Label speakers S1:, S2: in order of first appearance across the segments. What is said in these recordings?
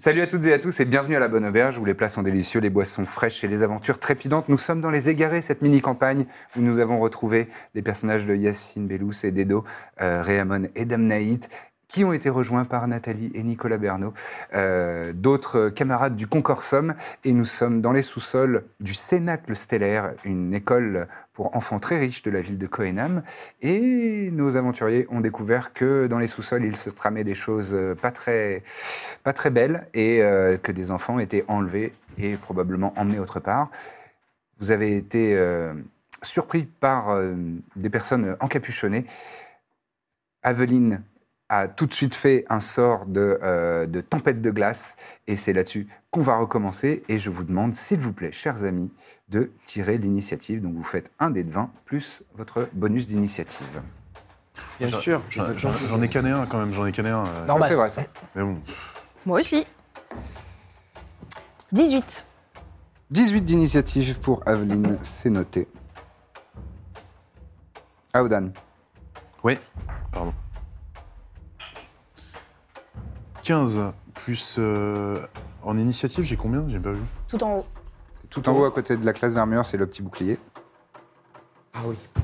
S1: Salut à toutes et à tous et bienvenue à la Bonne Auberge où les plats sont délicieux, les boissons fraîches et les aventures trépidantes. Nous sommes dans les égarés, cette mini-campagne où nous avons retrouvé les personnages de Yacine Bellous et Dedo, euh, Réamon et Damnaït qui ont été rejoints par Nathalie et Nicolas Bernot, euh, d'autres camarades du Concorsum, et nous sommes dans les sous-sols du Cénacle Stellaire, une école pour enfants très riches de la ville de Coenham, et nos aventuriers ont découvert que dans les sous-sols, il se tramait des choses euh, pas très, pas très belles, et euh, que des enfants étaient enlevés et probablement emmenés autre part. Vous avez été euh, surpris par euh, des personnes encapuchonnées. Aveline a tout de suite fait un sort de, euh, de tempête de glace. Et c'est là-dessus qu'on va recommencer. Et je vous demande, s'il vous plaît, chers amis, de tirer l'initiative. Donc vous faites un dé de 20 plus votre bonus d'initiative.
S2: Bien
S3: J'en-
S2: sûr.
S3: J'en j'en- j'en ai canné un quand même, j'en ai canné un. euh,
S1: C'est vrai, ça.
S3: Mais bon,
S4: Moi aussi. 18.
S1: 18 d'initiative pour Aveline, c'est noté. Aoudan,
S3: oui, pardon. 15 plus. euh, en initiative, j'ai combien J'ai pas vu.
S4: Tout en haut.
S1: c'est tout en haut à côté de la classe d'armure, c'est le petit bouclier.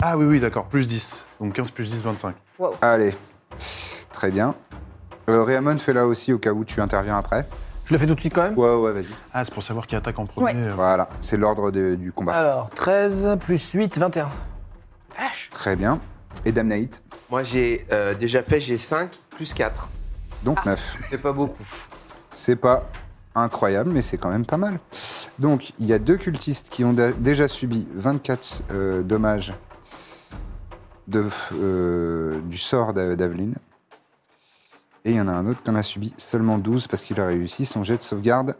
S3: Ah oui, oui, d'accord, plus 10. Donc 15 plus 10, 25.
S1: Allez, très bien. Euh, Réamon fait là aussi au cas où tu interviens après.
S2: Je le fais tout de suite quand même
S1: Ouais, ouais, vas-y.
S3: Ah, c'est pour savoir qui attaque en premier.
S4: Ouais.
S3: euh,
S1: Voilà, c'est l'ordre de- du combat.
S2: Alors, 13 plus 8, 21.
S1: Très bien. Et Damnaït,
S2: Moi, j'ai euh, déjà fait, j'ai 5 plus 4.
S1: donc 9.
S2: C'est pas beaucoup.
S1: C'est pas incroyable, mais c'est quand même pas mal. Donc, il y a deux cultistes qui ont dé- déjà subi 24 euh, dommages de, f- euh, du sort d'A- d'Aveline. Et il y en a un autre qui en a subi seulement 12 parce qu'il a réussi son jet de sauvegarde.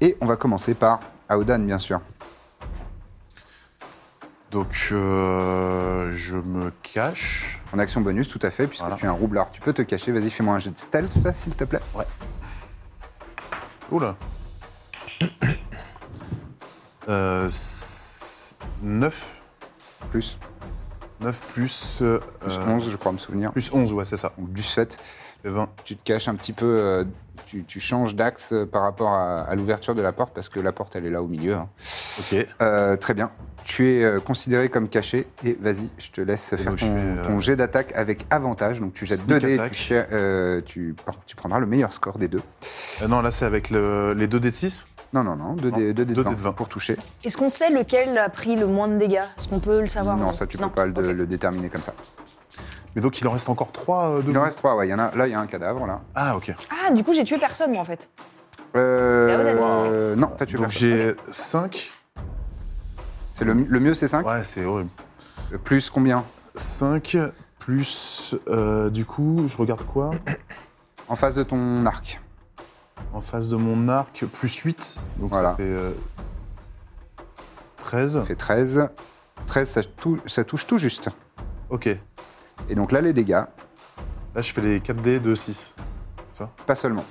S1: Et on va commencer par Aodan, bien sûr.
S3: Donc, euh, je me cache.
S1: En action bonus, tout à fait, puisque
S3: Voilà.
S1: tu es un roublard. Tu peux te cacher, vas-y, fais-moi un jet de stealth, s'il te plaît.
S3: Oula. euh, 9.
S1: Plus,
S3: 9 plus. euh,
S1: plus
S3: euh,
S1: 11, je crois me souvenir.
S3: Plus 11, ouais, c'est ça.
S1: Donc, du fait,
S3: 20.
S1: tu te caches un petit peu, euh, tu, tu changes d'axe euh, par rapport à, à l'ouverture de la porte parce que la porte elle est là au milieu. hein.
S3: Ok.
S1: Euh, très bien. Tu es euh, considéré comme caché et vas-y, je te laisse faire
S3: donc, je
S1: ton,
S3: fais, euh,
S1: ton jet d'attaque avec avantage. Donc tu jettes
S3: Sneak
S1: 2 dés,
S3: attack.
S1: tu, cher- euh, tu- pardon, tu prendras le meilleur score des deux.
S3: Euh, non, là, c'est avec le- les 2 d 6.
S1: Non, non, non, 2
S3: Non,
S1: dés, deux dés de
S3: deux dés
S1: 20
S3: de 20.
S1: pour toucher.
S4: Est-ce qu'on sait lequel a pris le moins de dégâts Est-ce qu'on peut le savoir euh,
S1: non, ça tu peux pas le,
S4: Ok.
S1: le déterminer comme ça.
S3: Mais donc, il en reste encore 3 de
S1: Il en reste 3, ouais. Il y en a, là, il y a un cadavre, là.
S3: Ah, ok.
S4: Ah, du coup, j'ai tué personne, moi, en fait.
S1: Euh,
S4: C'est là où on
S1: euh, non, t'as tué
S3: donc,
S1: personne.
S3: j'ai 5.
S1: C'est le, le mieux, c'est 5.
S3: Ouais, c'est horrible.
S1: Plus combien
S3: 5 plus. euh, du coup, je regarde quoi
S1: En face de ton arc.
S3: En face de mon arc, plus 8. Donc,
S1: Voilà.
S3: ça fait. euh, 13.
S1: Ça fait 13. 13, ça, tou- ça touche tout juste.
S3: Ok.
S1: Et donc là, les dégâts,
S3: Là, je fais les 4D de 6.
S1: Pas seulement.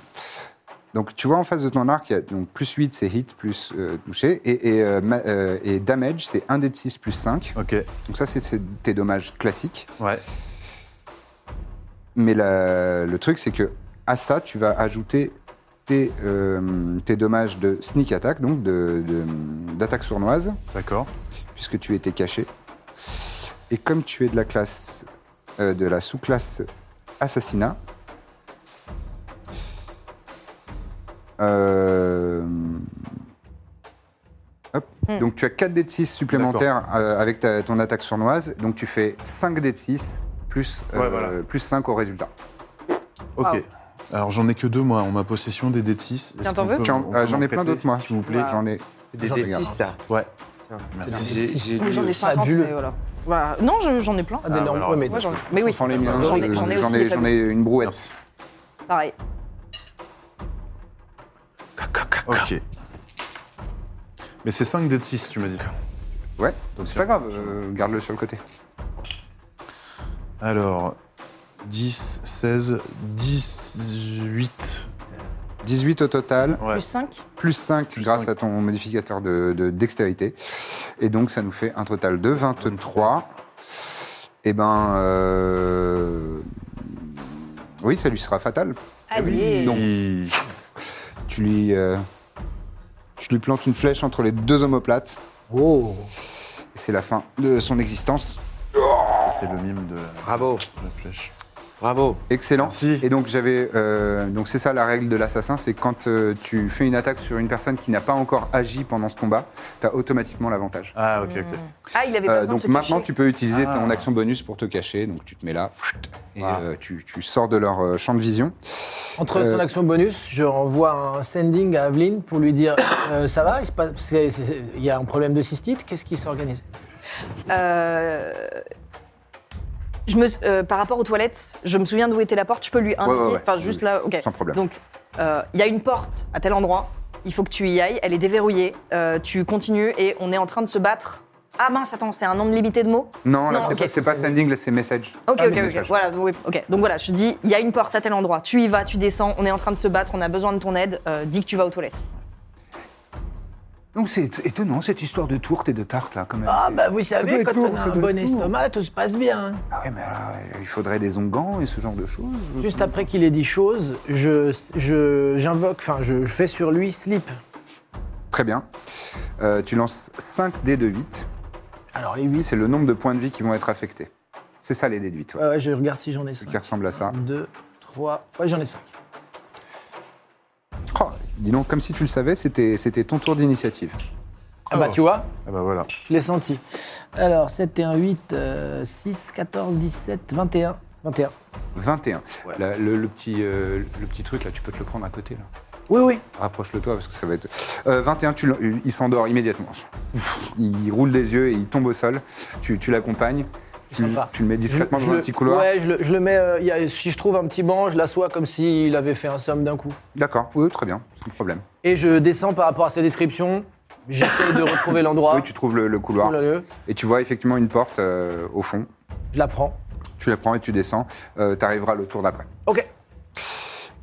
S1: Donc tu vois en face de ton arc, il y a donc plus 8 c'est hit, plus euh, touché, et, et, euh, ma- euh, et damage c'est 1 d de 6 plus 5.
S3: Ok,
S1: Donc ça c'est c'est tes dommages classiques.
S3: ouais.
S1: Mais la- le truc c'est que à ça tu vas ajouter tes, euh, tes dommages de sneak attack, donc de- de- d'attaque sournoise,
S3: D'accord.
S1: puisque tu étais caché. Et comme tu es de la classe, euh, de la sous-classe assassinat, euh, hop.
S4: Hmm.
S1: donc tu as 4 dés de 6 supplémentaires euh, avec ta- ton attaque sournoise, donc tu fais 5 dés de 6 plus, euh,
S3: Ouais, voilà.
S1: plus 5 au résultat.
S3: Ok.
S4: Wow.
S3: Alors, j'en ai que deux, moi, en ma possession des D6. Est-ce
S4: Tiens,
S3: qu'on
S4: t'en veux
S3: peut-
S1: J'en
S3: on peut
S1: euh, j'en
S3: m'en
S1: ai plein
S3: prêter,
S1: d'autres moi,
S3: S'il vous plaît.
S4: Wow.
S1: j'en ai...
S2: Des
S1: J'en regarde.
S2: D6, t'as.
S3: Ouais.
S2: Tiens,
S3: Merci.
S2: j'ai- j'ai-
S4: J'en ai 50,
S5: fabuleux.
S4: mais voilà. Voilà. Non, je- j'en ai plein.
S5: Ah, d'énormes
S3: alors,
S5: euh, ouais, mais
S4: Moi, j'en ai.
S5: t'as-
S4: Mais oui,
S1: Enfin, les miens,
S4: j'en ai-
S1: euh,
S4: j'en ai aussi
S1: j'en
S4: des
S1: ai, j'en ai une brouette.
S3: Merci.
S4: pareil.
S3: Ok. Mais c'est 5 D6, tu m'as dit.
S1: Ouais, donc c'est pas grave, euh, garde-le sur le côté.
S3: Alors, 10, 16, 18.
S1: 18 au total.
S3: Ouais.
S4: Plus 5.
S1: plus 5
S3: Plus
S1: grâce
S3: cinq.
S1: à ton modificateur de, de dextérité. Et donc, ça nous fait un total de 23. Et ben. euh, Oui, ça lui sera fatal.
S4: Allez.
S1: Donc, tu lui. euh, Tu lui plantes une flèche entre les deux omoplates.
S5: Oh.
S1: Et c'est la fin de son existence.
S3: Ça, C'est le mime de la,
S2: Bravo,
S3: de la flèche.
S2: bravo.
S1: Excellent.
S3: Merci.
S1: Et donc j'avais, euh, donc c'est ça la règle de l'assassin, c'est quand euh, tu fais une attaque sur une personne qui n'a pas encore agi pendant ce combat, tu as automatiquement l'avantage.
S3: Ah, ok, ok.
S4: Ah, il avait
S1: Euh,
S4: pas besoin de
S1: donc
S4: se
S1: maintenant,
S4: cacher.
S1: tu peux utiliser
S3: Ah.
S1: ton action bonus pour te cacher. Donc tu te mets là et
S3: Ah.
S1: euh, tu, tu sors de leur euh, champ de vision.
S5: Entre
S1: Euh,
S5: son action bonus, je renvoie un sending à Aveline pour lui dire euh, ça va, il se passe- c'est- c'est- il y a un problème de cystite, qu'est-ce qui s'organise
S4: Euh, Je me, euh, par rapport aux toilettes, je me souviens d'où était la porte. Je peux lui indiquer.
S1: ouais, ouais.
S4: Enfin, juste là. Ok.
S1: Sans problème.
S4: Donc, euh, il y a une porte à tel endroit. Il faut que tu y ailles. Elle est déverrouillée. Euh, tu continues et on est en train de se battre. Ah mince, attends, c'est un nombre limité de mots.
S1: Non, là
S4: Non,
S1: c'est
S4: ok.
S1: pas- c'est pas, sending, là c'est message.
S4: Ok,
S1: Ah,
S4: ok, ok.
S1: message.
S4: Voilà, oui, ok. Donc voilà, je te dis, il y a une porte à tel endroit. Tu y vas, tu descends. On est en train de se battre. On a besoin de ton aide. Euh, dis que tu vas aux toilettes.
S1: Donc c'est étonnant cette histoire de tourte et de tarte là quand même.
S5: Ah
S1: C'est-
S5: bah vous
S1: doit
S5: savez,
S1: être
S5: quand
S1: lourd,
S5: on a
S1: ça
S5: un
S1: doit être
S5: bon
S1: lourd.
S5: estomac, tout se passe bien.
S4: bah.
S1: Ah ouais, mais alors, euh, il faudrait des onguents et ce genre de choses.
S5: Juste après qu'il ait dit chose, je, je- j'invoque, enfin je, je fais sur lui slip.
S1: Très bien. Euh, tu lances 5 dés de 8.
S5: Alors les 8,
S1: C'est le nombre de points de vie qui vont être affectés. C'est ça les dés de 8. ouais.
S5: Ah
S1: Mm.
S5: ouais, ouais, je regarde si j'en ai
S1: Ce
S5: 5.
S1: qui ressemble à ça.
S5: 2, 3, ouais j'en ai 5.
S1: Oh, dis donc, comme si tu le savais, c'était c'était ton tour d'initiative.
S5: Ah
S1: Oh.
S5: bah tu vois,
S3: Ah bah voilà.
S5: je l'ai senti. Alors 7 et euh, 1, 8, 6, 14, 17, 21. 21.
S1: 21. La- le, le petit, euh, le petit truc là, tu peux te le prendre à côté là.
S5: Oui, oui.
S1: Rapproche-le toi parce que ça va être. Euh, 21, tu l'en- il s'endort immédiatement. Il roule des yeux et il tombe au sol. Tu, tu l'accompagnes. Tu,
S5: Sympa.
S1: tu le mets discrètement
S5: Je-
S1: dans
S5: je
S1: un
S5: le-
S1: petit couloir.
S5: Ouais, je le, je le mets. euh, il y a- si je trouve un petit banc, je l'assois comme s'il avait fait un somme d'un coup.
S1: D'accord, oui, très bien, sans problème.
S5: Et je descends par rapport à sa description. J'essaie de retrouver l'endroit.
S1: Oui, tu trouves le, le couloir.
S5: Oh là là,
S1: Et tu vois effectivement une porte euh, au fond.
S5: Je la prends.
S1: Tu la prends et tu descends. tu arriveras le tour d'après.
S5: Ok.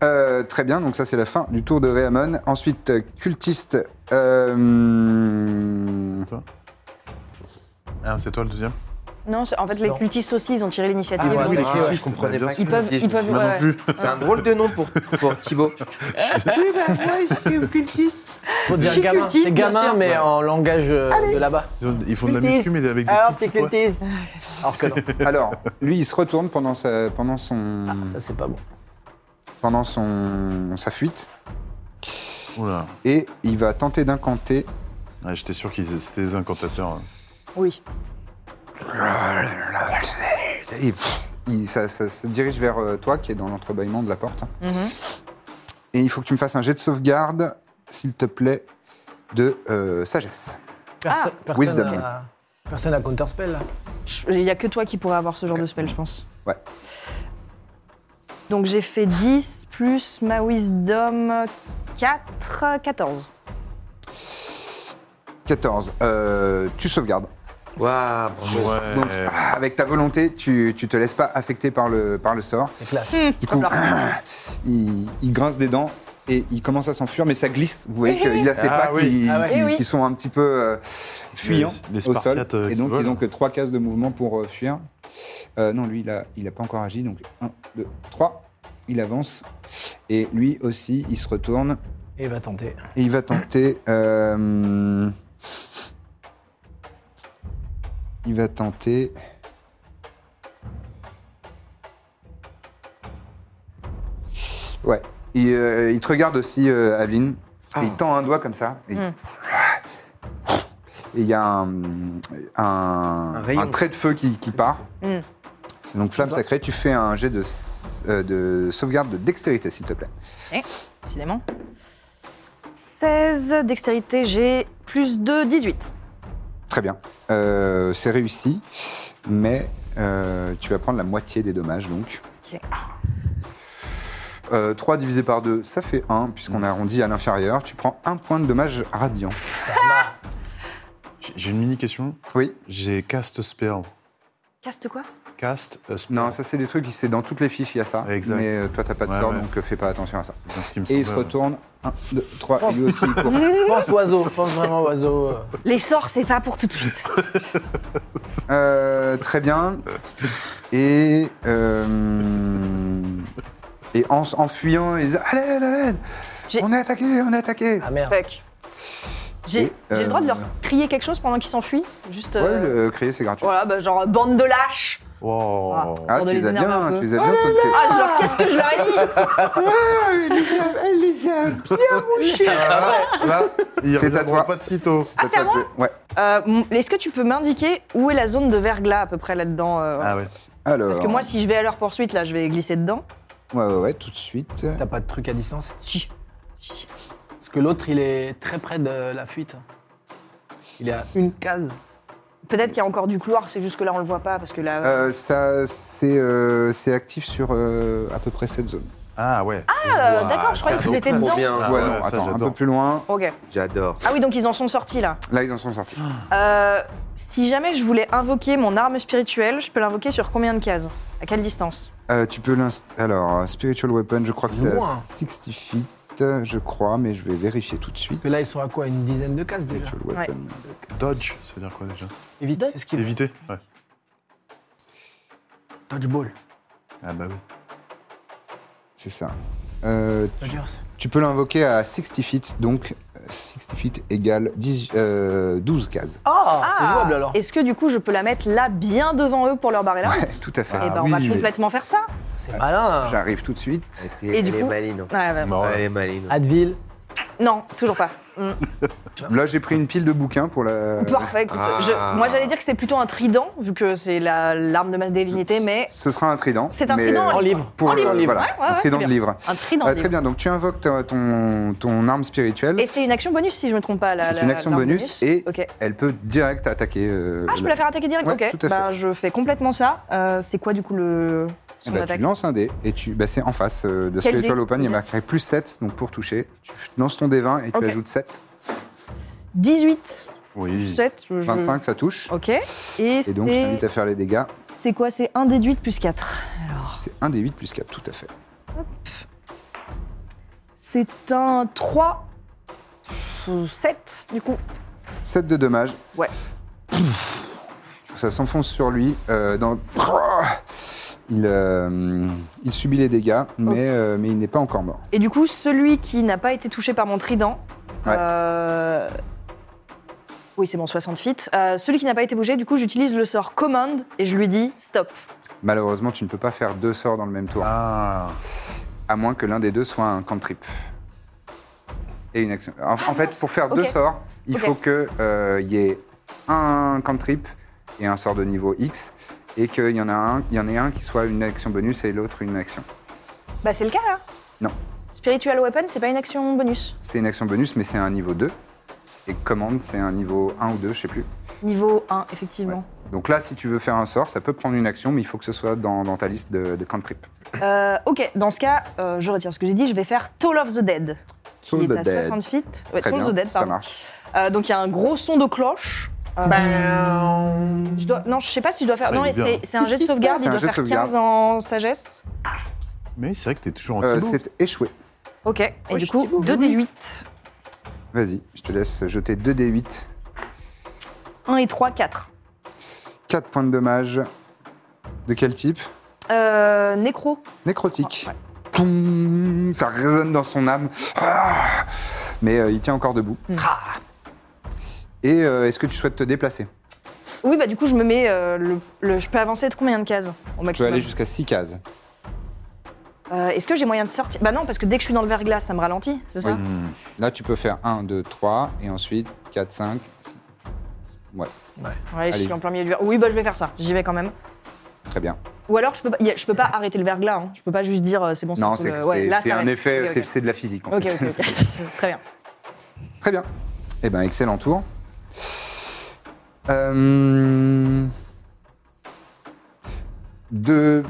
S1: Euh, très bien, donc ça c'est la fin du tour de Réamon. Ensuite, euh, cultiste. euh,
S3: Ah, c'est toi le deuxième
S4: Non, en fait, les
S5: Non.
S4: cultistes aussi, ils ont tiré l'initiative.
S5: Ah,
S4: donc-
S5: oui, les
S2: Ah,
S5: cultistes,
S2: je comprenais
S3: bien
S2: pas.
S3: sûr.
S4: Ils peuvent- ils peuvent-
S3: Moi
S4: ouais.
S3: non plus.
S2: C'est
S6: Ah.
S2: un drôle de nom pour, pour Thibaut. oui, bah, moi, je suis occultiste.
S5: Faut dire
S4: Je suis
S5: gamin.
S4: cultiste,
S5: C'est
S4: bien
S5: gamin,
S4: sûr.
S5: mais en langage euh, de là-bas.
S3: Ils, ont- ils font de la
S5: Cultiste.
S3: muscu, mais avec des
S5: Alors,
S3: petits
S5: t'es
S3: pois.
S5: cultiste. Alors que non,
S1: Alors, lui, il se retourne pendant, sa- pendant son,
S5: ça c'est pas bon.
S1: pendant son, sa fuite
S3: Oula.
S1: et il va tenter d'incanter.
S3: Ouais, J'étais sûr qu'ils c'était des incantateurs.
S4: Oui.
S1: Et pff, il- ça, ça se dirige vers euh, toi qui est dans l'entrebâillement de la porte. Et il faut que tu me fasses un jet de sauvegarde, s'il te plaît, de euh, sagesse.
S4: Ah.
S5: Perso-
S1: Wisdom.
S5: personne à- Personne à counterspell. là.
S4: Il n'y a que toi qui pourrais avoir ce genre de spell, je pense.
S1: Ouais.
S4: Donc j'ai fait 10 plus ma wisdom 4, 14.
S1: 14. Euh, tu sauvegardes.
S2: Waouh, bravo.
S3: Ouais.
S1: Donc, avec ta volonté, tu, tu te laisses pas affecter par le, par le sort.
S5: C'est classe.
S4: Hmm.
S1: Du coup, il, il grince des dents et il commence à s'enfuir, mais ça glisse. Vous voyez qu'il a ses
S3: Ah
S1: pas
S3: oui.
S1: qui,
S5: Ah ouais.
S1: qui-
S4: Eh oui.
S1: qui sont un petit peu euh, fuyants
S3: Les- les
S1: au sol.
S3: Spartiates, euh,
S1: Et
S3: qui
S1: donc, ils
S3: volent.
S1: ont que trois cases de mouvement pour euh, fuir. Euh, non, lui, il a, il a pas encore agi. Donc, 1, 2, 3, il avance. Et lui aussi, il se retourne
S5: Et va tenter.
S1: et il va tenter. euh, il va tenter. Ouais. Il, euh, il te regarde aussi, euh, Aveline. Et il tend un doigt comme ça. Et il- et il y a un, un,
S2: rayon.
S1: un trait de feu qui, qui part. C'est donc flamme sacrée. Tu fais un jet de, euh, de sauvegarde de dextérité, s'il te plaît.
S4: Décidément. 16, dextérité, j'ai plus 2, 18.
S1: Très bien. Euh, c'est réussi, mais euh, tu vas prendre la moitié des dommages, donc.
S4: Ok.
S1: Euh, 3 divisé par 2, ça fait 1, puisqu'on arrondit à l'inférieur. Tu prends un point de dommage radiant.
S3: J'ai- J'ai une mini question.
S1: Oui.
S3: J'ai cast spell.
S4: Caste quoi
S3: Cast euh, spell.
S1: Non, ça c'est des trucs, c'est dans toutes les fiches, il y a ça.
S3: Exact.
S1: Mais euh, toi, t'as pas de
S3: Ouais,
S1: sort,
S3: ouais.
S1: donc euh, fais pas attention à ça.
S3: C'est ce qui me
S1: Et il se
S3: semblait.
S1: retourne. 1, 2, 3, lui aussi, il court.
S5: Pense oiseau, pense vraiment oiseau. euh.
S4: Les sorts, c'est pas pour tout de suite.
S1: Euh, très bien. Et. euh, et en, en fuyant, ils disent Allez, allez, allez
S4: J'ai-
S1: On est attaqué, on est attaqué
S5: Ah merde.
S4: Fuck. J'ai
S1: Et,
S4: j'ai le droit de leur
S1: euh,
S4: crier quelque chose pendant qu'ils s'enfuient Juste.
S1: Ouais,
S4: euh,
S1: le créer, c'est gratuit.
S4: Voilà, bah, genre bande de lâches
S3: Wow.
S4: Ah.
S1: Ah,
S4: Pour
S1: tu
S4: les
S1: les as
S4: énerver
S1: bien,
S4: un
S1: tu
S4: peu.
S1: les as bien comptés.
S4: Ah, je leur- qu'est-ce que je leur ai dit
S3: Là, Ah, il
S1: C'est à
S3: reviendra
S1: toi.
S3: pas de sitôt.
S4: Ah, c'est à moi
S1: Ouais.
S4: Euh, m- Est-ce que tu peux m'indiquer où est la zone de verglas à peu près là-dedans euh,
S3: Ah ouais.
S1: Alors.
S4: Parce que moi, si je vais à leur poursuite, là, je vais glisser dedans.
S1: Ouais, ouais, ouais, tout de suite.
S5: T'as pas de truc à distance
S4: Si. Si.
S5: Parce que l'autre, il est très près de la fuite. Il est à une case.
S4: Peut-être qu'il y a encore du couloir, c'est juste que là, on le voit pas parce que là.
S1: Euh, ça, c'est euh, c'est actif sur euh, à peu près cette zone.
S3: Ah ouais.
S4: euh,
S3: Ouah,
S4: d'accord, je
S3: c'est
S4: croyais
S3: à
S4: qu'ils
S3: dos.
S4: étaient
S2: Trop
S4: dedans.
S2: bien, ça.
S1: ouais,
S3: ouais,
S1: non,
S3: Ah, ça,
S1: attends, un
S3: j'adore.
S1: peu plus loin.
S4: Ok.
S2: J'adore.
S4: Ah oui, donc ils en sont sortis là.
S1: Là, ils en sont sortis.
S4: Euh, si jamais je voulais invoquer mon arme spirituelle, je peux l'invoquer sur combien de cases À quelle distance
S1: Euh, tu peux l'inst... Alors, euh, Spiritual Weapon, je crois que c'est à
S5: Loin.
S1: 60 feet, euh, je crois, mais je vais vérifier tout de suite.
S5: Parce que là, ils sont à quoi Une dizaine de cases déjà.
S1: Spiritual Weapon.
S3: Dodge, ça veut dire quoi déjà
S5: Évite. Qu'est-ce qu'il
S3: Éviter Ouais.
S5: Dodgeball.
S3: Ah bah oui.
S1: C'est ça. Euh, tu,
S5: Dodgers.
S1: tu peux l'invoquer à 60 feet, donc euh, 60 feet égale 10, euh, 12 cases.
S5: Ah, c'est jouable alors.
S4: Est-ce que du coup, je peux la mettre là, bien devant eux pour leur barrer la route
S1: Tout à fait. Ah
S4: Eh ben, on va complètement faire ça.
S5: C'est malin. hein.
S1: J'arrive tout de suite.
S4: Et
S2: Et
S4: du
S2: du est
S4: coup-
S2: maline.
S4: Ouais, ouais.
S3: Bon,
S2: Elle est maline.
S5: Advil.
S4: Oh, Non, toujours pas.
S1: Là, j'ai pris une pile de bouquins pour la.
S4: Parfait. écoute,
S2: Ah.
S4: je- moi, j'allais dire que c'est plutôt un trident, vu que c'est la- l'arme de ma divinité, mais
S1: Ce sera un trident.
S4: C'est un
S1: mais-
S4: trident,
S5: En livre.
S1: Pour,
S4: En livre,
S1: euh,
S4: livre.
S1: voilà,
S4: Ouais, ouais,
S1: un
S4: ouais,
S1: trident
S4: c'est
S1: de livre.
S4: un trident.
S1: Euh,
S4: des-
S1: très bien, donc tu invoques ta- ton, ton arme spirituelle.
S4: Et c'est une action bonus, si je me trompe pas. la-
S1: C'est
S4: la-
S1: une action
S4: l'arme
S1: bonus et-
S4: Ok.
S1: Elle peut direct attaquer. euh,
S4: Ah, je peux
S1: le-
S4: la faire attaquer direct
S1: Ouais,
S4: Ok.
S1: tout à
S4: Ben,
S1: fait.
S4: je fais complètement ça. Euh, c'est quoi, du coup, le.
S1: Eh
S4: Son
S1: ben,
S4: attaque
S1: tu lances un dé et tu. bah, c'est en face euh, de
S4: Quel dé
S1: Spiritual Open, il y a marqué plus 7, donc pour toucher. Tu lances ton dé 20 et tu
S4: Ok.
S1: ajoutes 7.
S4: 18,
S3: Oui.
S4: 7, je...
S1: 25, ça touche.
S4: Ok. Et,
S1: Et donc, je
S4: c'est
S1: t'invite à faire les dégâts.
S4: c'est quoi C'est 1 déduit plus 4. Alors,
S1: C'est 1 des 8 plus 4, tout à fait.
S4: c'est un 3, 7, du coup.
S1: 7 de dommages.
S4: Ouais.
S1: Ça s'enfonce sur lui. euh, dans... il, euh, il subit les dégâts,
S4: Oh.
S1: mais, euh, mais il n'est pas encore mort.
S4: Et du coup, celui qui n'a pas été touché par mon trident.
S1: Ouais.
S4: euh, Oui, c'est bon, 60 feet. Euh, celui qui n'a pas été bougé, du coup, j'utilise le sort command et je lui dis stop.
S1: Malheureusement, tu ne peux pas faire deux sorts dans le même tour.
S3: Ah.
S1: à moins que l'un des deux soit un cantrip. Et une action. En, en fait, pour faire
S4: Ah, Ok.
S1: deux sorts, il
S4: Ok.
S1: faut qu'il y ait un cantrip et un sort de niveau X, et qu'il y en a un, il y en ait un qui soit une action bonus et l'autre une action.
S4: Bah, c'est le cas là
S1: Non.
S4: Spiritual Weapon, c'est pas une action bonus.
S1: C'est une action bonus, mais c'est un niveau 2. Et commande, c'est un niveau 1 ou 2, je sais plus.
S4: Niveau 1, effectivement.
S1: Donc là, si tu veux faire un sort, ça peut prendre une action, mais il faut que ce soit dans, dans ta liste de, de cantrip.
S4: Euh, ok, dans ce cas, euh, je retire ce que j'ai dit, je vais faire Toll of the Dead. Qui
S1: Toll
S4: est
S1: the
S4: à
S1: Dead.
S4: 60 feet. Ouais,
S1: Très
S4: Toll
S1: bien,
S4: of the Dead,
S1: ça
S4: pardon.
S1: marche.
S4: Euh, donc il y a un gros son de cloche Euh, je dois... Non, je sais pas si je dois faire.
S3: Ah,
S4: non,
S3: il est
S4: c'est
S3: bien.
S4: c'est un jet de sauvegarde,
S1: C'est
S4: il
S1: un
S4: doit
S1: jet de
S4: faire
S1: sauvegarde.
S4: 15 en sagesse.
S3: Mais oui, c'est vrai que t'es toujours en
S1: Euh,
S3: Thibaut.
S1: c'est échoué.
S4: Ok, et
S2: Oh,
S4: du
S2: je
S4: coup,
S2: suis beau,
S4: 2d8.
S1: Vas-y, je te laisse jeter 2d8.
S4: 1 et 3, 4.
S1: 4 points de dommage. De quel type
S4: Euh, nécro.
S1: Nécrotique.
S4: Ouais.
S1: Poum, Ça résonne dans son âme. Ah Mais euh, il tient encore debout.
S4: Hmm.
S1: Ah Et euh, est-ce que tu souhaites te déplacer
S4: Oui, bah du coup, je me mets. euh, le, le- Je peux avancer de combien de cases au
S1: Tu peux
S4: maximum
S1: aller jusqu'à 6 cases.
S4: Euh, Est-ce que j'ai moyen de sortir Bah non, parce que dès que je suis dans le verglas, ça me ralentit, c'est ça
S1: Hmm. Là, tu peux faire 1, 2, 3, et ensuite 4, 5, 6. Ouais,
S4: Ouais, je
S1: Allez.
S4: suis en plein milieu du verglas. Oui, bah je vais faire ça, j'y vais quand même.
S1: très bien.
S4: Ou alors, je peux pas, y a- je peux pas arrêter le verglas, hein. je peux pas juste dire euh, c'est bon,
S1: Non,
S4: cool,
S1: c'est
S4: euh, ouais,
S1: c'est-
S4: là,
S1: c'est
S4: ça
S1: un
S4: reste.
S1: effet,
S4: Ok,
S1: c'est
S4: ok.
S1: c'est de la physique. en
S4: Ok,
S1: fait.
S4: ok, ok. Très bien.
S1: Très bien. Eh bien, excellent tour. Euh, de-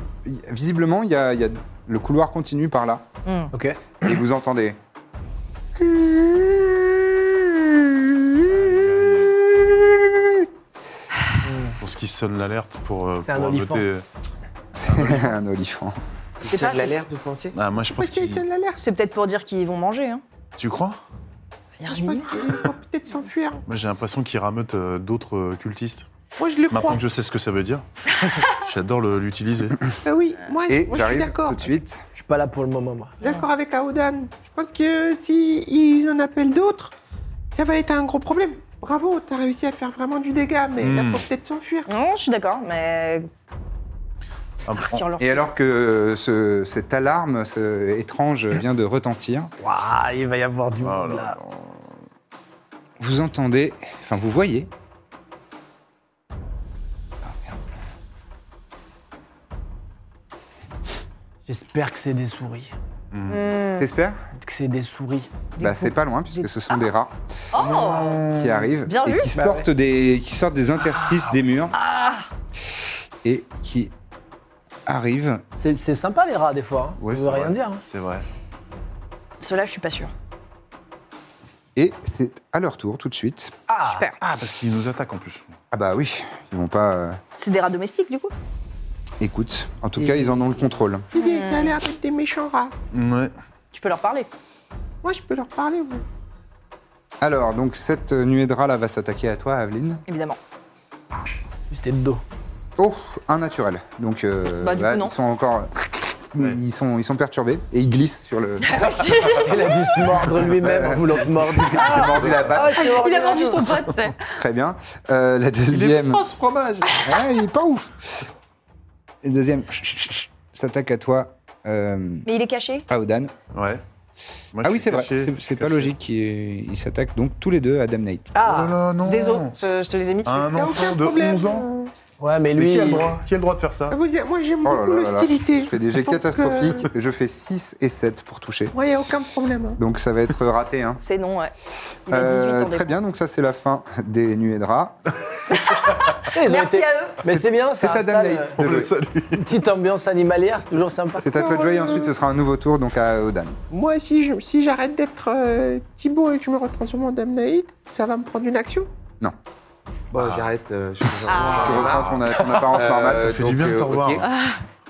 S1: Visiblement, il y a- il y a... le couloir continue par là.
S5: Ok.
S1: Et vous entendez.
S3: Pour ce qui sonne l'alerte pour, euh,
S5: C'est un
S3: pour
S5: olifant.
S3: noter-
S1: un olifant.
S2: C'est
S4: pas,
S2: de l'alerte, vous pensez
S3: Ah, moi je pense
S2: Parce qu'il
S3: qu'il.
S2: sonne l'alerte.
S4: C'est peut-être pour dire qu'ils vont manger. Hein.
S3: Tu crois
S2: Je pense qu'ils vont peut-être s'enfuir.
S3: Moi j'ai l'impression qu'il rameute euh, d'autres euh, cultistes.
S2: Moi, je le
S3: Maintenant
S2: crois.
S3: que je sais ce que ça veut dire, j'adore le- l'utiliser.
S2: Ah oui, moi, moi,
S1: Et
S2: je suis
S1: j'arrive
S2: d'accord.
S1: tout de suite.
S5: Je suis pas là pour le moment, moi.
S2: D'accord avec Aodan. Je pense que si ils en appellent d'autres, ça va être un gros problème. Bravo, t'as réussi à faire vraiment du dégât, mais là,
S3: Hmm.
S2: faut peut-être s'enfuir.
S4: Non, je suis d'accord, mais
S3: Ah, bon,
S4: partir leur.
S1: Et alors que ce- cette alarme ce étrange vient de retentir,
S5: Waouh, il va y avoir du monde Oh là.
S1: vous entendez, enfin vous voyez. Ah, merde.
S5: J'espère que c'est des souris.
S2: Euh.
S1: T'espères
S5: Que c'est des souris.
S1: Bah c'est pas loin puisque ce sont des rats
S4: Ah. Oh
S1: qui arrivent
S4: Bien
S1: et
S4: vu. Ah.
S1: qui sortent des qui sortent des interstices des murs et qui arrivent.
S5: C'est c'est sympa les rats des fois. Hein.
S3: Ouais,
S5: ça
S3: c'est
S5: veut rien
S3: vrai.
S5: dire. hein.
S3: C'est vrai.
S4: Cela, je suis pas sûre.
S1: Et c'est à leur tour tout de suite.
S4: Super.
S3: Ah, parce qu'il nous attaque en plus.
S1: Ah bah oui, ils vont pas. euh,
S4: C'est des rats domestiques, du coup
S1: Écoute, en tout cas ils en ont le contrôle.
S2: C'est des- Ça a l'air d'être des méchants rats.
S3: Ouais.
S4: Tu peux leur parler.
S2: Moi, je peux leur parler. moi.
S1: Alors donc cette nuée de rats là va s'attaquer à toi, Aveline.
S4: Évidemment.
S5: Juste de dos.
S1: Oh, un naturel. Donc euh,
S4: Bah, du coup, non.
S1: ils sont encore. Ils, sont, ils sont perturbés et ils glissent sur le.
S5: Il a dû se mordre lui-même en voulant te mordre.
S1: Il s'est mordu la patte.
S4: Il a vendu son pote. t'sais.
S1: Très bien. Euh, la deuxième.
S2: Oh, ce fromage
S1: Ouais, il est pas ouf. Et deuxième s'attaque à toi, euh,
S4: Mais il est caché.
S1: Aodan.
S3: Ouais.
S1: Ah
S3: Moi, je
S1: oui,
S3: suis
S1: c'est vrai.
S3: caché,
S1: C'est
S3: je suis
S1: c'est pas
S3: caché.
S1: logique. Ils ils s'attaquent donc tous les deux à Damnate.
S4: Ah,
S3: Oh là
S1: Ah.
S3: là, non.
S4: Désolé, je je te les ai mis dessus.
S3: Un
S2: Y'a
S3: enfant
S2: aucun
S3: de
S2: problème.
S3: 11 ans
S5: Ouais, mais
S3: Mais
S5: lui.
S3: qui a, le
S5: il-
S3: droit qui a le droit de faire ça
S2: Ah, vous- moi, j'aime
S1: Oh là
S2: beaucoup
S1: là là là.
S2: l'hostilité.
S1: Je fais des jets
S2: Donc, euh,
S1: catastrophiques. Je fais 6 et 7 pour toucher.
S2: Ouais, y a aucun problème. hein.
S1: Donc ça va être raté. Hein.
S4: C'est non, ouais. Il a 18
S1: Euh,
S4: ans.
S1: très bien, donc ça c'est la fin des nuées de rats.
S5: Ils ont
S4: Merci
S5: été-
S4: à eux.
S5: Mais c'est bien,
S1: C'est
S5: ça
S1: à
S5: installe,
S1: Damnate.
S3: On
S1: de
S3: le
S1: jouer.
S3: salue.
S5: euh, une petite ambiance animalière, c'est toujours sympa.
S1: C'est à toi de jouer et ensuite ce sera un nouveau tour donc à Odan.
S2: Moi, si je- si j'arrête d'être euh, Thibaut et que je me retransforme en Damnaïd, ça va me prendre une action Ah.
S6: Bon, j'arrête. euh, je fais
S1: Tu
S6: genre-
S3: Ah.
S1: reprends ton, ton apparence
S6: Euh,
S1: normale.
S3: Ça fait du bien de te
S6: donc, euh,
S3: revoir.
S6: ok.
S2: Ah.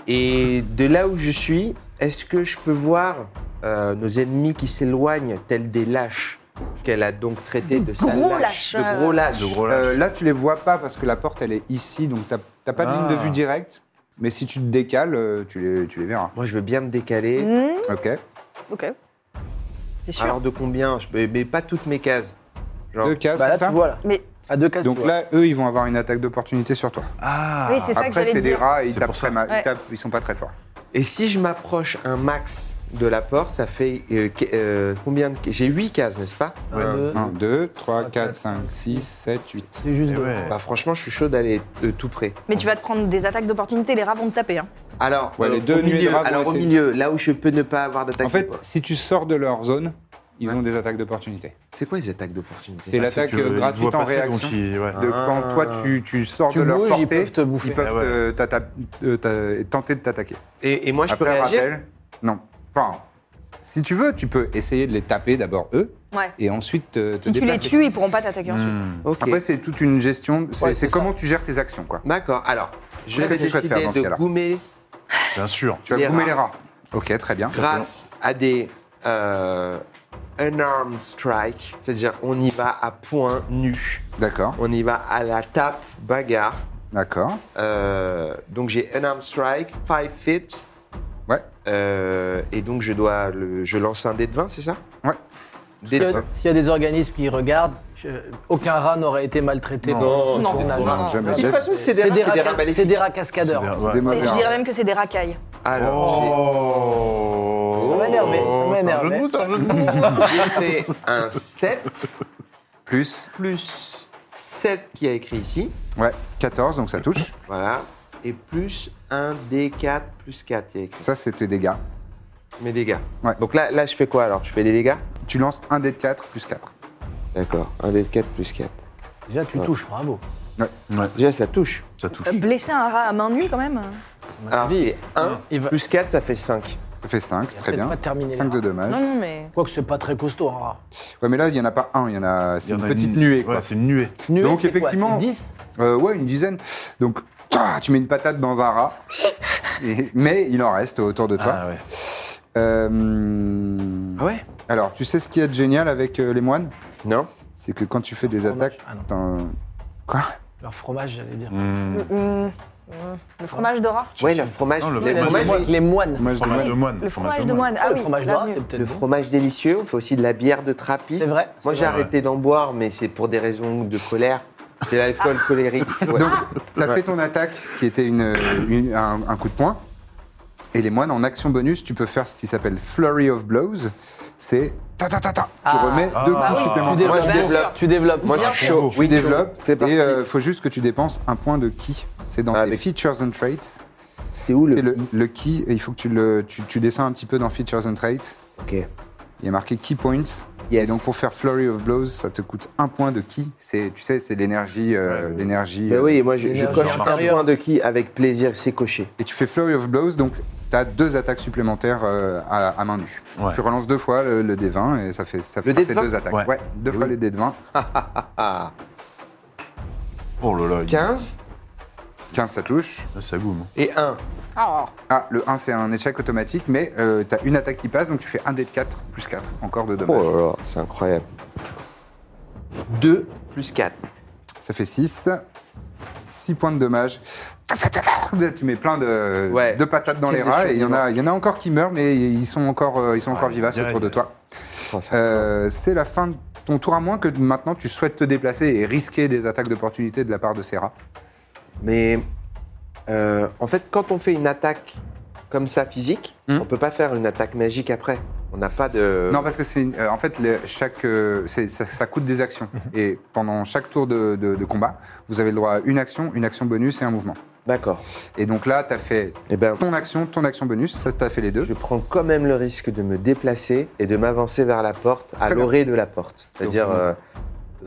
S6: Et de là où je suis, est-ce que je peux voir euh, nos ennemis qui s'éloignent, tels des lâches qu'elle a donc traités de, sales
S4: gros lâches,
S6: de
S4: euh.
S6: gros lâches.
S3: Le gros là.
S1: Euh, là, tu les vois pas parce que la porte, elle est ici, donc t'as t'as pas de
S3: Ah.
S1: ligne de vue directe. Mais si tu te décales, euh, tu les, tu les verras.
S6: Moi, je veux bien me décaler.
S4: Mmh,
S1: Ok.
S4: ok. T'es sûr
S6: Alors de combien je peux... Mais pas toutes mes cases. Genre,
S1: Deux cases,
S5: Bah là,
S1: c'est ça
S5: tu vois là.
S4: Mais
S5: À deux cases.
S1: Donc
S5: tu vois.
S1: là, eux, ils vont avoir une attaque d'opportunité sur toi.
S3: Ah
S4: oui, c'est ça que
S1: Après, c'est
S4: j'allais
S1: des
S4: dire.
S1: rats et ils
S3: C'est
S1: tapent
S3: pour ça.
S1: très mal. Ils
S4: Ouais.
S1: tapent- ils sont pas très forts.
S6: Et si je m'approche un max de la porte, ça fait euh, que- euh, combien de... J'ai 8 cases, n'est-ce pas
S5: Un,
S6: Euh,
S5: deux.
S1: 1, 2, 3,
S5: Trois,
S1: 4,
S5: quatre,
S1: 5, 6, 7, 8.
S5: C'est juste
S3: Eh
S5: deux.
S3: ouais.
S6: Bah franchement, je suis chaud d'aller euh, tout près.
S4: Mais tu vas te prendre des attaques d'opportunité, les rats vont te taper. Hein.
S6: Alors, euh,
S1: Ouais, les deux
S6: au
S1: nuées de
S6: milieu,
S1: rats vont
S6: alors au
S1: essayer.
S6: milieu, là où je peux ne pas avoir d'attaque.
S1: En fait,
S6: d'opportunité.
S1: si tu sors de leur zone, ils ont des attaques d'opportunité.
S5: Ah,
S6: c'est quoi les attaques d'opportunité
S1: C'est
S3: Bah,
S1: l'attaque
S3: que il te voit
S1: gratuite euh, en
S3: passer,
S1: réaction.
S3: donc il- ouais.
S1: De quand toi, tu, tu sors
S5: Tu
S1: de leur
S5: bouges,
S1: portée,
S5: ils peuvent te bouffer.
S1: ils peuvent,
S3: Ah ouais.
S1: euh, t'atta- euh, t'a- tenter de t'attaquer.
S6: Et, et moi, je peux
S1: Après,
S6: réagir
S1: rappel, non. Enfin, Si tu veux, tu peux essayer de les taper d'abord eux,
S4: Ouais.
S1: et ensuite te, te
S4: Si tu les
S1: déplacer.
S4: tues, ils pourront pas t'attaquer ensuite.
S6: Ok.
S1: Après, c'est toute une gestion. C'est
S6: Ouais,
S1: c'est
S6: c'est
S1: comment tu gères tes actions, quoi.
S6: D'accord. Alors, je
S1: Qu'est-ce
S6: vais
S1: que tu souhaites
S6: décider
S1: faire dans ce
S6: de
S1: cas-là
S6: goumer
S3: Bien sûr.
S1: Tu vas
S6: Les
S1: gommer
S6: rats.
S1: les rats. Ok, très bien.
S6: grâce à des euh, unarmed strike, c'est-à-dire on y va à point nu,
S1: D'accord,
S6: on y va à la tape bagarre.
S1: d'accord.
S6: Euh, donc j'ai unarmed strike, 5 feet,
S1: Ouais,
S6: euh, et donc je dois le, je lance un dé de 20, c'est ça
S1: ouais.
S6: Dé
S5: S'il
S6: de
S5: y, a,
S6: 20.
S5: s'il y a des organismes qui regardent, je- aucun rat n'aurait été maltraité. pendant ce
S4: non,
S5: tournage.
S4: non, non.
S1: Jamais.
S6: De toute façon, c'est des,
S5: C'est
S6: rats,
S5: des,
S6: c'est des
S5: rats-
S6: rats maléfiques.
S5: c'est des rats cascadeurs.
S3: Bien,
S1: Des
S3: ouais.
S4: C'est- Je
S1: mauvais
S4: dirais
S1: rats.
S4: même que c'est des racailles.
S6: Alors, j'ai-
S3: Oh
S5: Ça m'a énervé, ça m'a
S3: C'est un jeu de
S5: énervé.
S3: mots, c'est un jeu de mots.
S6: j'ai fait un 7
S1: Plus,
S6: plus 7 qui a écrit ici.
S1: ouais, 14, donc ça touche.
S6: Voilà. Et plus un D4 plus 4, il y a écrit.
S1: Ça, c'est tes dégâts.
S6: Mes dégâts.
S1: Ouais.
S6: Donc là, là, je fais quoi alors Je fais des dégâts
S1: Tu lances un dé de 4 plus 4.
S6: D'accord. Un D4 plus 4.
S5: Déjà, tu touches, bravo.
S6: Déjà, ça touche.
S3: Ça touche.
S4: Euh, Blesser un rat à main nue, quand même. euh.
S6: Alors, c'est 1
S5: Il va-
S6: plus 4, ça fait 5.
S1: Ça fait 5, très
S5: peut-être
S1: bien.
S5: pas terminé,
S1: 5
S5: là.
S1: de dommages.
S4: Non, non, mais.
S5: Quoique c'est pas très costaud, un rat.
S1: Ouais, mais là, il n'y en a pas un, il y en a. C'est
S3: Il y
S1: une
S3: en a
S1: petite nuée, quoi.
S3: Ouais, c'est une nuée.
S5: Nuée,
S1: Donc,
S5: c'est quoi,
S1: effectivement-
S5: c'est 10
S1: Euh, ouais, une dizaine. Donc, ah, tu mets une patate dans un rat, Et- mais il en reste autour de toi.
S3: Ah ouais.
S1: Euh,
S6: ouais
S1: Alors, tu sais ce qui est génial avec euh, les moines
S6: Non
S1: C'est que quand tu fais des
S5: fromage.
S1: attaques,
S5: Ah non.
S1: t'en- quoi
S5: Leur fromage, j'allais dire.
S4: Hum, hum. Le fromage de rat.
S6: Ouais, le fromage.
S3: Non, le
S6: les
S3: fromage de
S6: fromages-
S3: moine.
S5: Les moines.
S1: Moi, je
S3: Fromage
S1: dis-
S3: de moine.
S4: Le fromage de moine. Ah
S5: Ah,
S4: oui,
S5: le fromage de
S4: là,
S5: rat,
S4: mieux.
S5: c'est peut-être.
S6: Le
S5: bon.
S6: fromage délicieux, on fait aussi de la bière de trappiste.
S5: C'est vrai,
S6: Moi,
S5: c'est
S6: j'ai
S5: vrai.
S6: arrêté d'en boire, mais c'est pour des raisons de colère. J'ai l'alcool colérique. Ouais.
S1: Donc,
S5: Ah
S1: t'as fait ton attaque qui était une, une- un, un coup de poing. Et les moines, en action bonus, tu peux faire ce qui s'appelle Flurry of Blows. C'est ta ta ta ta. Tu remets deux
S3: Ah
S1: coups
S3: oui.
S5: Tu
S1: supplémentaires.
S5: développes.
S6: Moi, je développe.
S5: Tu développes.
S6: Moi, je
S5: Bien
S6: suis
S5: sûr.
S6: chaud.
S1: Tu développes.
S6: C'est parti.
S1: Et euh, faut juste que tu dépenses un point de ki. C'est dans
S6: Avec-
S1: tes features and traits.
S6: C'est où
S1: C'est
S6: le.
S1: le, le ki. et Il faut que tu le tu, tu descends un petit peu dans features and traits.
S6: Ok.
S1: Il y a marqué key points.
S6: Yes.
S1: Et donc pour faire flurry of blows, ça te coûte un point de ki. C'est tu sais c'est l'énergie euh, l'énergie.
S6: Ben
S1: euh,
S6: oui, moi, je, je
S5: L'énergie
S6: coche un
S5: intérieure.
S6: point de qui avec plaisir, c'est coché.
S1: Et tu fais Flurry of Blows, donc tu as deux attaques supplémentaires euh, à, à main nue.
S3: Ouais.
S1: Tu relances deux fois le, le D20 et ça fait, ça fait
S6: dé de
S1: tes
S6: 20?
S1: deux attaques.
S3: Ouais.
S1: deux fois les D20.
S3: Oh là là, il-
S6: 15
S1: 15, ça touche.
S3: là, ça goûte. hein.
S6: et 1.
S4: Ah,
S1: Ah, le 1, c'est un échec automatique, mais tu as une attaque qui passe, donc tu fais un D de 4 plus 4, encore de dommages.
S6: Oh là là, c'est incroyable. 2 plus 4.
S1: Ça fait 6. 6 points de dommages. Ta, ta, ta, ta. Tu mets plein de,
S6: Ouais.
S1: de patates dans
S6: Quel
S1: les rats et il y, en a-
S6: survivant.
S1: il y en a encore qui meurent, mais ils sont encore, euh, ils sont encore
S3: Ouais,
S1: vivaces
S3: direct.
S1: autour de toi.
S6: Oh, ça-
S1: Euh, c'est la fin de ton tour à moins que maintenant tu souhaites te déplacer et risquer des attaques d'opportunité de la part de ces rats.
S6: Mais euh, en fait, quand on fait une attaque comme ça physique,
S1: Hmm.
S6: on peut pas faire une attaque magique après. On n'a pas de.
S1: Non, parce que c'est une- euh, en fait le- chaque euh, c'est- ça, ça coûte des actions
S6: Mhm.
S1: et pendant chaque tour de, de- de combat, vous avez le droit à une action, une action bonus et un mouvement.
S6: D'accord.
S1: Et donc là, t'as fait
S6: Eh ben,
S1: ton action, ton action bonus, ça t'as fait les deux.
S6: je prends quand même le risque de me déplacer et de m'avancer vers la porte, à
S1: Très bien.
S6: l'orée de la porte. C'est-à-dire.
S1: Donc,
S6: euh,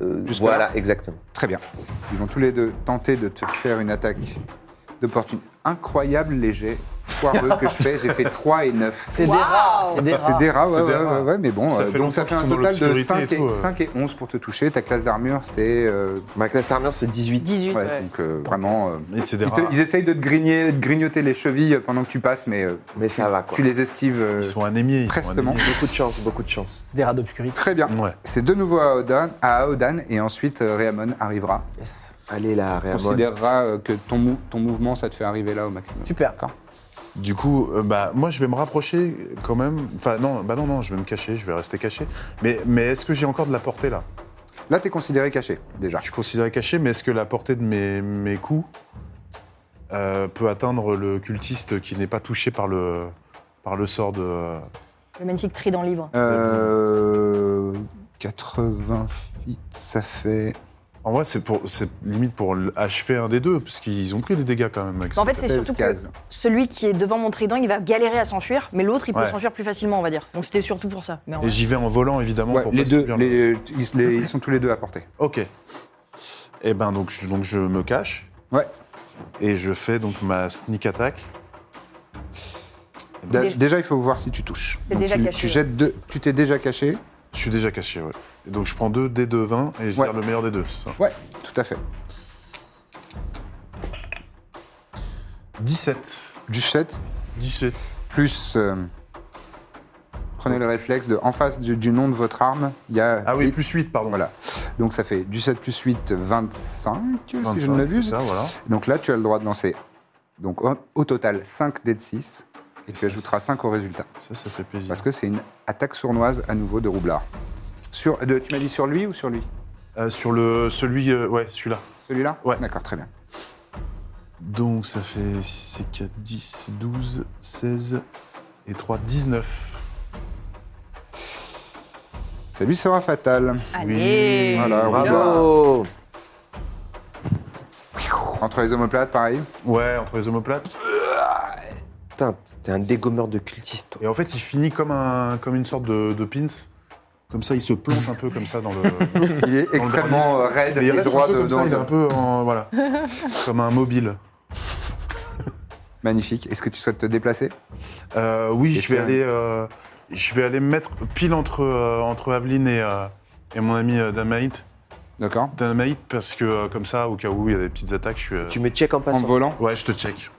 S6: euh,
S1: jusque-là
S6: voilà, exactement.
S1: Très bien. Ils vont tous les deux tenter de te faire une attaque d'opportunité. Incroyable léger, foireux que je fais. J'ai fait 3 et 9.
S5: C'est des rats. C'est des
S1: C'est
S5: rats.
S1: des rats, ouais,
S3: C'est des
S1: ouais,
S3: rats.
S1: ouais, ouais, mais bon.
S3: Ça
S1: euh,
S3: fait
S1: donc ça
S3: longtemps
S1: fait un
S3: qu'ils sont dans
S1: total de
S3: l'obscurité
S1: 5
S3: et
S1: et,
S3: tout, euh.
S1: 5 et 11 pour te toucher. Ta classe d'armure, c'est. euh,
S6: Ma classe armure, c'est 18.
S4: 18.
S1: ouais,
S4: ouais.
S1: donc euh, vraiment. euh,
S3: Mais c'est des
S1: ils, te-
S3: rats.
S1: ils essayent de te grigner, de grignoter les chevilles pendant que tu passes, mais euh,
S6: Mais ça va, quoi.
S1: tu les esquives. euh,
S3: Ils sont anémiés. ils sont
S1: prestement.
S3: anémiés.
S6: Beaucoup de chance, beaucoup de chance.
S5: C'est des rats d'obscurité.
S1: Très bien.
S3: Ouais.
S1: C'est de nouveau à Odan, à Odan et ensuite euh, Réamon arrivera.
S6: Allez, là, Réamon.
S1: Considérera euh, que ton, mou- ton mouvement, ça te fait arriver là au maximum.
S5: Super.
S3: Du coup, euh, bah, moi, je vais me rapprocher quand même. Enfin, non, bah non, non, je vais me cacher, je vais rester caché. Mais, mais est-ce que j'ai encore de la portée là
S1: Là, t'es considéré caché déjà.
S3: Je suis considéré caché, mais est-ce que la portée de mes, mes coups euh, peut atteindre le cultiste qui n'est pas touché par le, par le sort de.
S4: Le magnifique tri dans le livre.
S1: Euh, 80 feet, ça fait.
S3: En vrai, c'est pour, c'est limite pour l- achever un des deux, parce qu'ils ont pris des dégâts quand même. Avec ça.
S4: En fait, c'est surtout que
S1: case.
S4: celui qui est devant mon trident, il va galérer à s'enfuir, mais l'autre, il peut
S3: Ouais.
S4: s'enfuir plus facilement, on va dire. Donc c'était surtout pour ça. Mais en
S3: Et
S4: vrai-
S3: j'y vais en volant, évidemment.
S1: Ouais,
S3: pour
S1: les
S3: pas
S1: deux,
S3: subir le-
S1: les- ils, les- ils sont tous les deux à portée.
S3: Ok. Et ben donc, je- donc je me cache
S1: Ouais.
S3: et je fais donc ma sneak attack.
S1: Dé- Déjà, il faut voir si tu touches.
S4: T'es
S1: Donc,
S4: déjà
S1: tu,
S4: caché,
S1: tu
S4: ouais.
S1: jettes deux. Tu t'es déjà caché
S3: Je suis déjà caché, ouais. Et donc je prends deux dés de 20 et je
S1: Ouais.
S3: garde le meilleur des deux, c'est ça
S1: Ouais, tout à fait.
S3: 17.
S1: Du 7,
S3: 17.
S1: plus. euh, prenez le réflexe de. En face du, du nom de votre arme, il y a.
S3: Ah oui,
S1: et-
S3: plus 8, pardon.
S1: Voilà. Donc ça fait du 7 plus 8, 25, si je
S3: 25,
S1: ne
S3: c'est
S1: m'abuse.
S3: Ça, voilà.
S1: Donc là, tu as le droit de lancer. Donc au, au total, 5 dés de 6. Et tu ajouteras 5 au résultat.
S3: Ça, ça fait plaisir.
S1: Parce que c'est une attaque sournoise à nouveau de Roublard. Sur, euh, de- tu m'as dit sur lui ou sur lui
S3: Euh, sur le, celui, euh, ouais, celui-là.
S1: Celui-là
S3: Ouais.
S1: D'accord, très bien.
S3: Donc ça fait 6, 4, 10, 12, 16 et 3, 19.
S1: Ça lui sera fatal.
S4: Allez
S1: Voilà, Roublard.
S6: Bravo
S1: Entre les omoplates, pareil.
S3: Ouais, entre les omoplates.
S6: Putain, t'es un dégommeur de cultiste, toi.
S3: Et en fait, il finit comme, un, comme une sorte de, de pins. Comme ça, il se plante un peu comme ça dans le.
S1: Il est extrêmement euh, raide
S3: Et
S1: et,
S3: il reste
S1: droit
S3: un peu comme
S1: dedans.
S3: ça, il est un peu en, voilà, comme un mobile.
S1: Magnifique. Est-ce que tu souhaites te déplacer
S3: Euh, oui,
S1: Et
S3: je vais
S1: faire-
S3: aller, euh, je vais aller me mettre pile entre euh, entre Aveline et, euh, et mon ami euh, Dynamite,
S1: D'accord.
S3: Dynamite, parce que euh, comme ça, au cas où il y a des petites attaques, je suis. euh,
S6: Tu me check en
S1: En
S6: passant.
S1: volant
S3: Ouais, je te check.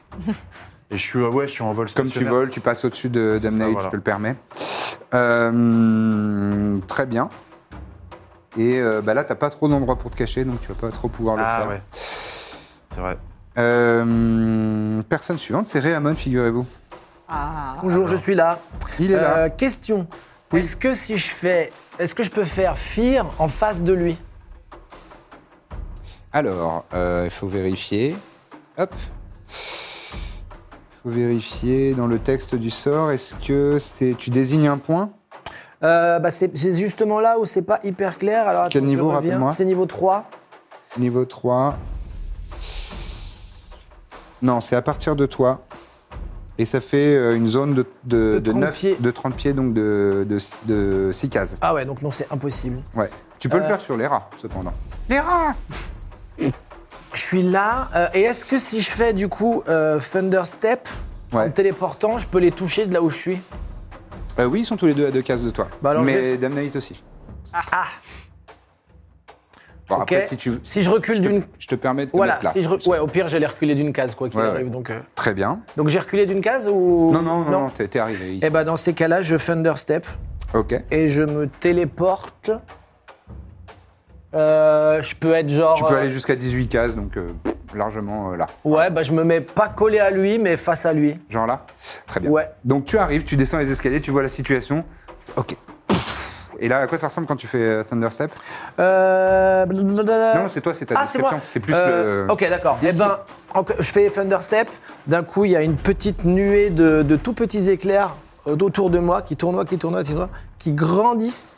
S3: et je suis, euh, ouais, je suis en vol
S1: Comme tu
S3: stationnaire.
S1: voles, tu passes au-dessus de
S3: C'est ça,
S1: Damnate,
S3: voilà.
S1: je te le permets. Euh, très bien. Et euh, bah là, t'as pas trop d'endroit pour te cacher, donc tu vas pas trop pouvoir le
S3: Ah
S1: faire.
S3: ouais. C'est vrai.
S1: Euh, personne suivante, c'est Réamon, figurez-vous.
S4: Ah.
S5: Bonjour, je suis là.
S1: Il est là.
S5: Euh, question. Est-ce que si je fais, est-ce que je peux faire Fear en face de lui
S1: Alors, euh, il faut vérifier. Hop. Il faut vérifier dans le texte du sort. Est-ce que c'est tu désignes un point
S5: Euh, bah, c'est c'est justement là où c'est pas hyper clair. Alors,
S1: C'est quel
S5: attends, je
S1: niveau,
S5: reviens.
S1: rappelle-moi
S5: C'est niveau 3.
S1: Niveau 3. Non, c'est à partir de toi. Et ça fait euh, une zone de, de,
S5: De
S1: de
S5: 30
S1: neuf-
S5: pieds.
S1: de 30 pieds, donc de, de, de 6 cases.
S5: Ah ouais, donc non, c'est impossible.
S1: Ouais. Tu peux le
S5: Euh.
S1: faire sur les rats, cependant.
S5: Je suis là. euh, et est-ce que si je fais du coup euh, Thunder Step, en
S1: Ouais.
S5: me téléportant, je peux les toucher de là où je suis
S1: Euh, oui, ils sont tous les deux à deux cases de toi.
S5: Bah alors, je
S1: Mais
S5: vais-
S1: Damnate aussi.
S5: Ah,
S1: Bon,
S5: Ok.
S1: après, si tu.
S5: si je recule
S1: Je
S5: d'une.
S1: te, je te permets de te
S5: Voilà,
S1: mettre là.
S5: si je re- ouais, au pire, j'allais reculer d'une case, quoi qu'il
S1: Ouais,
S5: arrive.
S1: ouais.
S5: Donc, euh,
S1: Très bien.
S5: donc j'ai reculé d'une case ou.
S1: Non, non, non, non, t'es t'es arrivé ici.
S5: Et bah, dans ces cas-là, je Thunder Step
S1: Ok.
S5: et je me téléporte. Euh, je peux être genre.
S1: Tu peux
S5: euh,
S1: aller jusqu'à 18 cases, donc euh, pff, largement euh, là.
S5: Ouais, bah je me mets pas collé à lui, mais face à lui.
S1: Genre là Très bien.
S5: Ouais.
S1: Donc tu arrives, tu descends les escaliers, tu vois la situation. Ok. Et là, à quoi ça ressemble quand tu fais euh, Thunder Step
S5: Euh... blablabla.
S1: Non, c'est toi, c'est ta
S5: Ah, c'est moi.
S1: description. C'est plus
S5: Euh,
S1: le.
S5: Ok, d'accord. Eh ben, enco- je fais Thunderstep. D'un coup, il y a une petite nuée de, de tout petits éclairs euh, autour de moi qui tournoient, qui tournoient, qui tournoient, qui grandissent,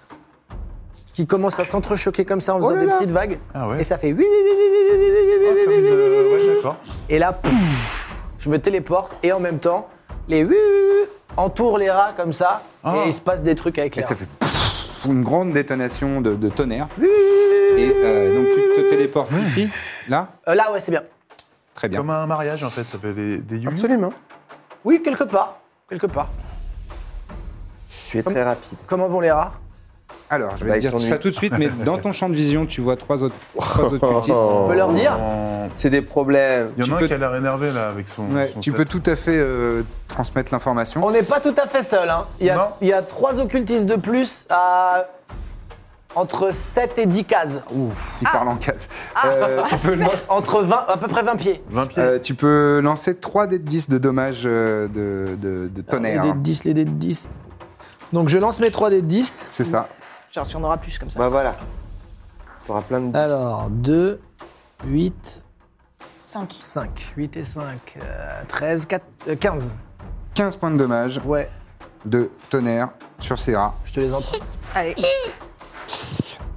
S5: qui commencent à s'entrechoquer comme ça en faisant
S1: Oh là
S5: des
S1: là.
S5: petites vagues.
S3: Ah ouais.
S5: Et ça fait oui, oui, oui, oui, oui, oui, oui, oui, oui, oui, oui, oui, oui, oui, oui.
S3: euh, ouais, d'accord.
S5: Et là, pouf, je me téléporte et en même temps, les oui, oui, oui, entourent les rats comme ça
S3: Ah.
S5: et il se passe des trucs
S1: Et
S5: avec les
S1: ça
S5: rats.
S1: fait une grande détonation de, de tonnerre. Et euh, donc tu te téléportes
S5: Mmh.
S1: ici, là
S5: Euh, là, ouais, c'est bien.
S1: Très bien.
S3: Comme un mariage en fait, ça fait des, des yuyu.
S6: Absolument.
S5: Oui, quelque part. Quelque part.
S6: Tu es très rapide.
S5: Comment vont les rats
S1: Alors, je vais
S6: Bah,
S1: te
S6: ils
S1: dire
S6: s'ennuient.
S1: ça tout de suite, mais dans ton champ de vision, tu vois trois autres, trois autres cultistes.
S5: On peut leur dire
S3: En-
S6: C'est des problèmes.
S3: Il y en
S1: Tu
S3: a un
S1: peux-
S3: qui a l'air énervé là avec son.
S1: Ouais,
S3: son
S1: tu
S3: set.
S1: peux tout à fait euh, transmettre l'information.
S5: On n'est pas tout à fait seul. Hein. Il, y
S3: Non.
S5: a, il y a trois occultistes de plus à entre 7 et 10 cases.
S1: Ouf,
S5: Ah.
S1: il parle en case. Euh, tu, peux, lan-
S5: Entre 20, à peu près 20 pieds.
S3: 20 pieds.
S1: euh, tu peux lancer 3 dés de 10 de dommages euh, de, de- de
S5: Les
S1: tonnerre.
S5: dés de
S1: hein.
S5: 10, les dés de 10. Donc je lance mes 3 dés de 10.
S1: C'est ça.
S4: Genre, tu en auras plus comme ça.
S6: Bah voilà. T'auras plein de 10.
S5: Alors 2, 8,
S4: 5.
S5: 5. 8 et euh, 5, 13, 4, 15.
S1: 15 points de dommages
S5: Ouais,
S1: de tonnerre sur ces rats.
S5: je te les emprunte.
S4: Allez.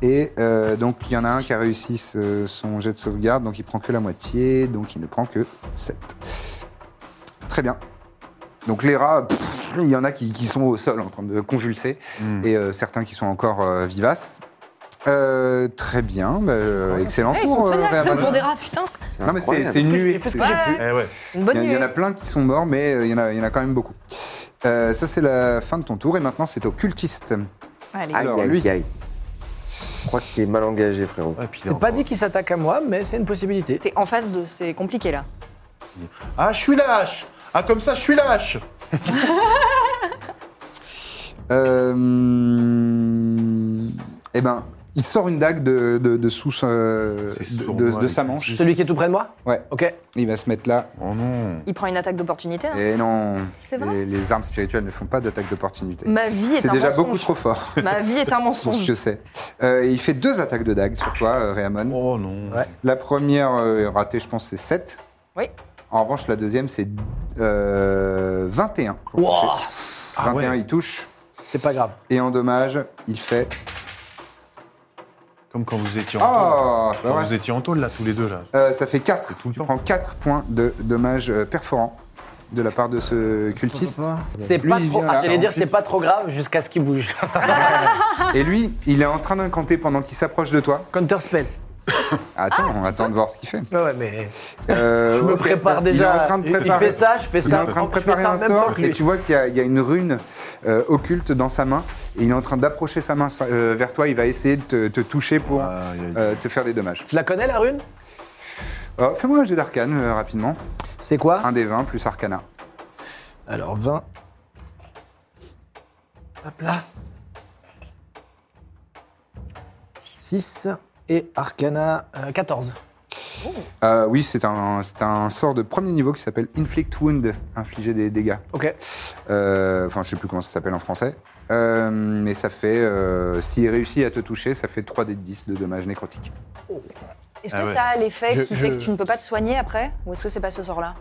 S1: Et euh, donc, il y en a un qui a réussi ce- son jet de sauvegarde, donc il prend que la moitié, donc il ne prend que 7. Très bien. Donc, les rats, pff, il y en a qui, qui sont au sol en train de convulser,
S5: Hmm.
S1: et euh, certains qui sont encore euh, vivaces. Euh, très bien, bah, euh, excellent
S7: Eh, ils sont
S1: pour euh,
S7: tenaces
S1: Réaman.
S7: pour des rats, putain.
S1: Non, mais c'est
S6: incroyable.
S1: c'est une hein. nuée.
S5: J'ai fait ce que
S7: Ouais,
S5: j'ai pu.
S3: Eh ouais.
S4: Une
S1: Il
S4: bonne
S1: y, a- il y en
S4: nuit.
S1: a plein qui sont morts, mais euh, il y, en a- il y en a quand même beaucoup. Euh, ça, c'est la fin de ton tour et maintenant, c'est au cultiste.
S4: Allez.
S6: Aïe,
S1: Alors,
S6: aïe,
S1: lui.
S6: aïe. Je crois qu'il est mal engagé, frérot.
S3: Ah, puis il est
S5: C'est pas
S3: encore-
S5: dit qu'il s'attaque à moi, mais c'est une possibilité.
S4: T'es en phase 2, c'est compliqué là.
S3: Ah, je suis lâche Ah, comme ça, je suis lâche
S1: Euh, eh ben, il sort une dague de, de- de sous euh,
S3: C'est
S1: de,
S3: sur
S1: de-
S3: moi,
S1: de
S3: les
S1: sa manche.
S5: Celui qui est tout près de moi
S1: Ouais.
S5: Ok.
S1: Il va se mettre là.
S3: Oh non
S4: Il prend une attaque d'opportunité. hein.
S1: Hmm. Et non,
S4: C'est vrai
S1: les, les armes spirituelles ne font pas d'attaque d'opportunité.
S4: Ma vie est,
S1: C'est
S4: un
S1: déjà
S4: mensonge.
S1: beaucoup trop fort
S4: Ma vie est un
S1: pour ce
S4: mensonge.
S1: que c'est. Euh, il fait deux attaques de dague sur toi, euh, Réamon.
S3: Oh non
S5: Ouais.
S1: La première euh, est ratée, je pense, c'est 7.
S4: Oui.
S1: En revanche, la deuxième, c'est euh, 21. pour toucher. 21,
S3: Ah ouais.
S1: il touche.
S5: C'est pas grave.
S1: Et en dommage, il fait.
S3: Comme quand vous étiez en tôle.
S1: Oh, c'est pas
S3: Quand
S1: vrai.
S3: vous étiez en tôle, là, tous les deux, là.
S1: Euh, ça fait 4.
S3: C'est tout le
S1: tu
S3: temps.
S1: prends 4 points de dommages euh, perforants de la part de ce cultiste.
S5: C'est
S1: Lui,
S5: pas
S1: il
S5: trop.
S1: vient
S5: Ah,
S1: là,
S5: j'allais dire,
S1: en
S5: c'est pas trop grave jusqu'à ce qu'il bouge.
S1: Et lui, il est en train d'incanter pendant qu'il s'approche de toi.
S5: Counter spell.
S1: Attends, on attend de voir ce qu'il fait.
S5: Ouais, ouais, mais.
S1: Euh,
S5: Ah. Je me
S1: ok.
S5: prépare
S1: Il est
S5: déjà.
S1: en train de
S5: Il-
S1: préparer,
S5: Il fait ça, je fais ça.
S1: il est en train de
S5: je fais
S1: préparer
S5: ça en
S1: un
S5: même temps
S1: sort
S5: que
S1: et
S5: lui.
S1: tu vois qu'il y, a- il y a une rune euh, occulte dans sa main et il est en train d'approcher sa main euh, vers toi. Il va essayer de te, te toucher pour
S3: Aïe, aïe.
S1: euh, te faire des dommages.
S5: Tu la connais la rune
S1: Oh, Fais-moi un jet d'arcane euh, rapidement.
S5: C'est quoi
S1: Un des 20 plus arcana.
S5: Alors 20. Hop là. 6 et Arcana euh, 14.
S1: Euh, oui, c'est un, c'est un sort de premier niveau qui s'appelle Inflict Wound, infliger des dégâts.
S5: Ok.
S1: Euh, Enfin, je sais plus comment ça s'appelle en français. Euh, mais ça fait, euh, s'il réussit à te toucher, ça fait 3 d 10 de dommages nécrotiques.
S4: Est-ce que
S3: Ah ouais.
S4: ça a l'effet
S3: Je-
S4: qui
S3: je-
S4: fait que tu ne peux pas te soigner après Ou est-ce que c'est pas ce sort-là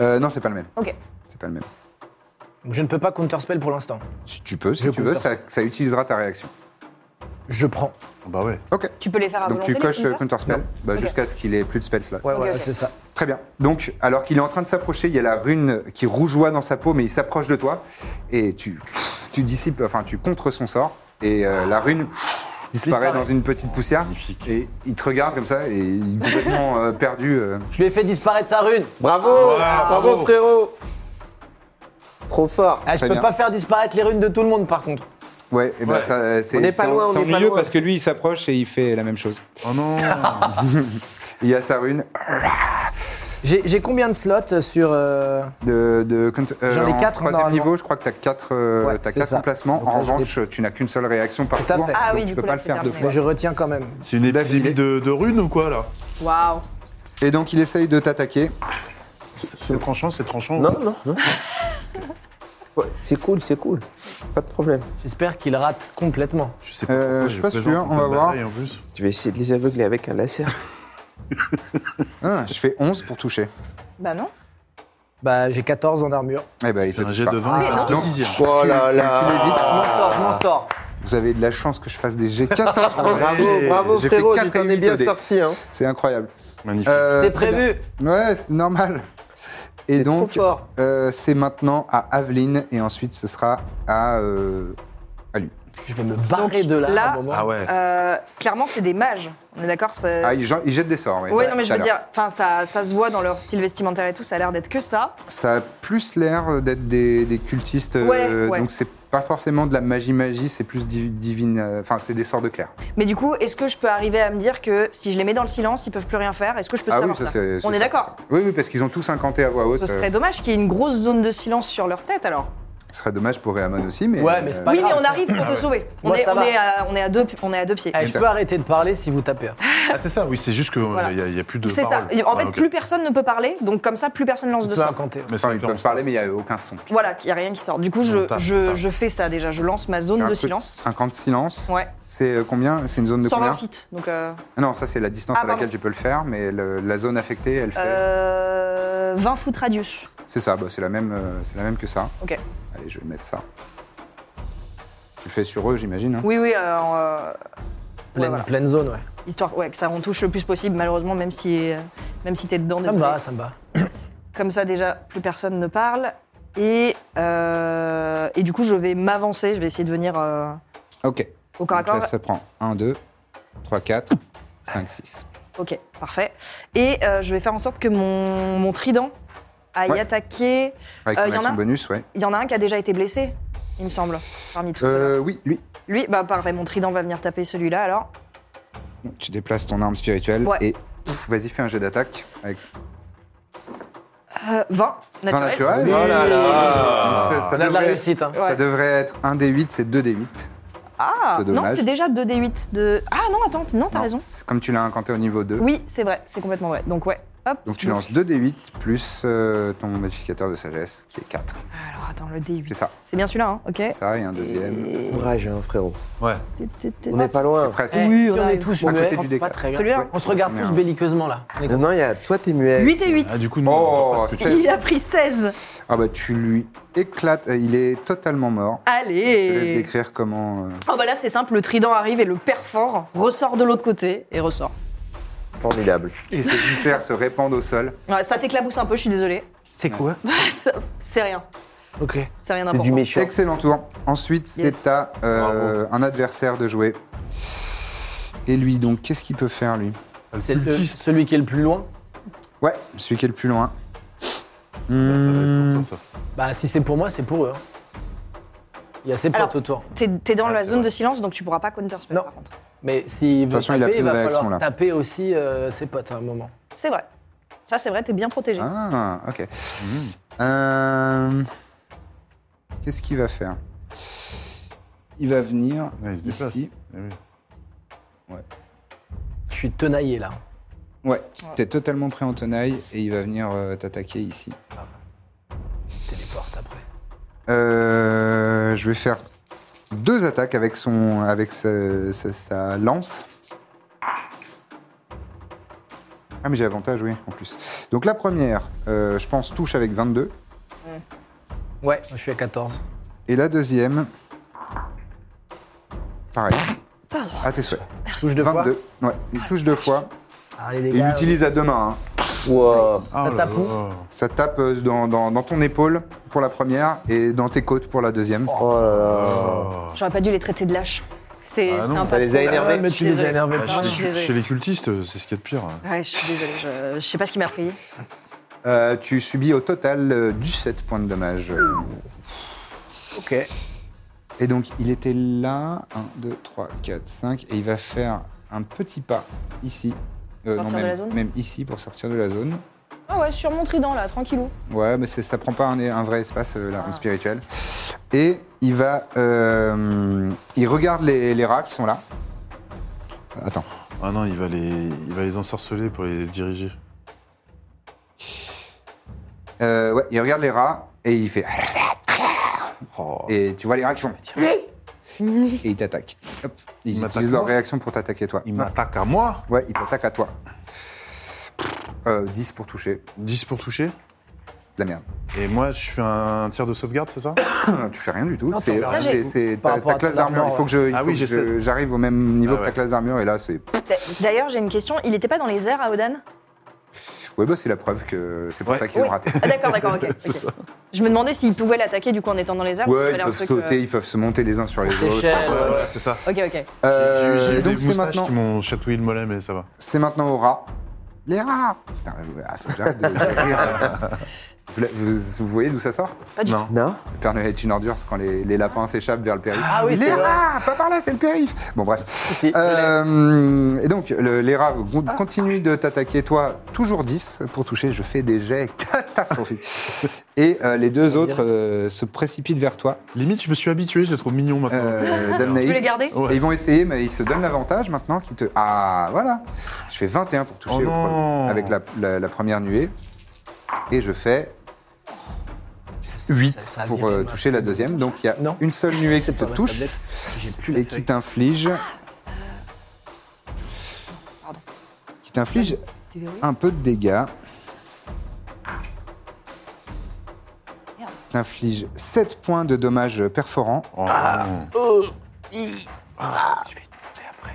S1: Euh, non, c'est pas le même.
S4: Ok.
S1: C'est pas le même.
S5: Je ne peux pas counter spell pour l'instant.
S1: Si tu peux, si
S5: Je
S1: tu veux,
S5: compte.
S1: ça, ça utilisera ta réaction.
S5: Je prends.
S3: Bah ouais.
S1: Ok.
S4: Tu peux les faire à
S1: Donc
S4: volonté
S1: tu
S4: les
S1: coches
S4: counters
S1: Counter Spell
S5: Non.
S1: bah,
S4: Ok.
S1: jusqu'à ce qu'il ait plus de spells là.
S5: Ouais,
S4: Ok,
S5: voilà,
S4: ok.
S5: c'est ça.
S1: Très bien. Donc, alors qu'il est en train de s'approcher, il y a la rune qui rougeoie dans sa peau, mais il s'approche de toi et tu, tu dissipes, enfin tu contres son sort et euh, la rune disparaît
S5: Disparaît.
S1: dans une petite poussière.
S3: Magnifique.
S1: Et il te regarde comme ça et il est complètement euh, perdu. euh.
S5: Je lui ai fait disparaître sa rune.
S6: Bravo
S3: Voilà,
S6: Bravo,
S3: bravo.
S6: frérot Trop fort
S5: Ah, je
S1: Très
S5: peux
S1: bien.
S5: pas faire disparaître les runes de tout le monde par contre.
S1: Ouais, et ben
S3: Ouais.
S1: ça, euh, c'est
S6: On n'est pas
S1: c'est en-
S6: loin, on
S1: c'est
S6: n'est pas
S1: ennuyeux
S6: loin.
S1: parce que lui il s'approche et il fait la même chose.
S3: Oh non
S1: Il y a sa rune
S5: J'ai j'ai combien de slots sur. euh,
S1: de, de cont- euh,
S5: J'en ai
S1: en
S5: quatre,
S1: troisième
S5: normalement.
S1: niveau, je crois que tu as 4
S5: Ouais, c'est ça.
S1: emplacements.
S5: Donc
S1: en
S5: là, je
S1: revanche, tu n'as qu'une seule réaction par
S5: Tout à
S1: tour,
S5: fait.
S4: Ah
S1: donc
S4: oui,
S1: tu
S4: du
S1: peux
S4: coup,
S1: pas
S4: là,
S1: le
S4: c'est
S1: faire deux
S4: terminé.
S1: fois.
S5: Mais je retiens quand même.
S3: C'est une épidémie de, de runes ou quoi, là
S4: Waouh
S1: Et donc il essaye de t'attaquer.
S3: C'est tranchant, c'est tranchant.
S6: Non, non, non. Ouais, c'est cool, c'est cool. Pas de problème.
S5: J'espère qu'il rate complètement.
S3: Je sais pas.
S1: Euh,
S3: pourquoi
S1: je suis pas
S3: plaisante
S1: sûr,
S3: contre
S1: on va
S3: la
S1: voir.
S3: bataille, en plus.
S6: Je vais essayer de les aveugler avec un laser.
S1: Ah, je fais 11 pour toucher.
S4: Bah non
S5: Bah j'ai 14 en armure.
S1: Eh ben, il te
S3: J'ai un
S1: touche
S3: jet
S1: pas.
S3: de 20 et
S4: Ah,
S3: t'as
S4: non.
S3: deux dixièmes.
S6: Oh là
S1: tu-
S6: là
S1: tu l'évites.
S5: Je m'en sors, je m'en sors.
S1: Vous avez de la chance que je fasse des G14.
S6: Bravo,
S3: Ouais.
S6: bravo,
S1: J'ai fait
S6: frérot,
S1: quatre
S6: tu
S1: et
S6: t'en es
S1: huit au
S6: bien
S1: dé.
S6: sorti, hein.
S1: C'est incroyable.
S3: Magnifique.
S1: Euh,
S5: C'était
S1: très
S5: prévu.
S1: bien. Ouais, c'est normal. Et
S6: Trop
S1: donc,
S6: fort.
S1: euh, c'est maintenant à Aveline et ensuite ce sera à. euh,
S5: Je vais me barrer de là,
S4: là-
S5: à un moment.
S3: Ah ouais.
S4: Euh, Clairement, c'est des mages. On est d'accord ça-
S1: Ah, il, gen- il jette des sorts. Ouais, bah,
S4: Oui, non, mais je veux
S1: Alors,
S4: dire, enfin, ça, ça se voit dans leur style vestimentaire et tout, ça a l'air d'être que ça.
S1: Ça a plus l'air d'être des, des cultistes. euh,
S4: Ouais, ouais.
S1: Donc, c'est pas forcément de la magie-magie, c'est plus div- divine. euh, Enfin, c'est des sorts de clair.
S4: Mais du coup, est-ce que je peux arriver à me dire que si je les mets dans le silence, ils peuvent plus rien faire Est-ce que je peux
S1: Ah oui,
S4: savoir
S1: ça,
S4: ça,
S1: c'est- c'est
S4: On est
S1: ça.
S4: d'accord
S1: Oui, oui, parce qu'ils ont tous incanté à voix haute.
S4: Ce
S1: euh,
S4: serait dommage qu'il y ait une grosse zone de silence sur leur tête alors.
S1: Ce serait dommage pour Réamon aussi, mais. euh,
S5: Ouais, mais c'est pas-
S4: oui,
S5: grave,
S4: mais on
S5: ça.
S4: arrive pour te sauver. On,
S5: Moi,
S4: est,
S5: ça
S4: on,
S5: va.
S4: est à, on est à deux, on est à deux pieds.
S5: Eh, je peux arrêter de parler si vous tapez. hein.
S3: Ah, c'est ça, oui, c'est juste qu'il
S4: Voilà.
S3: n'y a, y a plus de.
S4: C'est ça.
S3: paroles.
S4: En fait,
S3: Ah, ok.
S4: plus personne ne peut parler, donc comme ça, plus personne lance
S5: Tu
S4: de
S5: peux
S4: sort.
S5: incanter.
S3: Mais
S1: Enfin,
S3: ça
S1: ils peuvent parler, mais il n'y a aucun son.
S4: Voilà, il n'y a rien qui sort. Du coup, je,
S3: tape,
S4: je,
S3: tape.
S4: je fais ça déjà. Je lance ma zone
S1: Un
S4: de
S1: peu-
S4: silence.
S1: Un camp de silence.
S4: Ouais,
S1: C'est euh, combien C'est une zone de
S4: 120
S1: combien
S4: feet. Donc, euh,
S1: Non, ça c'est la distance
S4: Ah,
S1: à laquelle
S4: pardon.
S1: tu peux le faire, mais le- la zone affectée, elle fait.
S4: euh, 20 foot radius.
S1: C'est ça, bah, c'est la même, euh, c'est la même que ça.
S4: Ok.
S1: Allez, je vais mettre ça. Tu le fais sur eux, j'imagine. hein
S4: Oui, oui, euh, en, euh,
S5: Pleine,
S4: voilà.
S5: pleine zone, ouais.
S4: histoire ouais, que ça on touche le plus possible, malheureusement, même si, euh, même si t'es dedans.
S5: Ça me
S4: désolé.
S5: va, ça me va.
S4: Comme ça, déjà, plus personne ne parle. Et, euh, et du coup, je vais m'avancer, je vais essayer de venir euh,
S1: Ok.
S4: au corps à
S1: Donc là,
S4: corps.
S1: ça prend 1, 2, 3, 4, 5, 6.
S4: Ah. Ok, parfait. Et euh, je vais faire en sorte que mon, mon trident à y
S1: Ouais.
S4: attaquer.
S1: Avec
S4: Euh,
S1: mon
S4: y en
S1: action
S4: a
S1: bonus, ouais.
S4: Il y en a un qui a déjà été blessé, il me semble, parmi tous.
S1: Euh, oui, lui.
S4: Lui, bah parfait, mon trident va venir taper celui-là alors.
S1: Tu déplaces ton arme spirituelle
S4: Ouais.
S1: et pff, vas-y, fais un jet d'attaque. Avec...
S4: Euh, 20,
S1: Enfin,
S4: naturel.
S1: naturel.
S5: Oh là
S1: Donc, ça, ça
S5: On a de la
S1: devrait,
S5: réussite. Hein.
S1: ça devrait être 1 des 8, c'est 2 des 8.
S4: Ah,
S1: C'est
S4: non,
S1: dommage.
S4: c'est déjà 2 d 8 de... Ah non, attends, non, t'as
S1: Non.
S4: raison.
S1: Comme tu l'as incanté au niveau 2.
S4: Oui, c'est vrai, c'est complètement vrai. Donc ouais, hop.
S1: Donc tu lances 2 des 8 plus euh, ton modificateur de sagesse qui est 4.
S4: Alors attends, le D8.
S1: C'est ça.
S4: C'est bien celui-là, hein, ok.
S1: Ça et un deuxième.
S6: Courage, hein, frérot.
S3: Ouais.
S6: On n'est pas loin.
S1: Presque.
S4: Ouais.
S5: Oui,
S4: Si
S5: on
S4: on
S5: est
S4: arrive.
S5: tous
S1: À côté
S5: muets.
S1: du décret.
S5: Pas très grave.
S4: Celui-là
S1: Ouais.
S5: On se regarde
S1: Mais
S5: tous
S1: un-
S5: belliqueusement là. On est
S6: Non, il y a toi, t'es muet.
S4: 8 et 8.
S3: Ah, du coup, nous, on
S1: Oh,
S3: va pas se
S1: c'est-
S4: Il a pris 16.
S1: Ah bah tu lui éclates, euh, il est totalement mort. Je te laisse
S4: Allez
S1: décrire comment... euh,
S4: Oh bah là c'est simple, le trident arrive et le perfore ressort de l'autre côté et ressort.
S6: Formidable.
S1: Et ses viscères se répandent au sol.
S4: Ouais, ça t'éclabousse un peu, je suis désolée.
S5: C'est quoi
S4: Ça- c'est rien,
S5: Ok.
S4: c'est rien
S6: C'est
S4: d'important.
S6: du méchant.
S1: Excellent tour. Ensuite,
S4: Yes.
S1: c'est à euh, un adversaire de jouer. Et lui, donc, qu'est-ce qu'il peut faire, lui
S5: C'est le- celui qui est le plus loin.
S1: Ouais, celui qui est le plus loin.
S3: faire, ça va être
S1: Hmm,
S3: pour toi, ça.
S5: Bah si c'est pour moi, c'est pour eux. hein. Il y a ses
S4: Alors-
S5: potes autour.
S4: T'es t'es dans
S3: Ah,
S4: la
S3: c'est
S4: zone
S3: vrai.
S4: de silence donc tu pourras pas counter spell
S5: Non.
S4: par contre.
S5: Mais s'il
S1: toute
S5: veut
S1: façon, il a
S5: taper,
S1: plus
S5: il
S1: de
S5: va
S1: réaction,
S5: falloir
S1: là.
S5: taper aussi euh, ses potes à un moment.
S4: C'est vrai. Ça c'est vrai, t'es bien protégé.
S1: Ah, ok. Euh, Qu'est-ce qu'il va faire Il va venir
S3: Ouais, il se déplace.
S1: ici.
S3: Eh oui.
S5: Je suis tenaillé là.
S1: Ouais, t'es totalement pris en tenaille et il va venir euh, t'attaquer ici.
S5: Téléporte après.
S1: Euh, je vais faire deux attaques avec son avec ce- ce- sa lance. Ah mais j'ai avantage oui en plus. Donc la première, euh, je pense touche avec 22
S5: Ouais, je suis à 14.
S1: et la deuxième pareil. À tes souhaits.
S5: Touche deux fois.
S1: 22. Ouais, il touche deux fois
S5: Allez
S1: et
S5: les
S1: il
S5: gars.
S1: l'utilise à deux mains. hein.
S6: Wow.
S3: Ah là
S5: tape où
S3: là.
S1: Ça tape euh, dans, dans- dans ton épaule pour la première et dans tes côtes pour la deuxième.
S6: Oh là là.
S3: Ah.
S4: J'aurais pas dû les traiter de lâches. C'était
S3: Ah
S4: c'était
S3: non,
S4: un
S3: ça
S4: peu
S6: les a
S4: trop.
S6: énervés.
S5: Ouais, mais
S4: Je
S5: tu
S4: suis
S5: les as
S4: désolée.
S5: énervés.
S3: Bah,
S4: Ah, je
S3: chez,
S4: suis
S3: les,
S4: désolée.
S3: chez les cultistes, c'est ce qu'il y a de pire.
S4: Ouais, je suis désolée, je, je sais pas ce qui m'a pris.
S1: Euh, tu subis au total euh, 17 points de dommage.
S5: Ok.
S1: Et donc, il était là. 1, 2, 3, 4, 5. Et il va faire un petit pas ici. Euh,
S4: Sortir de
S1: même,
S4: la zone
S1: même ici pour sortir de la zone.
S4: Ah ouais, sur mon trident là, tranquillou.
S1: Ouais, mais c'est- ça prend pas un, un vrai espace, euh, la
S4: Ah.
S1: ronde spirituelle. Et il va. euh, il regarde les, les rats qui sont là. Attends.
S3: Ah non, il va les, il va les ensorceler pour les diriger.
S1: Euh, ouais, il regarde les rats et il fait.
S3: Oh.
S1: Et tu vois les rats qui font. Et ils t'attaquent. Hop.
S3: Ils
S1: Ils
S3: m'attaquent
S1: utilisent leur
S3: moi
S1: réaction pour t'attaquer, toi.
S3: Il m'attaque à moi
S1: Ouais, ils t'attaquent à toi. Euh, 10 pour toucher.
S3: 10 pour toucher.
S1: De la merde.
S3: Et moi, je fais un tir de sauvegarde, c'est ça
S1: Ah, tu fais rien du tout.
S5: Non,
S1: C'est
S5: t'en
S4: fais rien.
S1: c'est- c'est
S5: Par
S1: ta,
S5: rapport
S1: ta
S5: à
S1: classe
S5: ton
S1: d'armure. Il
S5: armure,
S1: faut que je- il
S3: Ah
S1: faut
S3: oui,
S1: que
S3: j'ai
S1: je-
S3: 16.
S1: j'arrive au même niveau
S3: Ah
S1: que ta
S3: ouais.
S1: classe d'armure et là c'est.
S4: D'ailleurs, j'ai une question. Il était pas dans les airs à Odan
S1: Ouais, bah c'est la preuve que c'est pour
S3: Ouais.
S1: ça qu'ils ont
S4: Oui.
S1: raté.
S4: Ah, D'accord, d'accord, ok. ok. Je me demandais s'il pouvait l'attaquer du coup en étant dans les airs. parce
S1: Ouais,
S4: qu'il
S1: ils
S4: fallait un
S1: peuvent
S4: truc,
S1: sauter, ils peuvent se monter les uns sur les autres.
S5: Échelle.
S3: Ouais,
S5: euh,
S3: ouais, c'est ça.
S4: euh, Ok, ok.
S1: Euh,
S3: J'ai- j'ai eu
S1: donc
S3: des
S1: c'est
S3: moustaches
S1: maintenant,
S3: qui m'ont chatouillé le mollet, mais ça va.
S1: c'est maintenant au rat. Les rats. Putain, euh, ah, faut que j'arrête de- de rire. Vous la- Vous, vous voyez d'où ça sort
S4: Pas du
S3: Non.
S6: Non
S1: Le Père Noël est une ordure, c'est quand les, les lapins s'échappent vers le périph'.
S5: Ah oui,
S1: les
S5: c'est vrai.
S1: rats, pas par là, c'est le périph'. Bon bref.
S5: si, je l'ai.
S1: Euh, et donc, le- les rats con-
S5: Ah.
S1: continuent de t'attaquer, toi, toujours 10 pour toucher. Je fais des jets catastrophiques. et euh, les deux autres euh, se précipitent vers toi,
S3: Limite, je me suis habitué, je les trouve mignons maintenant.
S1: euh,
S4: Tu
S1: Damnaïd.
S4: peux les garder
S3: Ouais.
S1: Et ils vont essayer, mais ils se donnent l'avantage maintenant qu'ils te. Ah, voilà Je fais 21 pour toucher
S3: Oh
S1: au
S3: non.
S1: premier- avec la, la- la première nuée. Et je fais
S5: Ça,
S1: 8
S5: ça a
S1: pour
S5: viré
S1: euh,
S5: ma
S1: toucher la
S5: feuille de
S1: deuxième.
S5: touche.
S1: Donc il y a
S5: Non.
S1: une seule nuée qui
S5: C'est
S1: te
S5: pas ma
S1: touche
S5: tablette. J'ai plus la
S1: et qui
S5: feuille.
S1: t'inflige. Qui t'inflige un peu de dégâts.
S4: Ah,
S1: T'inflige 7 points de dommages perforants.
S3: Oh, non.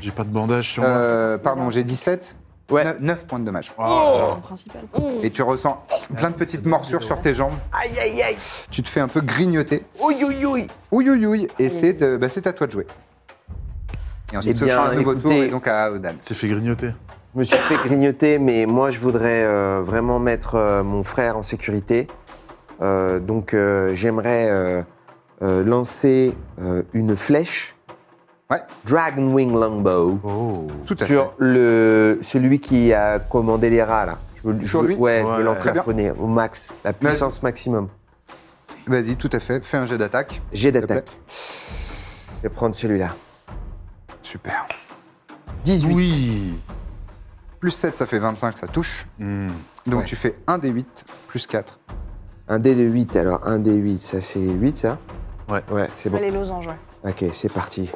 S3: J'ai pas de bandage sur moi.
S1: Euh, pardon, j'ai 17
S6: Ouais. Oh.
S1: 9 points de dommages.
S4: En principal.
S1: Et tu ressens
S6: Ah,
S1: plein de petites morsures sur tes jambes.
S6: Aïe, aïe, aïe.
S1: Tu te fais un peu grignoter.
S6: Ouïe, ouïe, ouïe.
S1: Ouïe, ouïe, ouïe.
S6: Oh.
S1: Et c'est de- bah, c'est à toi de jouer. Et ensuite,
S6: Eh
S1: ce sera
S6: bien,
S1: un nouveau tour,
S6: écoutez-
S1: et donc à Odan.
S3: T'es fait grignoter.
S6: Je me suis fait grignoter, mais moi, je voudrais euh, vraiment mettre euh, mon frère en sécurité. Euh, donc, euh, j'aimerais euh, euh, lancer euh, une flèche.
S1: Ouais.
S6: Dragon Wing Longbow.
S3: Oh.
S1: Tout à
S6: Sur le, celui qui a commandé les rats, là. Je veux, je
S1: Sur
S6: veux-
S1: lui
S6: Ouais, je
S3: Ouais.
S6: veux l'entraîner au max, la
S1: Vas-y.
S6: puissance maximum.
S1: fait. Vas-y, tout à fait. Fais un jet d'attaque.
S6: J'ai
S1: te plaît.
S6: d'attaque. Je vais prendre celui-là.
S1: Super.
S6: 18.
S3: Oui.
S1: Plus 7, ça fait 25, ça touche.
S3: Hmm.
S1: Donc
S6: Ouais.
S1: tu fais 1 des 8, plus 4.
S6: Un dé de 8, alors un dé 8, ça c'est 8 ça
S3: Ouais.
S6: Ouais, c'est bon.
S4: Les losanges, ouais.
S6: Ok, c'est parti.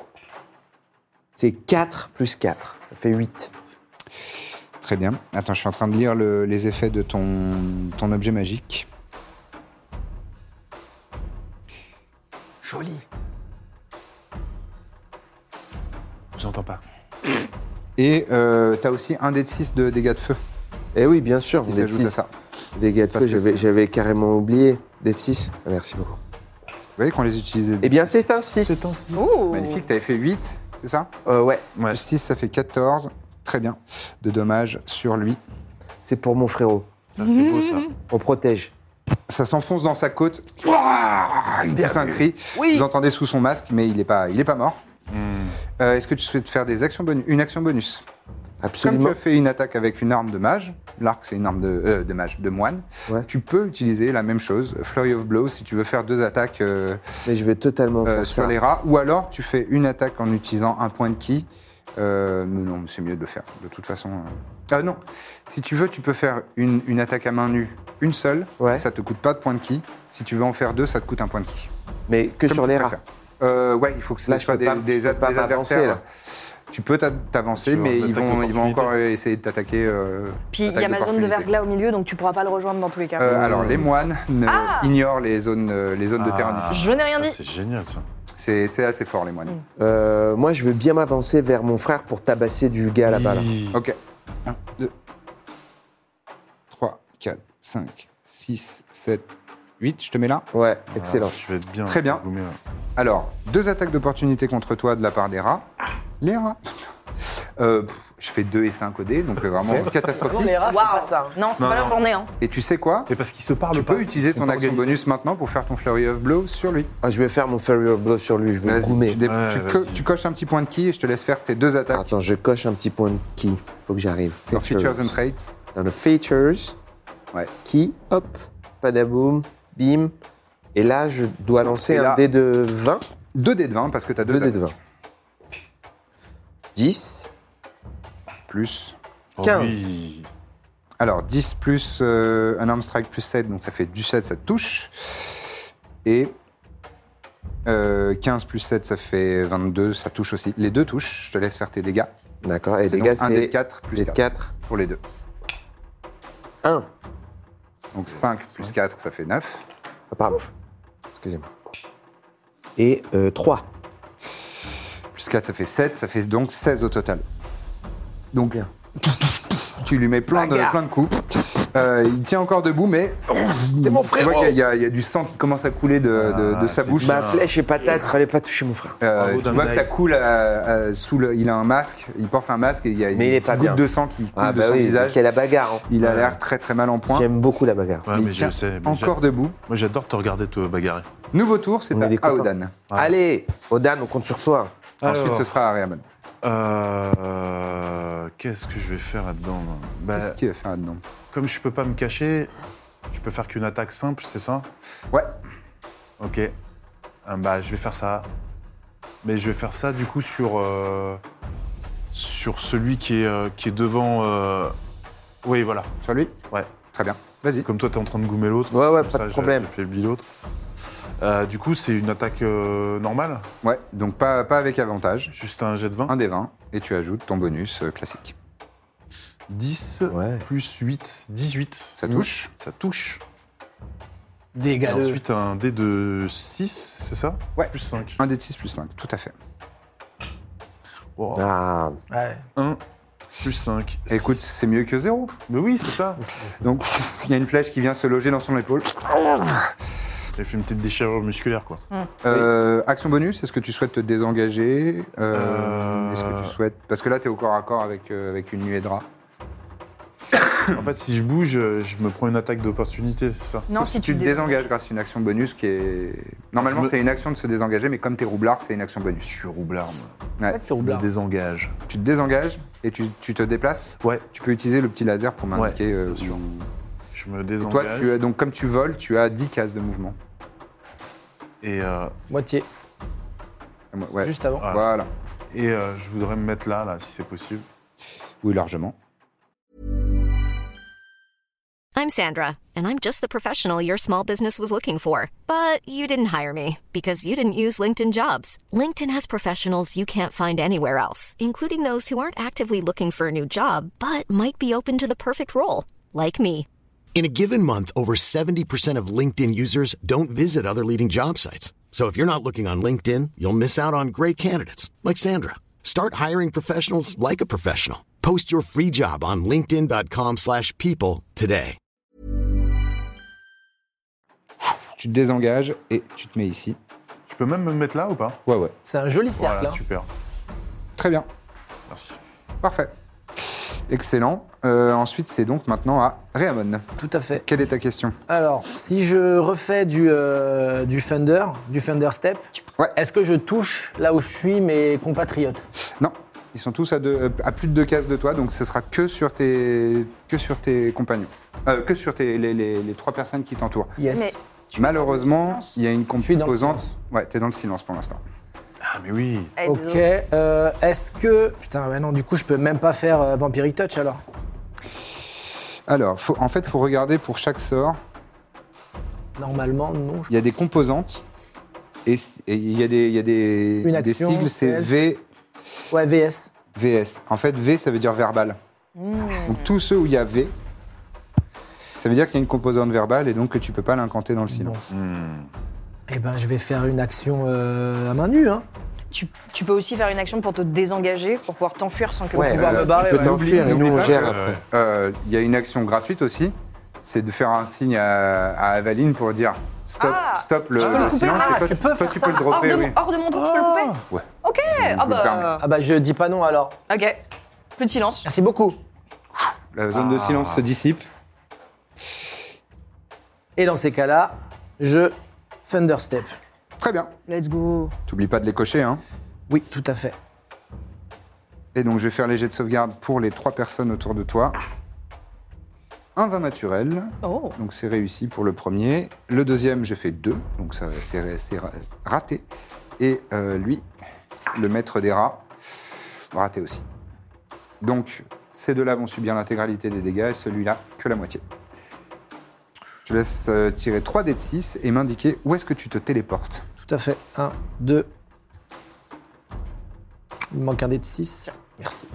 S6: C'est 4 plus 4, ça fait 8.
S1: Très bien. Attends, je suis en train de lire le- les effets de ton, ton objet magique.
S6: Joli.
S3: Je vous entends pas.
S1: Et euh, t'as aussi un dé de 6 de dégâts de feu
S6: Eh oui, bien sûr,
S1: qui
S6: vous êtes
S1: s'ajoute
S6: six.
S1: à ça.
S6: Dégâts de
S1: Parce
S6: feu,
S1: que
S6: j'avais-
S1: c'est-
S6: j'avais carrément oublié. Des 6 Merci beaucoup.
S1: Vous voyez qu'on les utilise.
S6: Eh bien, c'est un 6.
S3: C'est un six.
S4: Ouh
S1: Magnifique, t'avais fait 8, c'est ça
S6: Euh, ouais,
S3: Ouais.
S1: Plus 6, ça fait 14. Très bien. De dommages sur lui.
S6: c'est pour mon frérot.
S3: Ça, Ah, c'est beau, ça.
S6: On protège.
S1: Ça s'enfonce dans sa côte. Ouah Il pousse un cri. Vous entendez sous son masque, mais il n'est pas, il est pas mort. Euh, Est-ce que tu souhaites faire des actions bonus une action bonus Comme tu
S6: Absolument.
S1: as fait une attaque avec une arme de mage, l'arc c'est une arme de, euh, de mage, de moine,
S6: Ouais.
S1: tu peux utiliser la même chose, Flurry of Blows, si tu veux faire deux attaques euh,
S6: Mais je vais totalement
S1: euh,
S6: faire
S1: sur
S6: ça.
S1: les rats, ou alors tu fais une attaque en utilisant un point de ki. Euh, mais non, c'est mieux de le faire, de toute façon. euh. Ah non, si tu veux, tu peux faire une, une attaque à main nue, une seule,
S6: Ouais.
S1: ça te coûte pas de point de ki. Si tu veux en faire deux, ça te coûte un point de ki.
S6: Mais que
S1: Comme
S6: sur
S1: tu
S6: les rats.
S1: préfères. Euh, ouais, il faut que ce
S6: Là,
S1: soit
S6: je
S1: pas
S6: peux
S1: des,
S6: pas-
S1: des-
S6: je peux pas
S1: des
S6: m'avancer,
S1: adversaires.
S6: là.
S1: Tu peux t'a- t'avancer,
S3: Tu veux
S1: mais
S3: en
S1: ils
S3: attaque
S1: vont, ils vont
S3: d'opportunité.
S1: encore essayer de t'attaquer. euh,
S4: Puis il y
S1: attaque
S4: a ma zone de
S1: d'opportunité.
S4: verglas au milieu, donc tu pourras pas le rejoindre dans tous les cas.
S1: Euh, Alors, les moines ne-
S4: Ah
S1: ignorent les zones, euh, les zones de
S3: Ah.
S1: terrain difficiles.
S4: Je n'ai rien
S3: Ça,
S4: dit.
S3: C'est génial, ça.
S1: C'est c'est assez fort, les moines.
S6: Euh, moi, je veux bien m'avancer vers mon frère pour tabasser du gars là-bas. là.
S1: Ok. 1, 2, 3, 4, 5, 6, 7, 8. Je te mets là.
S6: Ouais, excellent.
S3: Ah, je vais être bien.
S1: Très bien.
S3: Goumé, là.
S1: Alors, deux attaques d'opportunité contre toi de la part des rats. Les rats. Euh, pff, je fais 2 et 5 au dé, donc euh, vraiment catastrophique.
S5: rats,
S4: Waouh Non, c'est
S3: Non,
S4: pas la
S3: non.
S4: journée, hein.
S1: Et tu sais quoi
S3: Mais parce qu'ils se parlent
S1: Tu
S3: pas.
S1: peux utiliser
S3: Ils sont
S1: ton
S3: pas
S1: action
S3: organisés.
S1: bonus maintenant pour faire ton Flurry of Blow sur lui.
S6: Ah, je vais faire mon Furrier Blow sur lui, je vais le
S1: Vas-y,
S6: goumer.
S1: tu, dé-
S3: Ouais,
S1: tu
S3: vas-y.
S1: co- tu coches un petit point de ki et je te laisse faire tes deux attaques
S6: Attends, je coche un petit point de qui. Faut que j'arrive.
S1: en
S6: Furrier.
S1: Features and Traits.
S6: Dans le Features.
S1: Ouais.
S6: Qui, hop, padaboum, bim. Et là, je dois lancer
S1: Et là-
S6: un dé de 20.
S1: 2 dés de 20 parce que tu as 2
S6: 2 dés
S1: dés
S6: de 20. 10.
S1: Plus.
S3: Oh,
S6: 15.
S3: oui.
S1: Alors, 10 plus euh, un arm strike plus 7, donc ça fait du 7, ça te touche. Et euh, 15 plus 7, ça fait 22, ça touche aussi. Les deux touchent, je te laisse faire tes dégâts.
S6: D'accord. Et
S1: C'est
S6: les
S1: donc
S6: gars,
S1: un dé
S6: c'est
S1: 4 plus
S6: dé
S1: 4,
S6: 4.
S1: pour les deux.
S6: 1.
S1: Donc 5 plus 4, ça fait 9.
S6: Ah, pardon. Excusez-moi. Et euh, 3.
S1: Plus 4, ça fait 7, ça fait donc 16 au total. Donc,
S6: Bien.
S1: tu lui mets plein de, plein de coups. Euh, il tient encore debout, mais. C'est mon frère Il y, a- il y a du sang qui commence à couler de, de- de
S3: Ah,
S1: sa
S3: c'est
S1: bouche.
S3: bien.
S6: Ma flèche et patate, fallait pas toucher mon frère.
S1: Euh,
S3: Bravo,
S1: tu vois
S3: Dame
S1: que ça
S3: Di.
S1: coule euh, euh, sous le. Il a un masque, il porte un masque et il y a une
S6: Mais il est pas
S1: petite goutte
S6: bien.
S1: de sang qui coule
S6: Ah
S1: de
S6: bah
S1: son
S6: oui,
S1: visage.
S6: c'est la bagarre. hein.
S1: Il a
S3: Ouais.
S1: l'air très très mal en point.
S6: J'aime beaucoup la bagarre.
S3: Ouais,
S1: mais
S3: mais
S1: il
S3: je
S1: tient
S3: sais. mais
S1: encore debout.
S3: j'a- Moi, j'adore te regarder te bagarrer.
S1: Nouveau tour, c'est
S6: On
S1: à
S6: est des copains.
S1: Aodan.
S3: Ouais.
S6: Allez, Odan, on compte sur toi.
S1: Ah, Ensuite,
S3: Alors,
S1: ce sera Ariaman.
S3: euh, Qu'est-ce que je vais faire là-dedans là Bah,
S1: Qu'est-ce qu'il va faire là-dedans
S3: Comme je peux pas me cacher, je peux faire qu'une attaque simple, c'est ça
S1: Ouais,
S3: Ok. Euh, bah, je vais faire ça. Mais je vais faire ça du coup sur euh, sur celui qui est euh, qui est devant. euh, Oui, voilà.
S1: sur lui
S3: Ouais.
S1: Très bien. Vas-y.
S3: Comme toi, t'es en train de goumer l'autre.
S6: Ouais, ouais,
S3: Comme
S6: pas
S3: ça,
S6: de
S3: je-
S6: problème.
S3: Je faiblis l'autre. Euh, du coup, c'est une attaque euh, normale,
S1: Ouais, donc pas, pas avec avantage.
S3: juste un jet de 20.
S1: Un des 20 et tu ajoutes ton bonus euh, classique.
S3: 10
S6: Ouais.
S3: plus 8, 18.
S1: Ça
S6: Mm.
S1: touche.
S3: Ça touche. Et
S5: Dégâts de...
S3: ensuite, un dé de 6, c'est ça
S1: Ouais.
S3: Plus 5.
S1: Un dé de 6 plus 5, tout à fait.
S6: Ah,
S3: 1 plus 5.
S1: Écoute, c'est mieux que 0.
S3: Mais oui, c'est ça.
S1: Donc, il y a une flèche qui vient se loger dans son épaule.
S3: J'ai fait une petite déchirure musculaire, quoi.
S1: Euh, action bonus, est-ce que tu souhaites te désengager Euh,
S3: Euh,
S1: Est-ce que tu souhaites Parce que là, tu es au corps à corps avec, euh, avec une nuée de rats.
S3: En fait, si je bouge, euh, je me prends une attaque d'opportunité, c'est ça
S4: Non, si tu,
S1: Tu te
S4: dé-
S1: désengages grâce à une action bonus qui est. Normalement,
S3: Je me-
S1: c'est une action de se désengager, mais comme t'es roublard, c'est une action
S3: Je
S1: bonus.
S3: suis roublard, moi.
S1: Ouais.
S5: Tu
S3: Je me
S5: roubles. hein.
S3: désengage.
S1: Tu te désengages et tu, tu te déplaces.
S3: Ouais.
S1: Tu peux utiliser le petit laser pour m'indiquer.
S3: Ouais,
S1: euh,
S3: bien sûr.
S1: où-
S3: Je me
S1: Et toi,
S3: désengage.
S1: tu as, donc comme tu voles, tu as 10 cases de mouvement.
S3: Et, euh,
S5: Moitié,
S1: Ouais.
S5: juste avant.
S3: voilà.
S1: Voilà.
S3: et euh, je voudrais me mettre là, là, si c'est possible.
S1: Oui, largement.
S8: I'm Sandra, and I'm just the professional your small business was looking for. But you didn't hire me because you didn't use LinkedIn jobs. LinkedIn has professionals you can't find anywhere else, including those who aren't actively looking for a new job but might be open to the perfect role, like me.
S9: In a given month, over 70% of LinkedIn users don't visit other leading job sites. So if you're not looking on LinkedIn, you'll miss out on great candidates like Sandra. Start hiring professionals like a professional. Post your free job on linkedin.com/people slash people today.
S1: Tu te désengages et tu te mets ici.
S3: Je peux même me mettre là ou pas
S1: Ouais, ouais.
S5: C'est un joli cercle.
S3: Voilà,
S5: hein.
S3: super.
S1: Très bien.
S3: Merci.
S1: Parfait. Excellent. Euh, ensuite, c'est donc maintenant à Réamon.
S5: Tout à fait.
S1: Quelle est ta question
S5: Alors, si je refais du, euh, du Thunder, du Thunder Step,
S1: Ouais.
S5: est-ce que je touche là où je suis mes compatriotes
S1: Non. Ils sont tous à, deux- euh, à plus de deux cases de toi, donc ce sera que sur tes, que sur tes compagnons. Euh, que sur tes, les, les- les trois personnes qui t'entourent.
S5: Yes.
S4: Mais
S1: Malheureusement, il y a une
S5: suis dans le
S1: composante.
S5: silence.
S1: Ouais, t'es dans le silence pour l'instant.
S3: Ah, mais oui.
S4: Eh,
S5: Ok.
S4: désolé.
S5: euh, est-ce que. Putain, ouais, non, du coup, je peux même pas faire euh, Vampiric Touch alors
S1: Alors, faut- en fait, faut regarder pour chaque sort.
S5: Normalement, non. je-
S1: Il y a des composantes et et il y a des, il y a des,
S5: Une
S1: des
S5: action,
S1: sigles, c'est
S5: celle.
S1: V,
S5: Ouais, VS.
S1: VS. En fait, V, ça veut dire verbal.
S5: Hmm.
S1: Donc, tous ceux où il y a V, ça veut dire qu'il y a une composante verbale et donc que tu peux pas l'incanter dans le silence.
S5: Eh ben, je vais faire une action euh, à main nue. Hein.
S4: tu, tu peux aussi faire une action pour te désengager, pour pouvoir t'enfuir sans que
S6: Ouais,
S5: Pouvoir
S6: euh,
S5: me barrer,
S6: tu peux
S5: ouais.
S6: t'enfuir et
S1: N'oublie
S6: nous on
S1: pas
S6: gère
S1: que-
S6: après.
S1: Euh, Il y a une action gratuite aussi, c'est de faire un signe à, à Avaline pour dire stop,
S4: Ah,
S1: stop le, le
S4: le couper.
S1: silence.
S5: Ah,
S1: et toi,
S5: tu peux
S1: toi,
S5: faire
S1: tu
S5: ça.
S1: peux le
S4: Hors de,
S1: dropper, oui.
S4: mon- hors de mon tour, je peux le couper
S1: Ouais.
S4: Ok, ah
S1: le
S4: bah.
S1: permets.
S5: Ah bah, je dis pas non alors.
S4: Ok, plus de silence.
S5: Merci beaucoup.
S1: La zone de silence se dissipe.
S5: Et dans ces cas-là, je Thunder Step.
S1: Très bien.
S4: Let's go.
S1: T'oublies pas de les cocher, hein.
S5: Oui, tout à fait.
S1: Et donc je vais faire les jets de sauvegarde pour les trois personnes autour de toi. Un 20 naturel,
S4: Oh.
S1: donc c'est réussi pour le premier. Le deuxième, j'ai fait deux, donc ça c'est c'est ra- raté. Et euh, lui, le maître des rats, raté aussi. Donc ces deux-là vont subir l'intégralité des dégâts et celui-là que la moitié. Je te laisse euh, tirer 3 dés de 6 et m'indiquer où est-ce que tu te téléportes.
S5: Tout à fait. 1, 2. Il me manque un dé de 6. Merci.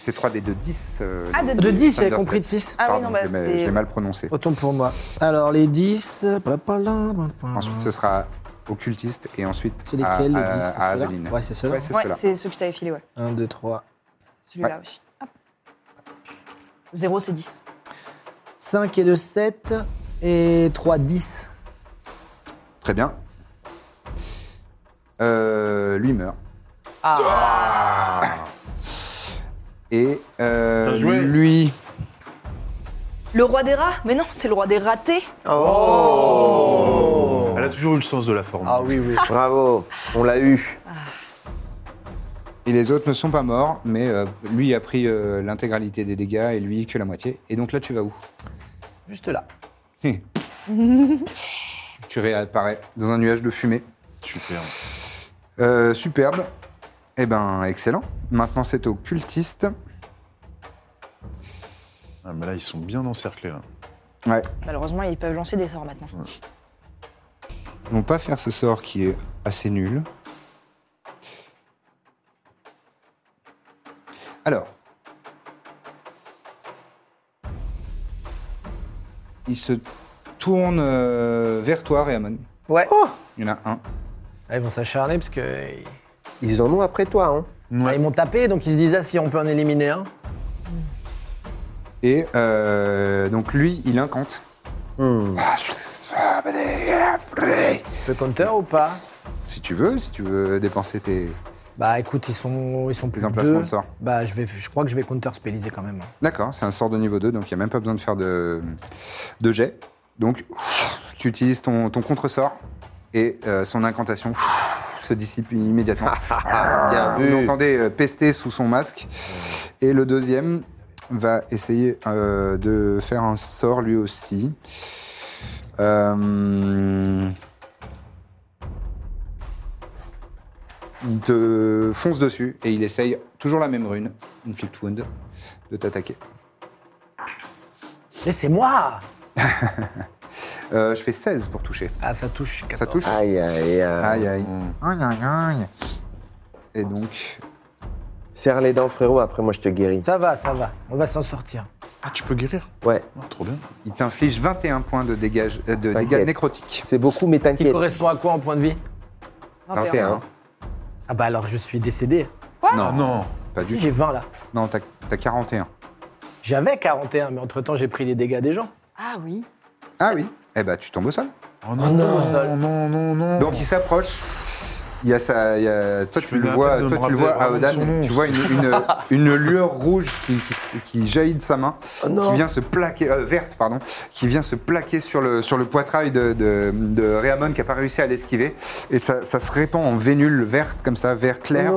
S1: C'est 3 dés de 10. euh,
S4: Ah, de
S1: donc,
S5: De 10,
S1: Thunder
S5: j'avais compris de
S1: Step.
S5: 6.
S4: Ah oui,
S1: Pardon,
S4: non, bah
S1: je l'ai- je l'ai
S4: c'est.
S1: mal prononcé.
S5: Autant pour moi. Alors, les 10. euh, blablabla, blablabla.
S1: Ensuite, ce sera occultiste et ensuite
S5: C'est
S1: à,
S5: lesquels, les
S1: à-
S5: 10 C'est
S1: à
S5: ceux-là
S1: Aveline.
S5: Ouais, c'est ceux-là.
S1: Ouais, c'est
S4: Ouais,
S1: ceux-là.
S4: c'est ceux que je t'avais filé, ouais.
S5: 1, 2, 3,
S4: Celui-là
S1: Ouais.
S4: aussi. Hop. 0, c'est 10.
S5: 5 et de 7. Et 3, 10.
S1: Très bien. Euh, lui meurt. Ah. Et euh,
S3: Bien joué.
S1: lui,
S4: Le roi des rats Mais non, c'est le roi des ratés.
S1: Oh.
S3: Elle a toujours eu le sens de la forme.
S5: Ah
S1: Ah.
S5: oui, oui.
S6: Bravo, on l'a eu.
S1: et les autres ne sont pas morts, mais euh, lui a pris euh, l'intégralité des dégâts et lui que la moitié. Et donc là, tu vas où
S5: Juste là.
S1: Hé. Tu réapparais dans un nuage de fumée.
S3: Super.
S1: Euh, superbe. Eh ben, excellent. Maintenant, c'est au cultiste.
S3: Ah, mais là, ils sont bien encerclés, là.
S1: Ouais.
S4: Malheureusement, ils peuvent lancer des sorts maintenant.
S1: Ils vont pas faire ce sort qui est assez nul. Alors. Il se tourne euh, vers toi, Réamon.
S5: Ouais.
S1: Il y en a un.
S5: Ah, ils vont s'acharner parce que.
S6: Ils en ont après toi. Hein.
S5: Ah, ils m'ont tapé, donc ils se disent ah, si on peut en éliminer un.
S1: Et euh, donc lui, il incante. Ah,
S5: Le counter ou pas
S1: Si tu veux, si tu veux dépenser tes,
S5: Bah écoute, ils sont, ils sont plus
S1: Les
S5: que
S1: emplacements
S5: deux.
S1: de sort.
S5: Bah je, vais, je crois que je vais counterspelliser quand même. hein.
S1: D'accord, c'est un sort de niveau 2, donc il n'y a même pas besoin de faire de, de jet. Donc, tu utilises ton, ton contre-sort et euh, son incantation se dissipe immédiatement.
S6: Bien
S1: Vous
S6: vu.
S1: l'entendez euh, pester sous son masque. Et le deuxième va essayer euh, de faire un sort lui aussi. Euh, il te fonce dessus et il essaye toujours la même rune, une flip wound, de t'attaquer.
S5: Laissez-moi
S1: Euh, je fais 16 pour toucher.
S5: Ah ça touche, 14.
S1: Ça touche
S6: Aïe, aïe, aïe.
S5: Euh,
S1: Aïe aïe.
S5: hmm.
S1: Aïe aïe aïe. Et donc,
S6: Serre les dents, frérot, après moi je te guéris.
S5: Ça va, ça va, on va s'en sortir.
S3: Ah, tu peux guérir
S6: Ouais,
S3: Ah, Trop bien.
S1: il t'inflige 21 points de, dégage, euh, de dégâts
S6: T'inquiète.
S1: nécrotiques.
S6: c'est beaucoup, mais
S5: Qui
S6: t'inquiète.
S5: correspond à quoi en point de vie
S1: 21.
S5: Ah bah alors je suis décédé.
S3: Ah
S1: Non, non,
S3: non
S1: pas du
S5: Si
S1: tout.
S5: j'ai 20 là.
S1: Non, t'as t'as 41.
S5: J'avais 41, mais entre-temps j'ai pris les dégâts des gens.
S4: Ah oui.
S1: Ah oui Eh ben, tu tombes au sol.
S3: Oh non,
S5: non.
S3: non, non, non, non.
S1: Donc, il s'approche. Il y a ça, il y a- toi
S3: Je
S1: tu
S3: fais
S1: le
S3: la
S1: vois,
S3: peine de
S1: toi
S3: me
S1: tu le vois,
S3: rappeler vraiment
S1: Aodan,
S3: son nom.
S1: tu vois une, une- une lueur rouge qui, qui- qui jaillit de sa main,
S2: Oh
S1: qui vient se plaquer, euh, verte pardon, qui vient se plaquer sur le, sur le poitrail de, de, de Réamon qui n'a pas réussi à l'esquiver, et ça, ça se répand en vénule verte comme ça, vert clair.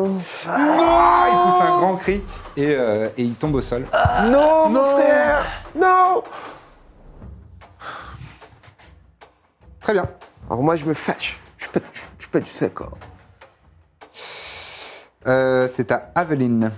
S1: Ah, il pousse un grand cri et, euh, et il tombe au sol.
S2: Non, mon frère Non
S1: Très bien.
S6: Alors moi je me fâche. Je peux, je, je peux, tu sais quoi.
S1: Euh, C'est à Aveline.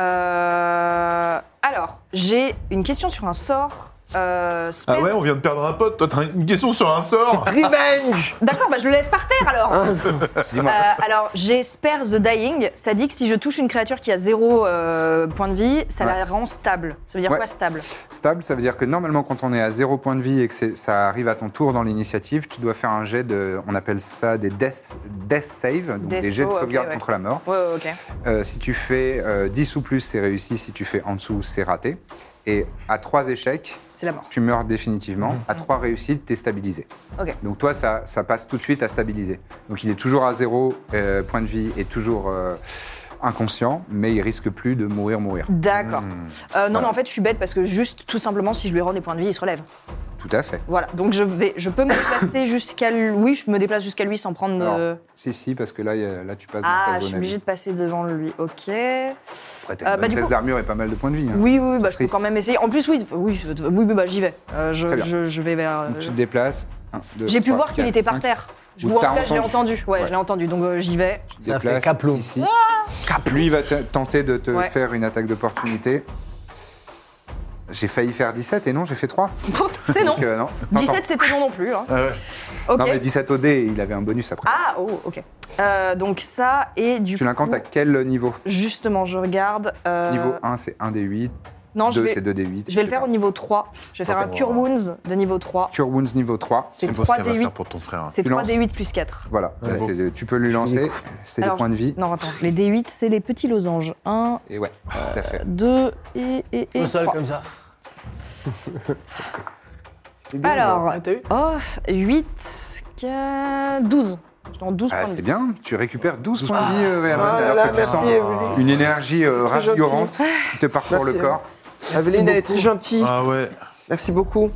S4: Euh, alors, j'ai une question sur un sort. euh, spell.
S3: Ah ouais, on vient de perdre un pote. Toi, t'as une question sur un sort
S6: Revenge
S4: D'accord, bah je le laisse par terre alors.
S1: Hein.
S6: Hein
S1: Dis-moi.
S4: Euh, alors, j'ai Spare the Dying. Ça dit que si je touche une créature qui a zéro euh, point de vie, ça
S1: Ouais.
S4: la rend stable. Ça veut dire
S1: Ouais.
S4: quoi stable
S1: Stable, ça veut dire que normalement, quand on est à zéro point de vie et que c'est- ça arrive à ton tour dans l'initiative, tu dois faire un jet de. On appelle ça des death, death save, donc
S4: Death-
S1: des jets de
S4: oh, ok,
S1: sauvegarde
S4: ouais.
S1: contre la mort.
S4: Ouais, ouais, ok.
S1: Euh, si tu fais euh, 10 ou plus, c'est réussi. Si tu fais en dessous, c'est raté. Et à trois échecs,
S4: C'est la mort.
S1: tu meurs définitivement. À trois réussites, t'es stabilisé.
S4: Mhm. Ok.
S1: Donc toi, ça, ça passe tout de suite à stabiliser. Donc il est toujours à zéro euh, point de vie et toujours euh, inconscient, mais il risque plus de mourir, mourir.
S4: D'accord. Euh, non,
S1: Hmm. Voilà.
S4: mais en fait, je suis bête parce que juste, tout simplement, si je lui rends des points de vie, il se relève.
S1: Tout à fait.
S4: Voilà. Donc je vais, je peux me déplacer jusqu'à lui. Oui, je me déplace jusqu'à lui sans prendre.
S1: Alors,
S4: euh,
S1: Si, si, parce que là, il y a- là tu passes dans
S4: Ah,
S1: sa
S4: je
S1: zone
S4: suis
S1: à vie.
S4: obligée de passer devant lui. Ok.
S1: Après, t'as
S4: Euh,
S1: une
S4: bah,
S1: bonne
S4: du
S1: classe
S4: coup-
S1: d'armure et pas mal de points de vie. hein.
S4: Oui, oui, oui, bah, je peux
S1: Triste.
S4: quand même essayer. En plus, oui, oui, oui, oui, bah, j'y vais. Euh,
S1: Très
S4: je,
S1: bien.
S4: je- je vais vers. euh,
S1: Donc, tu te déplaces. Un, deux,
S4: J'ai pu
S1: trois,
S4: voir qu'il
S1: quatre,
S4: était par
S1: cinq.
S4: terre. Je
S1: Ou
S4: vois, en
S1: t'as
S4: tout cas, je l'ai
S1: entendu.
S4: entendu. Ouais,
S1: Ouais.
S4: je l'ai entendu. Donc euh, j'y vais.
S1: Tu te
S5: Ça fait
S1: déplaces
S5: caplou.
S1: ici. Lui va te- tenter de te
S4: Ah Ouais.
S1: faire une attaque d'opportunité. J'ai failli faire 17 et non, j'ai fait 3.
S4: C'est non.
S1: Donc, euh, non. Attends,
S4: 17, c'était non non plus. hein.
S3: Ah ouais.
S4: Ok.
S1: Non, mais 17 au dé, il avait un bonus après.
S4: Ah, oh, ok. Euh, donc ça, et du
S1: tu l'incantes
S4: coup,
S1: à quel niveau
S4: justement, je regarde. euh,
S1: Niveau 1, c'est 1 des 8.
S4: Non, je
S1: 2,
S4: vais,
S1: c'est 2 des 8.
S4: je vais le faire au niveau 3. Je vais faire un Cure Wounds de niveau 3.
S1: Cure Wounds niveau 3.
S4: C'est
S3: C'est beau ce
S4: 3
S3: qu'elle va
S4: D8.
S3: faire pour ton frère.
S4: C'est
S1: Tu
S4: 3
S1: lances.
S4: D8 plus 4.
S1: Voilà, Là,
S6: bon.
S1: c'est- tu peux lui lancer. C'est des
S4: Alors,
S1: points de vie.
S4: Non, attends. Les D8, c'est les petits losanges. 1,
S1: Et ouais, tout à fait.
S4: 2 et, et, et
S5: Au sol
S4: trois.
S5: comme ça.
S4: Alors,
S5: Ah, t'as eu
S4: oh, 8, 15, 12. Je suis en 12
S1: Ah,
S4: points de
S1: c'est
S4: vie.
S1: bien, tu récupères 12 points de vie, euh, Réamon,
S2: Ah là
S1: alors
S2: là,
S1: que tu
S2: merci,
S1: sens
S2: Evelyne.
S1: une énergie euh,
S2: C'est très gentil.
S1: rafigurante qui te parcourt
S2: Merci,
S1: le corps.
S2: Aveline a été gentille.
S3: Ah ouais.
S2: Merci beaucoup.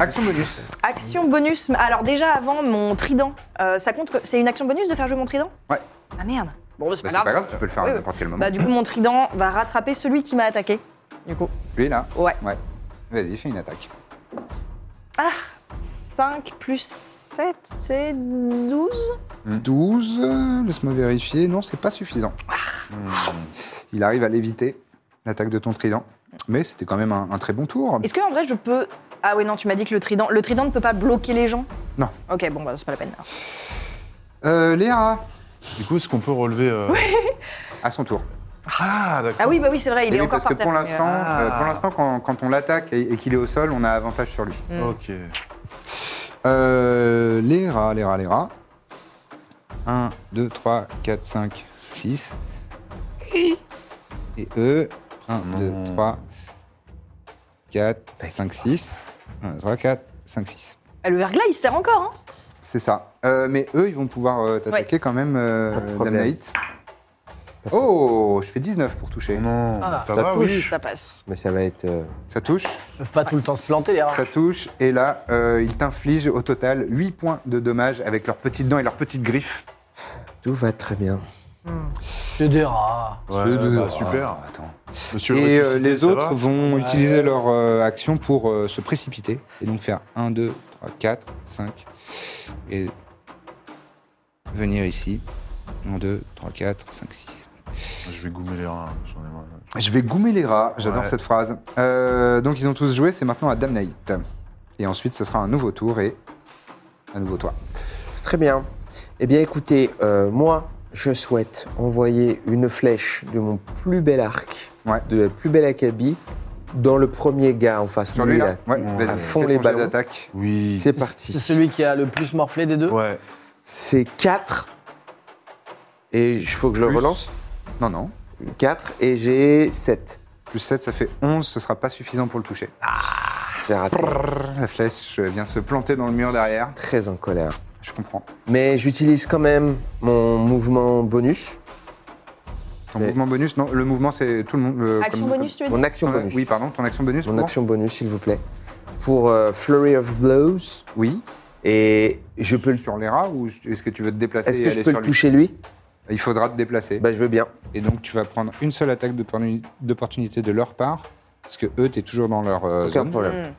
S1: Action bonus. Bah,
S4: Action bonus. Alors déjà avant mon trident, euh, ça compte que c'est une action bonus de faire jouer mon trident
S1: Ouais.
S4: Ah merde. Bon, bah, c'est
S1: Bah, c'est
S4: pas,
S1: pas
S4: grave.
S1: grave, tu peux le faire
S4: Oui,
S1: à
S4: oui.
S1: n'importe quel moment.
S4: Bah du coup mon trident va rattraper celui qui m'a attaqué. Du coup,
S1: Lui là,
S4: ouais.
S1: ouais. Vas-y, fais une attaque.
S4: 5 plus 7, c'est 12
S1: 12, euh, laisse-moi vérifier. Non, c'est pas suffisant.
S4: Ah.
S1: Il arrive à l'éviter, l'attaque de ton trident. Mais c'était quand même un, un très bon tour.
S4: Est-ce que en vrai je peux Ah ouais non, tu m'as dit que le trident, le trident ne peut pas bloquer les gens
S1: Non.
S4: OK, bon bah c'est pas la peine.
S1: Euh, Léa,
S3: Du coup, est-ce qu'on peut relever. euh,
S1: à son tour.
S3: Ah, d'accord.
S4: Ah oui, bah oui, c'est vrai, il
S1: Et
S4: est
S1: oui,
S4: encore
S1: parce que
S4: par terre.
S1: pour l'instant,
S3: Ah.
S1: euh, pour l'instant, quand, quand on l'attaque et, et qu'il est au sol, on a avantage sur lui.
S3: Ok.
S1: Euh, les rats, les rats, les rats. 1, 2, 3, 4, 5, 6. Et eux. 1, 2, 3, 4,
S3: Bah,
S1: 5, 6. 1, 2, 3, 4, 5, 6.
S4: Ah, le verglas, il se sert encore hein.
S1: C'est ça. Euh, mais eux, ils vont pouvoir euh, t'attaquer quand même, euh,
S6: problème.
S1: Damnate. Oh, je fais 19 pour toucher.
S3: Non, ça va,
S5: Ah, touche.
S3: oui.
S4: Ça passe.
S6: Mais ça va être. euh,
S1: Ça touche,
S5: Ils peuvent pas tout le temps se planter, les rats.
S1: ça touche, et là, euh, ils t'infligent au total 8 points de dommages avec leurs petites dents et leurs petites griffes.
S6: tout va très bien.
S5: C'est Ah. des rats.
S3: Ouais,
S1: Ceux de-
S3: bah, super.
S1: Ah, attends.
S3: Monsieur
S1: Et euh,
S3: ressuscité,
S1: les
S3: ça
S1: autres
S3: va
S1: vont utiliser leur euh, action pour euh, se précipiter et donc faire 1, 2, 3, 4, 5 et venir ici. 1, 2, 3, 4, 5, 6.
S3: Je vais goumer les reins. j'en ai marre.
S1: Je vais goumer les rats, j'adore
S3: Ouais.
S1: cette phrase. Euh, donc ils ont tous joué, c'est maintenant à Damnaït. Et ensuite ce sera un nouveau tour et un nouveau toi.
S6: Très bien. Eh bien, écoutez, euh, moi, je souhaite envoyer une flèche de mon plus bel arc,
S1: Ouais.
S6: de la plus belle acabit, dans le premier gars en face.
S1: Sur
S6: Lui,
S1: lui
S6: là.
S1: là Ouais,
S3: Mmh.
S1: vas-y,
S6: À fond
S1: fais
S6: les
S1: ton jet
S6: ballons.
S1: d'attaque.
S3: Oui.
S5: C'est
S6: C'est parti.
S5: celui qui a le plus morflé des deux.
S3: Ouais.
S6: C'est 4. Et il faut que je le
S1: Plus.
S6: relance.
S1: Non, non.
S6: 4 et j'ai 7.
S1: Plus 7, ça fait 11, ce sera pas suffisant pour le toucher.
S6: J'ai raté.
S1: Prrr, La flèche vient se planter dans le mur derrière.
S6: Très en colère.
S1: Je comprends.
S6: Mais j'utilise quand même mon mouvement bonus,
S1: Ton
S6: Mais-
S1: mouvement bonus, non, le mouvement c'est tout le monde. euh,
S4: Action
S1: comme-
S4: bonus, Ah, tu veux dire
S6: mon action
S1: comme- ton-
S6: bonus.
S1: Oui, pardon, ton action bonus
S6: Mon
S1: pour-
S6: action bonus, s'il vous plaît. Pour euh, Flurry of Blows.
S1: Oui.
S6: Et je peux le
S1: Sur les rats ou est-ce que tu veux te déplacer
S6: Est-ce
S1: et
S6: que
S1: aller
S6: je peux
S1: sur
S6: le
S1: lui
S6: toucher lui
S1: Il faudra te déplacer.
S6: Bah je veux bien.
S1: Et donc tu vas prendre une seule attaque d'opportuni- d'opportunité de leur part. Parce que eux, t'es toujours dans leur euh,
S6: Aucun
S1: zone.
S6: problème.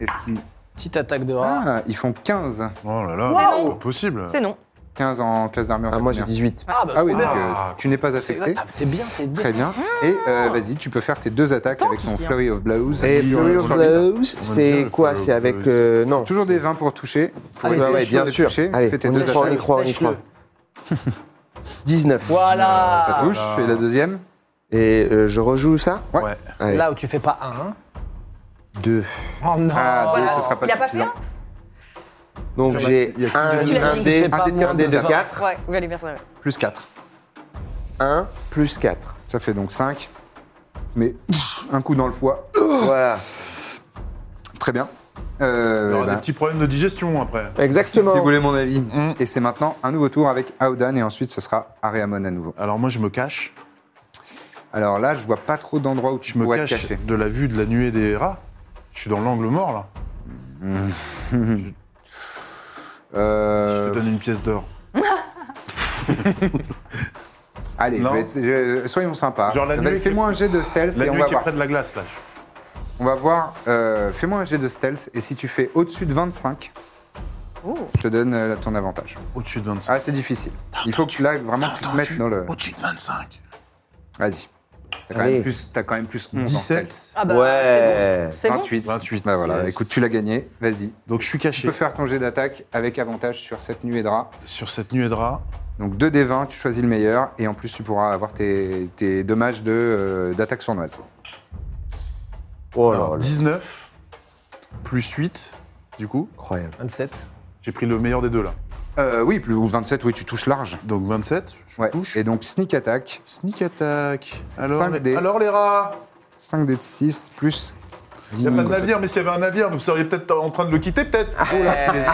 S1: Est-ce qu'ils...
S5: Petite attaque de rat.
S1: Ah, ils font 15.
S3: Oh là là,
S4: Wow.
S3: c'est pas possible.
S4: C'est non.
S1: 15 en classe d'armure.
S6: Ah, moi j'ai
S1: première.
S6: 18.
S5: Ah, bah,
S1: Ah oui,
S5: trop
S1: donc
S5: bien.
S3: Ah.
S1: euh, tu n'es pas affecté.
S5: Ah, T'es bien, t'es bien.
S1: Très bien. Et euh, vas-y, tu peux faire tes deux attaques
S4: Tant
S1: avec ton
S4: pis, hein.
S1: Flurry of Blows.
S6: Et
S3: Sur-
S6: Flurry
S3: sur
S6: of
S3: les-
S6: Blows,
S3: bien
S6: c'est
S3: le
S6: quoi
S3: Flurry of
S6: C'est avec...
S3: Blows.
S6: euh, non.
S1: Toujours des 20 pour toucher.
S4: Ah,
S1: Pour
S6: Allez,
S1: essayer
S6: ouais,
S1: de
S6: bien
S1: les
S6: sûr.
S1: toucher, tu
S6: Allez,
S1: fais tes
S6: on y
S1: deux
S6: croit, on y
S1: attaques.
S6: croit, on y
S5: Sèche-le.
S6: croit. 19.
S5: Voilà.
S1: Euh, Ça touche.
S3: Ah.
S1: Et la deuxième
S6: Et euh, je rejoue ça
S3: Ouais.
S1: Ouais. Euh,
S6: Allez,
S5: Là où tu fais pas un. hein.
S6: 2.
S5: Oh non.
S1: Ah, deux,
S4: Voilà.
S1: ce sera pas
S4: Il a pas
S1: suffisant.
S6: Donc j'ai un,
S4: deux.
S6: un
S4: Tu
S6: dé,
S5: fais pas
S6: un dé-
S5: moins
S6: un dé
S5: de
S6: de
S5: 20.
S6: 4.
S4: Ouais, oui, allez, merci.
S1: Plus 4.
S6: 1 plus 4.
S1: Ça fait donc 5. Mais un coup dans le foie. euh,
S6: Voilà.
S1: Très bien. Euh,
S3: Il y aura
S1: eh ben,
S3: des petits problèmes de digestion après.
S6: Exactement.
S1: Si vous voulez mon avis.
S3: Mm.
S1: Et c'est maintenant un nouveau tour avec Aodan et ensuite ce sera Areamon à nouveau.
S3: Alors moi je me cache.
S1: Alors là, je vois pas trop d'endroits où tu
S3: Je me
S1: pourrais
S3: cache
S1: te cacher.
S3: de la vue de la nuée des rats. Je suis dans l'angle mort là. Je
S1: Euh,
S3: te donne une pièce d'or.
S1: Allez,
S3: Non.
S1: je vais être- je- soyons sympas.
S3: Genre la
S1: Vas-y,
S3: nuée qui-
S1: Fais-moi un jet de stealth
S3: La
S1: et on
S3: nuée
S1: va
S3: qui est
S1: voir.
S3: près de la glace là.
S1: On va voir. euh, Fais-moi un jet de stealth et si tu fais au-dessus de 25, je te donne euh, ton avantage.
S3: Au-dessus de 25.
S1: Ah, c'est difficile. Il faut que tu là vraiment que tu te mettes dans le.
S3: Au-dessus de 25.
S1: Mmh. Vas-y. T'as quand,
S6: Allez.
S1: même plus- t'as quand même plus 11 en
S3: 17.
S1: stealth.
S4: Ah bah,
S6: Ouais.
S4: c'est bon. C'est bon.
S1: 28.
S3: 28.
S1: Bah voilà,
S3: Yes.
S1: écoute, tu l'as gagné. Vas-y.
S3: Donc je suis
S1: Tu
S3: caché
S1: peux faire ton jet d'attaque avec avantage sur cette nuée de rats.
S3: sur cette nuée de rats.
S1: Donc 2 des 20, tu choisis le meilleur et en plus tu pourras avoir tes, tes dommages de, euh, d'attaque sournoise.
S6: Oh là
S3: Alors,
S6: là.
S3: 19 plus 8. Du coup,
S6: Incroyable.
S5: 27.
S3: j'ai pris le meilleur des deux là.
S1: Euh, oui, plus ou 27, oui, tu touches large.
S3: Donc 27, je
S1: Ouais.
S3: touche.
S1: Et donc sneak attack,
S3: Sneak attack.
S1: C'est
S3: Alors
S1: cinq
S3: les,
S1: dés.
S3: alors les rats
S1: 5 des 6 plus.
S3: Il
S1: Mmh.
S3: n'y a pas de navire, mais s'il y avait un navire, vous seriez peut-être en train de le quitter peut-être.
S1: Oh là, tu, les as,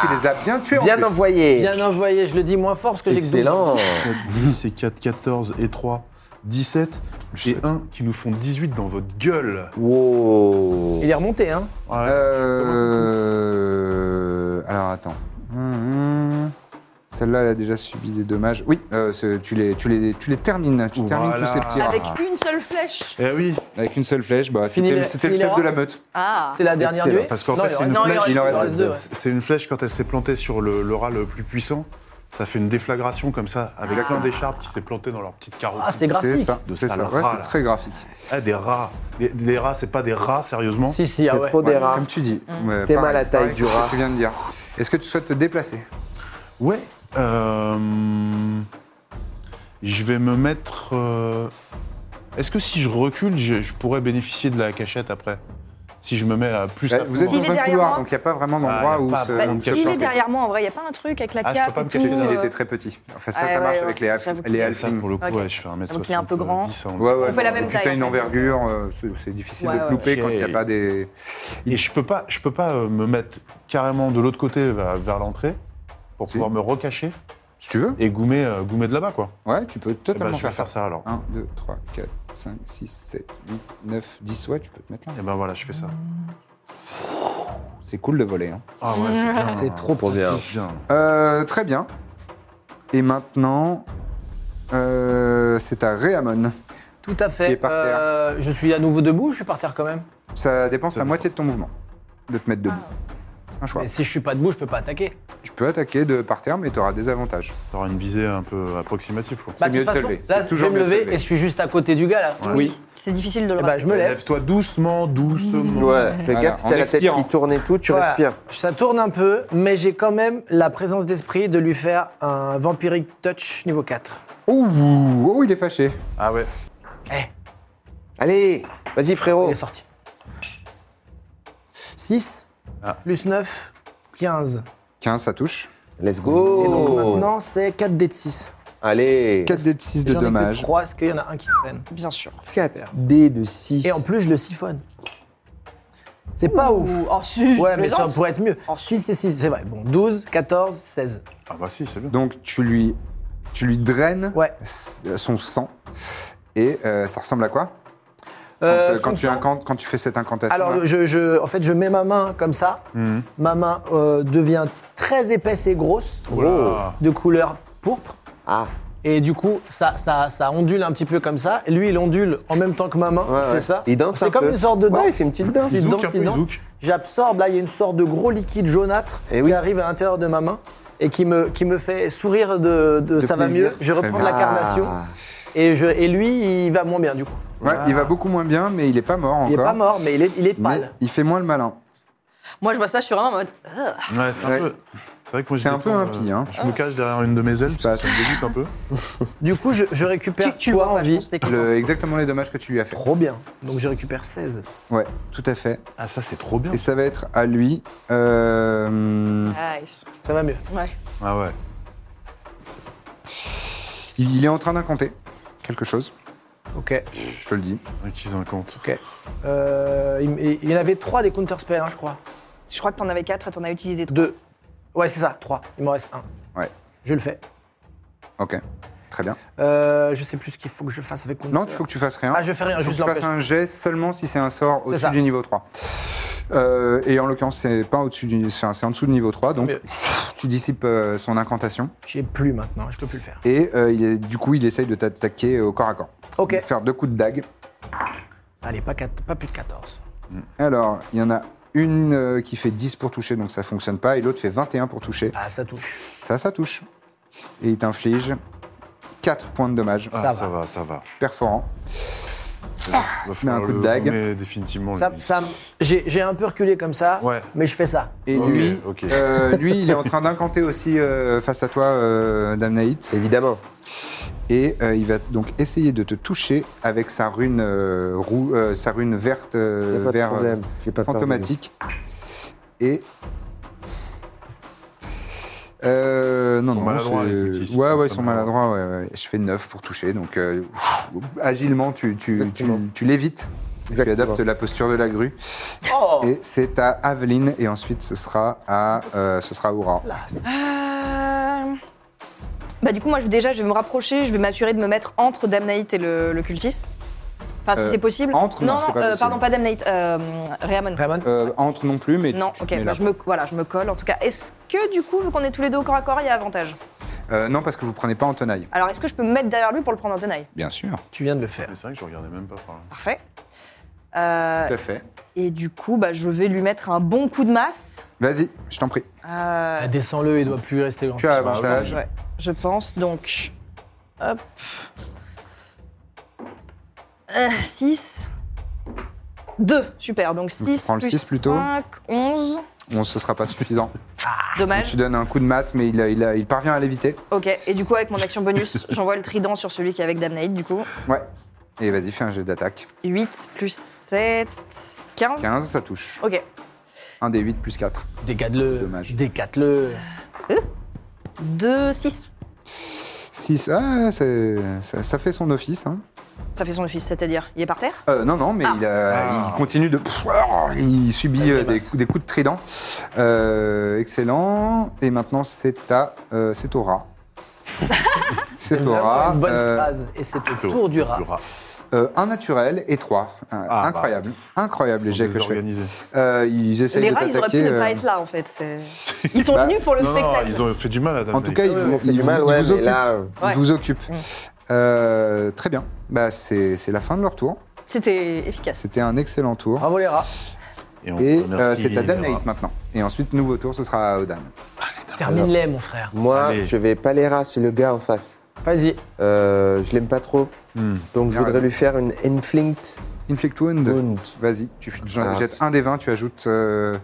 S1: tu les as bien tués en
S6: Bien
S1: plus.
S6: envoyé.
S5: Bien envoyé, je le dis moins fort parce que j'ai que 12.
S6: Excellent.
S3: Ah 10, c'est 4, 14 et 3, 17. Et 1 qui nous font 18 dans votre gueule.
S6: Wow.
S5: Il est remonté, hein.
S3: Ouais.
S1: Euh... Alors attends. Hum, hum. Celle-là, elle a déjà subi des dommages. Oui, euh, c'est- tu, les, tu, les, tu les termines. Tu termines
S3: Voilà.
S1: tous ces petits rats.
S4: Avec une seule flèche.
S3: Eh oui,
S1: Avec une seule flèche, bah,
S5: Fini
S1: c'était le-
S5: les-
S1: c'était le
S5: fini les
S1: chef de
S5: rats
S1: la meute.
S4: Ah.
S5: C'est la dernière
S6: Excellent,
S5: nuée.
S3: parce qu'en
S5: Non,
S3: fait,
S5: il
S3: c'est
S5: reste-
S3: une
S5: non, il
S3: flèche-
S5: reste-
S1: il en
S5: il en
S1: reste
S5: reste deux. ouais.
S3: c'est une flèche quand elle s'est plantée sur le, le rat le plus puissant. Ça fait une déflagration comme ça, avec plein d'écharpes qui s'est planté dans leur petite carotte.
S5: Ah, c'est
S1: C'est
S5: graphique.
S1: ça.
S3: De
S1: C'est ça.
S3: sale
S1: Ouais,
S3: rat,
S1: c'est
S3: là.
S1: très graphique.
S3: Ah, des rats. Les, les rats, c'est pas des rats, sérieusement
S5: Si, si, ah
S6: C'est
S5: ouais.
S6: trop des
S1: Ouais,
S6: rats.
S1: Comme tu dis.
S3: Mm.
S1: Ouais,
S6: T'es
S1: pareil,
S6: mal à taille
S1: pareil
S6: du
S1: que ce que
S6: rat.
S1: Tu viens de dire. Est-ce que tu souhaites te déplacer
S3: Ouais. euh, je vais me mettre. euh, Est-ce que si je recule, je, je pourrais bénéficier de la cachette après Si je me mets à plus.
S1: Ouais,
S3: à
S1: Eh, Vous êtes
S3: fond.
S4: S'il est
S1: dans un
S4: derrière
S1: couloir,
S4: moi.
S1: donc il n'y a pas vraiment
S3: Ah,
S1: d'endroit
S3: y a
S1: où
S3: pas
S1: se.
S3: vraiment
S4: Bah,
S3: de
S1: où se
S4: S'il est
S1: planter.
S4: derrière moi, en vrai, il n'y a pas un truc avec la
S3: Ah, je
S4: cape
S3: peux pas
S4: et
S3: me
S4: tout,
S3: cacher,
S1: Parce qu'il
S4: euh,
S1: était très petit. Enfin, ça,
S4: Ouais,
S1: ça
S4: ouais,
S1: marche
S4: ouais,
S1: avec les, half-
S4: j'avoue que-
S1: les
S3: Et ça,
S1: halflings.
S3: pour le coup,
S4: Ok.
S3: ouais, je fais 1m60.
S4: Donc, il est un peu
S3: euh,
S4: grand.
S3: 10, hein.
S1: Ouais, ouais.
S4: On fait la
S1: non,
S4: même
S1: et puis
S4: taille,
S1: t'as une
S4: en fait.
S1: envergure, euh, c'est c'est difficile
S4: Ouais,
S1: de
S4: ouais.
S1: plouper quand il n'y a
S3: Ok.
S1: pas des.
S3: Et je peux pas, je peux pas euh, me mettre carrément de l'autre côté vers, vers l'entrée pour
S1: Si.
S3: pouvoir me recacher.
S1: Si tu veux.
S3: et goumer, euh, goumer de là-bas, quoi.
S1: Ouais, tu peux
S3: Eh ben,
S1: totalement Hein.
S3: je vais
S1: faire ça.
S3: faire ça alors.
S1: 1, 2, 3, 4, 5, 6, 7, 8, 9, 10. Ouais, tu peux te mettre là.
S3: Et ben voilà, je fais ça.
S1: C'est cool de voler. hein.
S3: Ah ouais, c'est bien.
S6: C'est trop pour bien.
S3: C'est bien.
S1: Euh, très bien. Et maintenant, euh, c'est à Réamon.
S5: Tout à
S1: Il
S5: fait.
S1: est par
S5: Euh, je suis à nouveau debout, ou je suis par terre quand même.
S1: Ça dépense
S3: Ça
S1: la
S3: dépend.
S1: moitié de ton mouvement de te mettre debout.
S4: Ah.
S1: Un choix.
S5: Et si je suis pas debout, je peux pas attaquer.
S1: Tu peux attaquer de par terre, mais tu auras des avantages.
S3: T'auras une visée un peu approximative, quoi.
S1: C'est
S5: Bah, de
S1: mieux
S5: toute
S1: de se
S5: façon,
S1: lever.
S5: Là,
S1: C'est
S5: je
S1: toujours
S5: vais me
S1: mieux de se
S5: lever
S1: lever.
S5: et je suis juste à côté du gars là.
S4: Oui, c'est difficile de le
S5: Eh ben, je me lève.
S3: Lève-toi doucement, doucement.
S6: Fais
S1: Voilà,
S6: gaffe si
S1: en
S6: t'as la tête
S1: expirant.
S6: qui tourne et tout, tu
S5: Voilà.
S6: respires.
S5: Ça tourne un peu, mais j'ai quand même la présence d'esprit de lui faire un vampiric touch niveau 4.
S1: Ouh, oh, il est fâché.
S3: Ah ouais.
S6: Allez, vas-y frérot.
S5: Il est sorti. 6
S3: Ah.
S5: plus 9, 15.
S1: 15, ça touche.
S6: Let's go.
S5: Et donc maintenant, c'est 4 d de 6.
S6: Allez.
S1: 4 d 6 de
S5: J'en ai que
S1: dommages.
S5: 3, est-ce qu'il y en a un qui traîne
S4: Bien sûr.
S6: 4 D de 6.
S5: Et en plus, je le siphonne. C'est pas ouf.
S4: Ou- oh, si, je
S5: Ouais, mais ça
S4: plaisante.
S5: pourrait être mieux. 6 et 6, c'est vrai. Bon, 12, 14, 16.
S3: Ah bah si, c'est bien.
S1: Donc tu lui, tu lui draines
S5: Ouais.
S1: s- son sang. Et euh, ça ressemble à quoi quand,
S5: Euh,
S1: euh, quand
S5: son
S1: tu
S5: sang-
S1: incantes- quand tu fais cette incantation
S5: Alors, je, je- en fait, je mets ma main comme ça. Ma main euh, devient très épaisse et grosse,
S3: Oula.
S5: de couleur pourpre.
S6: Ah,
S5: Et du coup, ça, ça, ça ondule un petit peu comme ça. Et Lui, il ondule en même temps que ma main.
S6: ouais,
S5: il fait
S6: ouais.
S5: ça.
S6: Il danse
S5: C'est
S6: un
S5: comme
S6: peu.
S5: une sorte de danse.
S6: Ouais, il fait une petite danse.
S5: Il
S3: Il
S5: danse,
S3: zouk un peu,
S5: il
S3: il
S5: danse.
S3: zouk.
S5: J'absorbe, là, il y a une sorte de gros liquide jaunâtre
S6: Eh oui.
S5: qui arrive à l'intérieur de ma main et qui me, qui me fait sourire de, de
S1: plaisir.
S5: ça va mieux. Je
S1: Très
S5: reprends
S1: bien.
S5: la carnation.
S6: Ah.
S5: Et, je, et lui, il va moins bien du coup.
S1: Ouais, il va beaucoup moins bien, mais il est pas mort encore.
S5: Il est pas mort, mais il est, il est
S1: mais
S5: pâle.
S1: il fait moins le malin.
S4: Moi, je vois ça sur un en mode. euh,
S3: Ouais, c'est
S1: Ouais.
S3: un peu. C'est vrai que moi, je
S1: C'est un peu
S3: détourne,
S1: impie,
S3: euh,
S1: hein.
S3: Je me cache derrière une de mes ailes, parce que ça me dégoûte un peu.
S5: Du coup, je, je
S4: tu,
S5: récupère
S4: tu
S5: quoi
S4: vois
S5: en
S4: pas, je
S5: vie
S4: pense, tes
S1: Le- exactement les dommages que tu lui as fait.
S5: Trop bien. Donc je récupère 16.
S1: Ouais, tout à fait.
S3: Ah ça, c'est trop bien.
S1: Et ça va être à lui. Euh,
S4: copains. Nice.
S5: Ça va mieux.
S4: Ouais.
S3: Ah ouais.
S1: il est en train d'incanter quelque chose,
S5: Ok.
S1: je te le dis.
S3: Ah, Qu'ils en comptent.
S5: Ok. Euh, il, il y en avait 3 des counter spells, hein, je crois.
S4: Je crois que t'en avais quatre et t'en as utilisé trois.
S5: 2. Ouais, c'est ça, 3. Il m'en reste un.
S1: Ouais.
S5: Je le fais.
S1: Ok, très bien.
S5: Euh, je sais plus ce qu'il faut que je fasse avec mon.
S1: Non, il faut que tu fasses rien.
S5: Ah, je fais rien,
S1: Faut que
S5: juste
S1: tu fasses
S5: l'empêche.
S1: un jet seulement si c'est un sort
S5: C'est ça.
S1: au-dessus du niveau 3. Euh, et en l'occurrence, c'est pas au-dessus du, c'est c'est en dessous du niveau 3, donc
S5: Mieux.
S1: tu dissipes euh, son incantation
S5: J'ai plus maintenant, je peux plus le faire.
S1: et euh, il est- du coup, il essaye de t'attaquer euh, au corps à corps.
S5: Ok.
S1: Il va Faire deux coups de dague.
S5: Allez, pas, quatre- pas plus de 14.
S1: Alors, il y en a une euh, qui fait 10 pour toucher, donc ça fonctionne pas, et l'autre fait 21 pour toucher.
S5: Ah, ça touche.
S1: Ça, ça touche. Et il t'inflige 4 points de dommage,
S3: Ah,
S5: Ça
S3: ça,
S5: va.
S3: va, ça va.
S1: perforant.
S5: Ah.
S3: Il va
S1: Mais un
S3: falloir
S1: coup de
S3: le
S1: dague.
S3: gommer définitivement.
S5: Ça,
S3: lui.
S5: ça me- j'ai j'ai un peu reculé comme ça,
S3: Ouais.
S5: mais je fais ça.
S1: Et
S3: Ok,
S1: lui,
S3: ok.
S1: euh, lui, il est en train d'incanter aussi euh, face à toi, euh, Damnaït.
S6: Évidemment.
S1: Et euh, il va donc essayer de te toucher avec sa rune, euh, roux- euh, sa rune verte,
S6: Y a
S1: euh,
S6: pas de
S1: vert,
S6: problème. J'ai pas peur de lui.
S1: fantomatique. Et. Euh, non,
S3: Ils sont
S1: non,
S3: maladroits,
S1: c'est-
S3: les petits, ils
S1: ouais,
S3: sont
S1: ouais, ils
S3: pas
S1: sont
S3: maladroits.
S1: maladroits. ouais, ouais. Je fais 9 pour toucher, donc euh, ouf, agilement, tu, tu, tu,
S6: Exactement.
S1: tu l'évites. Tu
S6: Exactement.
S1: adoptes la posture de la grue.
S4: Oh.
S1: Et c'est à Aveline, et ensuite ce sera à, euh, ce sera à Aura.
S4: Euh, Bah, du coup, moi, je, déjà, je vais me rapprocher, je vais m'assurer de me mettre entre Damnaït et le, le cultiste. Enfin, si
S1: Euh,
S4: c'est possible.
S1: entre
S4: Non,
S1: Non, c'est
S4: non,
S1: pas
S4: euh,
S1: possible.
S4: pardon, pas Damnaït, euh, Réamon.
S5: Raymond
S1: Euh, entre non plus, mais.
S4: Non,
S1: tu- tu
S4: ok,
S1: te mets
S4: bah,
S1: là.
S4: je, me, voilà, je me colle en tout cas. Est-ce que du coup, vu qu'on est tous les deux au corps à corps, il y a avantage
S1: Euh, non, parce que vous prenez pas en tenaille.
S4: Alors, est-ce que je peux me mettre derrière lui pour le prendre en tenaille
S1: Bien sûr.
S5: tu viens de le faire.
S3: Mais C'est vrai que je regardais même pas par là.
S4: Parfait. Euh,
S1: Tout à fait.
S4: et du coup, bah, je vais lui mettre un bon coup de masse.
S1: Vas-y, je t'en prie.
S4: Euh,
S5: Ah, Descends-le, il doit plus rester grand.
S1: Tu as
S3: pense,
S1: avantage.
S4: Ouais, je pense donc. Hop. 6. 2, Euh, super. Donc
S1: Donc, tu
S4: 6
S1: prends le
S4: plus
S1: six plutôt.
S4: 5, 11.
S1: Bon, ce sera pas suffisant.
S4: Dommage.
S1: Tu donnes un coup de masse, mais il, a- il, a- il parvient à l'éviter.
S4: Ok, et du coup, avec mon action bonus, j'envoie le trident sur celui qui est avec Damnaid, du coup.
S1: Ouais. Et vas-y, fais un jet d'attaque.
S4: 8 plus 7, 15.
S1: 15, ça touche.
S4: Ok.
S1: Un des 8 plus 4.
S5: Décate-le.
S1: Dommage.
S5: Décate-le.
S4: 2, 6.
S1: 6, ah, c'est- ça, ça fait son office. hein.
S4: Ça fait son office, c'est-à-dire, il est par terre
S1: Euh, non, non, mais
S4: Ah.
S1: il, a- il continue de. Pff, ah, il subit euh, des, coups- des coups de trident. Euh, excellent. Et maintenant, c'est à, euh, c'est au rat. C'est
S5: Vraiment
S1: Torah.
S5: une bonne
S1: euh,
S5: phrase. Et c'est au tour du rat.
S1: euh, un naturel et trois. Un-
S3: bah.
S1: incroyable. Incroyable les
S3: Ils sont
S1: jets que je fais.
S3: désorganisés.
S1: Euh, ils essayent
S4: Les
S1: de
S4: rats, ils auraient pu
S1: t'attaquer.
S4: ne
S1: euh,
S4: pas être là, en fait. c'est- Ils sont
S1: Bah,
S4: venus pour le
S3: Non, non,
S4: spectacle.
S3: ils ont fait du mal à Dame
S1: En tout cas, ils vous,
S6: On fait
S1: ils
S6: du
S1: vous-
S6: mal,
S1: ils
S6: ouais,
S1: vous
S6: mais
S1: occupent.
S6: là, euh,
S1: Ils
S4: Ouais.
S1: vous occupent.
S4: Mm.
S1: Euh, très bien. Bah, c'est c'est la fin de leur tour.
S4: C'était efficace.
S1: C'était un excellent tour.
S5: Bravo les rats.
S6: Ah,
S3: on
S1: Et
S3: remercie
S1: euh, c'est à Dan
S3: les
S1: Naït
S3: rats.
S1: maintenant. Et ensuite, nouveau tour, ce sera à Odan.
S5: Termine-les, mon frère.
S6: moi,
S3: Allez.
S6: je vais pas les rats, c'est le gars en face.
S5: Vas-y.
S6: Euh, je l'aime pas trop,
S3: Hmm.
S6: donc je
S1: Ah,
S6: voudrais
S1: ouais.
S6: lui faire une inflict
S1: Inflict Wound.
S6: wound.
S1: Vas-y, tu f- j'en-
S6: Ah,
S1: jettes
S6: c'est-
S1: un des 20, tu ajoutes. euh,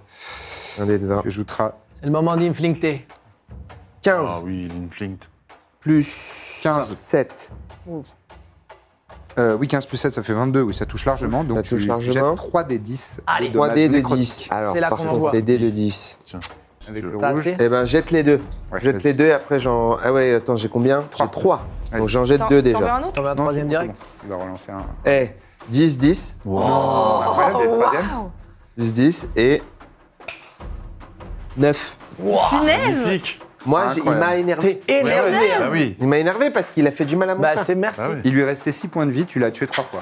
S6: Un dé de 20.
S1: tu ajouteras
S5: C'est le moment d'inflincter.
S6: 15
S3: Ah oui, l'inflict.
S1: plus 15.
S6: 7.
S1: euh, oui, 15 plus 7, ça fait 22. Oui, ça touche largement. Donc,
S6: Ça touche
S1: tu
S6: largement.
S1: jettes 3 des 10.
S5: Allez.
S6: 3 dés de
S1: dommages
S6: 10. Alors,
S5: C'est là
S6: par
S5: qu'on
S6: contre,
S5: envoie.
S6: les dés de 10.
S1: Avec le
S5: T'as
S1: rouge.
S5: assez
S6: Eh ben, jette les deux.
S1: Ouais,
S6: jette
S1: vas-y.
S6: les deux et après j'en. Ah ouais, attends, j'ai combien
S1: Trois.
S6: J'ai 3.
S1: Vas-y.
S6: Donc j'en jette
S4: T'en t'en
S6: 2
S4: veux
S6: déjà.
S4: un autre
S5: T'en veux un
S1: Non,
S5: troisième
S1: c'est bon,
S5: direct
S1: c'est bon. Il va relancer un.
S6: Eh, 10, 10.
S1: Incroyable, le troisième.
S6: 10, 10 et 9.
S4: Punaise
S3: Magnifique.
S6: Moi, j'ai- il m'a
S1: Ah, Incroyable.
S6: énervé.
S5: T'es énervé.
S3: Ah oui.
S6: Il m'a énervé parce qu'il a fait du mal à mon
S5: Bah
S6: frère.
S5: c'est merci.
S3: Ah oui.
S1: Il lui restait 6 points de vie, tu l'as tué 3 fois.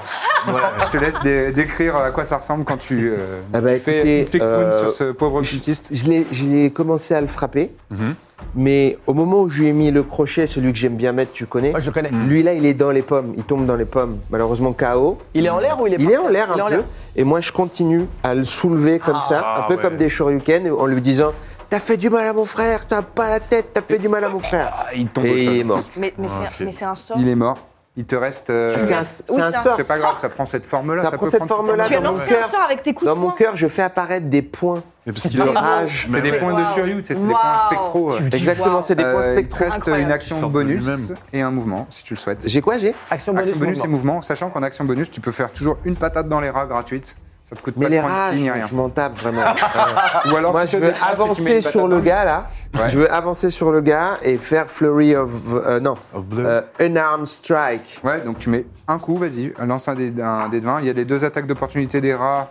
S3: Ouais.
S1: Je te laisse dé- décrire à quoi ça ressemble quand tu euh,
S6: Ah bah,
S1: fais
S6: écoutez,
S1: Inflict Wound
S6: euh,
S1: sur ce pauvre cultiste.
S6: Je l'ai- J'ai commencé à le frapper,
S3: Mhm.
S6: mais au moment où je lui ai mis le crochet, celui que j'aime bien mettre, tu connais,
S5: Moi Ah, je Mhm. le connais.
S6: lui là, il est dans les pommes, il tombe dans les pommes. Malheureusement, KO.
S5: Il est en l'air ou il est
S6: Il est en l'air
S5: Il est en
S6: un peu, et moi je continue à le soulever comme ça,
S3: Ah
S6: un peu
S3: ouais.
S6: comme des shoryukens, en lui disant T'as fait du mal à mon frère, t'as pas la tête, t'as fait du mal à mon frère.
S1: il tombe
S6: Et il est mort.
S4: Mais, mais
S3: Ah,
S4: c'est
S3: ok.
S4: mais c'est un sort.
S1: Il est mort. Il te reste. euh,
S6: Ah, C'est un,
S4: oui,
S6: c'est un
S4: c'est un-
S6: sort.
S1: c'est pas grave, ça prend cette forme-là.
S6: Ça
S1: peut
S6: prend cette
S1: prendre
S6: forme-là,
S4: Tu as
S6: dans mon
S4: lancé un
S6: cœur.
S4: sort avec tes coups
S6: Dans
S4: de
S6: mon
S4: poing.
S6: cœur, je fais apparaître des points
S3: Mais parce qu'il
S6: de
S1: Euh,
S3: leur-
S6: rage.
S1: C'est des
S3: Ouais.
S1: points de
S4: Waouh.
S1: Suryu, tu sais, c'est des
S4: Waouh.
S1: points spectraux. euh.
S6: Exactement, c'est des points
S1: Euh, il te
S6: spectraux.
S1: reste
S4: Incroyable.
S1: une action
S3: Ils sortent de
S1: bonus
S3: lui-même.
S1: et un mouvement, si tu le souhaites.
S6: J'ai quoi, j'ai
S5: Action bonus.
S1: Action bonus et
S5: mouvement.
S1: mouvement, sachant qu'en action bonus, tu peux faire toujours une patate dans les rats gratuite. Ça te coûte
S6: Mais
S1: pas
S6: les
S1: de points
S6: rats,
S1: de ki ni
S6: je
S1: rien.
S6: je m'en tape vraiment. Euh,
S1: Ou alors
S6: Moi,
S1: tu te
S6: je veux
S1: déplaces et tu mets
S6: avancer
S1: une patate
S6: sur le
S1: dans-
S6: gars là.
S1: Ouais.
S6: Je veux avancer sur le gars et faire flurry of euh, non,
S3: Of blood.
S6: Euh, unarmed strike.
S1: Ouais, donc tu mets un coup, vas-y, lance un des, un des 20. Il y a les deux attaques d'opportunité des rats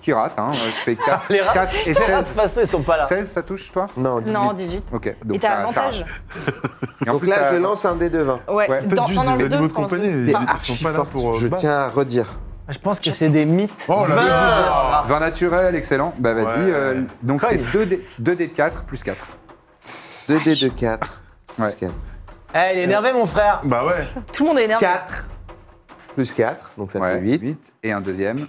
S1: qui ratent. Hein. Je fais 4,
S5: Les rats-
S1: et
S5: Les rats, de
S1: 16.
S5: toute façon ils sont pas là.
S1: 16, ça touche, toi
S6: Non, 18.
S4: Non, 18.
S1: Ok,
S4: Et
S1: donc
S4: t'as
S1: ça- ça
S4: avantage
S1: rate. Et en
S6: Donc
S1: plus,
S6: là,
S1: t'as-
S6: je lance un dé de 20.
S4: Ouais,
S1: Ouais.
S3: Peut-être
S4: dans,
S3: juste
S4: t'en lances
S3: des
S4: deux,
S3: animaux de
S4: t'en lances
S3: compagnie.
S4: deux.
S3: Ils
S6: T'es
S3: ils
S6: archi
S3: sont pas là
S6: forte.
S3: pour. euh,
S6: je
S3: battre.
S6: tiens à redire.
S5: Je pense que c'est des mythes.
S3: Oh là là.
S1: 20 naturel, excellent. Bah vas-y.
S3: Ouais.
S1: euh, donc
S5: Cogne.
S1: c'est 2 d 4 plus 4.
S6: 2 dés de 4.
S1: Ouais.
S6: Plus 4.
S5: Eh, il est énervé mon frère.
S3: Bah ouais.
S4: Tout le monde est énervé.
S6: 4 plus 4, donc ça fait 8.
S1: 8. Et un deuxième.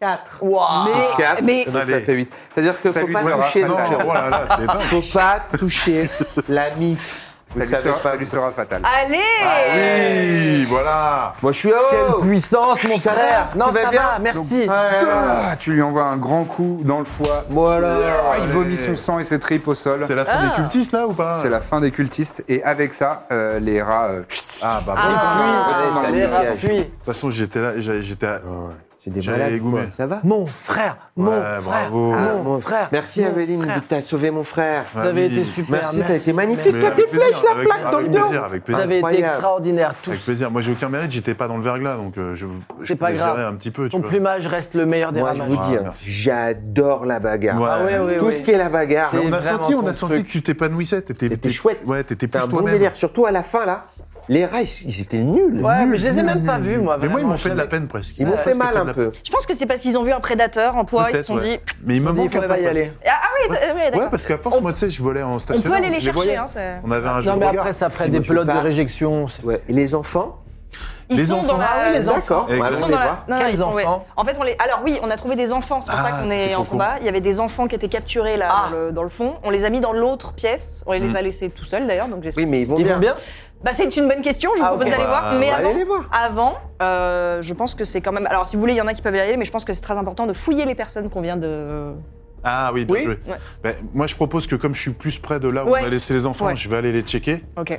S6: 4
S5: Waouh.
S6: plus 4,
S4: mais-
S6: donc ça
S3: Allez.
S6: fait 8. C'est-à-dire qu'il ne
S1: Ça
S6: faut
S1: lui
S6: pas
S1: sera
S6: toucher
S1: fatal.
S6: le
S3: Non,
S6: terreau.
S3: voilà, là, c'est dingue.
S6: faut pas toucher la mif.
S1: Ça
S6: Vous
S1: lui,
S6: savez
S1: sera,
S6: pas.
S1: ça lui sera fatal.
S4: Allez
S3: Oui, voilà.
S6: Moi, je suis haut.
S5: Quelle puissance mon
S6: Ça va
S5: frère. Non
S6: Tu vas
S5: ça
S6: bien
S5: va, merci.
S1: Ah, tu lui envoies un grand coup dans le foie.
S6: Voilà.
S1: Il
S3: Allez.
S1: vomit son sang et ses tripes au sol.
S3: C'est la fin
S5: Ah.
S3: des cultistes là ou pas
S1: C'est la fin des cultistes. Et avec ça, euh, les rats. euh,
S3: Ah bah
S4: Ah.
S3: bon.
S1: retournent dans
S6: allez,
S5: Les
S1: le
S5: rats
S1: nuage.
S5: fuient.
S3: De toute façon, j'étais là, j'a- j'étais à...
S6: C'est des
S3: J'allais
S6: malades.
S3: égoumer.
S6: quoi. Ça va
S5: Mon frère, mon
S3: Ouais,
S5: frère,
S3: bravo.
S6: Ah,
S5: mon
S6: mon-
S5: frère.
S6: Merci,
S5: mon
S6: Aveline,
S5: frère.
S6: t'as sauvé mon frère.
S5: Vous avez
S3: Aveline.
S5: été super.
S6: Merci, t'as été magnifique.
S3: Mais
S6: T'as
S3: avec
S6: des flèches,
S3: plaisir,
S6: la
S3: avec-
S6: plaque dans le
S3: avec
S6: dos.
S3: plaisir, Avec
S5: Vous
S3: plaisir,
S5: avez été
S6: Incroyable.
S5: extraordinaire
S3: avec
S5: tous.
S3: plaisir. Moi, j'ai aucun mérite, j'étais pas dans le verglas, donc euh, je, je
S5: C'est pas
S3: pouvais
S5: grave.
S3: gérer un petit peu, tu
S5: Ton
S3: vois.
S5: plumage reste le meilleur des
S6: Moi,
S5: rats.
S6: je vous
S3: Ah,
S6: dis, hein,
S3: merci.
S6: j'adore la bagarre.
S3: Ouais.
S5: Ah ouais, ouais,
S6: Tout
S5: ouais.
S6: ce qui est la bagarre.
S5: C'est-
S3: On a
S5: vraiment
S3: senti, on
S5: ton
S3: a senti
S5: truc.
S3: que tu t'épanouissais, t'étais
S6: C'était
S3: t'étais-
S6: chouette.
S3: Ouais, t'étais
S6: T'as
S3: plus
S6: un bon
S3: toi-même.
S6: délire, surtout à la fin là. Les rats, ils, ils étaient nuls.
S5: Ouais, mais je les ai même pas vus moi.
S3: Mmh, Mais moi, ils
S5: vraiment,
S3: m'ont fait de la
S5: je savais-
S3: peine presque.
S6: Ils m'ont
S3: m'ont
S6: fait
S3: presque
S6: mal
S3: de
S6: un
S3: la
S6: peu.
S3: peine.
S4: Je pense que c'est parce qu'ils ont vu un prédateur en toi, ils se
S3: Peut-être,
S4: sont
S3: ouais.
S4: dit...
S3: Mais il
S5: Ils
S3: me
S5: m'ont dit, Il
S3: manque
S5: faut
S3: un
S5: pas y
S3: peu.
S5: aller.
S4: Ah ah oui, t- ouais,
S3: Ouais,
S4: d'accord.
S3: parce qu'à force,
S4: On-
S3: moi, tu sais, je volais en
S4: On
S3: station.
S4: peut aller
S3: je
S4: les chercher,
S3: voyais.
S4: hein, c'est-
S3: On avait un jeu
S5: Non
S3: de
S5: mais
S3: regard.
S5: après ça ferait des
S6: Moi, je veux
S5: pelotes de
S6: pas.
S5: réjection. c'est-
S6: Ouais. Et les enfants
S4: Ils
S3: Les
S4: sont
S3: enfants.
S4: dans la...
S5: Ah oui, les
S6: D'accord.
S5: enfants.
S3: Et
S6: bah,
S4: Ils
S6: allons
S4: sont
S6: les
S4: dans la-
S6: voir.
S4: non, non,
S5: Quels
S4: ils sont- ouais.
S5: enfants
S4: En fait, on les. Alors oui, on a trouvé des enfants. C'est pour
S3: Ah,
S4: ça qu'on est
S3: c'est
S4: en
S3: trop
S4: combat. Il y avait des enfants qui étaient capturés là
S5: Ah.
S4: dans, le, dans le fond. On les a mis dans l'autre pièce. On les a laissés tout seuls d'ailleurs. Donc j'espère.
S6: Oui, mais ils vont
S5: Ils
S6: bien.
S5: vont bien
S4: Bah, c'est une bonne question. Je vous
S5: Ah,
S4: propose
S5: ok.
S4: d'aller
S3: Bah,
S4: voir. Mais
S3: ouais.
S4: avant,
S6: Allez les voir.
S4: avant, euh, je pense que c'est quand même. Alors si vous voulez, il y en a qui peuvent y aller, mais je pense que c'est très important de fouiller les personnes qu'on vient de.
S3: Ah oui, bien
S5: Oui.
S3: joué.
S4: Ouais.
S3: Ben, moi, je propose que comme je suis plus près de là où
S4: Ouais.
S3: on a laissé les enfants,
S4: Ouais.
S3: je vais aller les checker.
S4: Ok.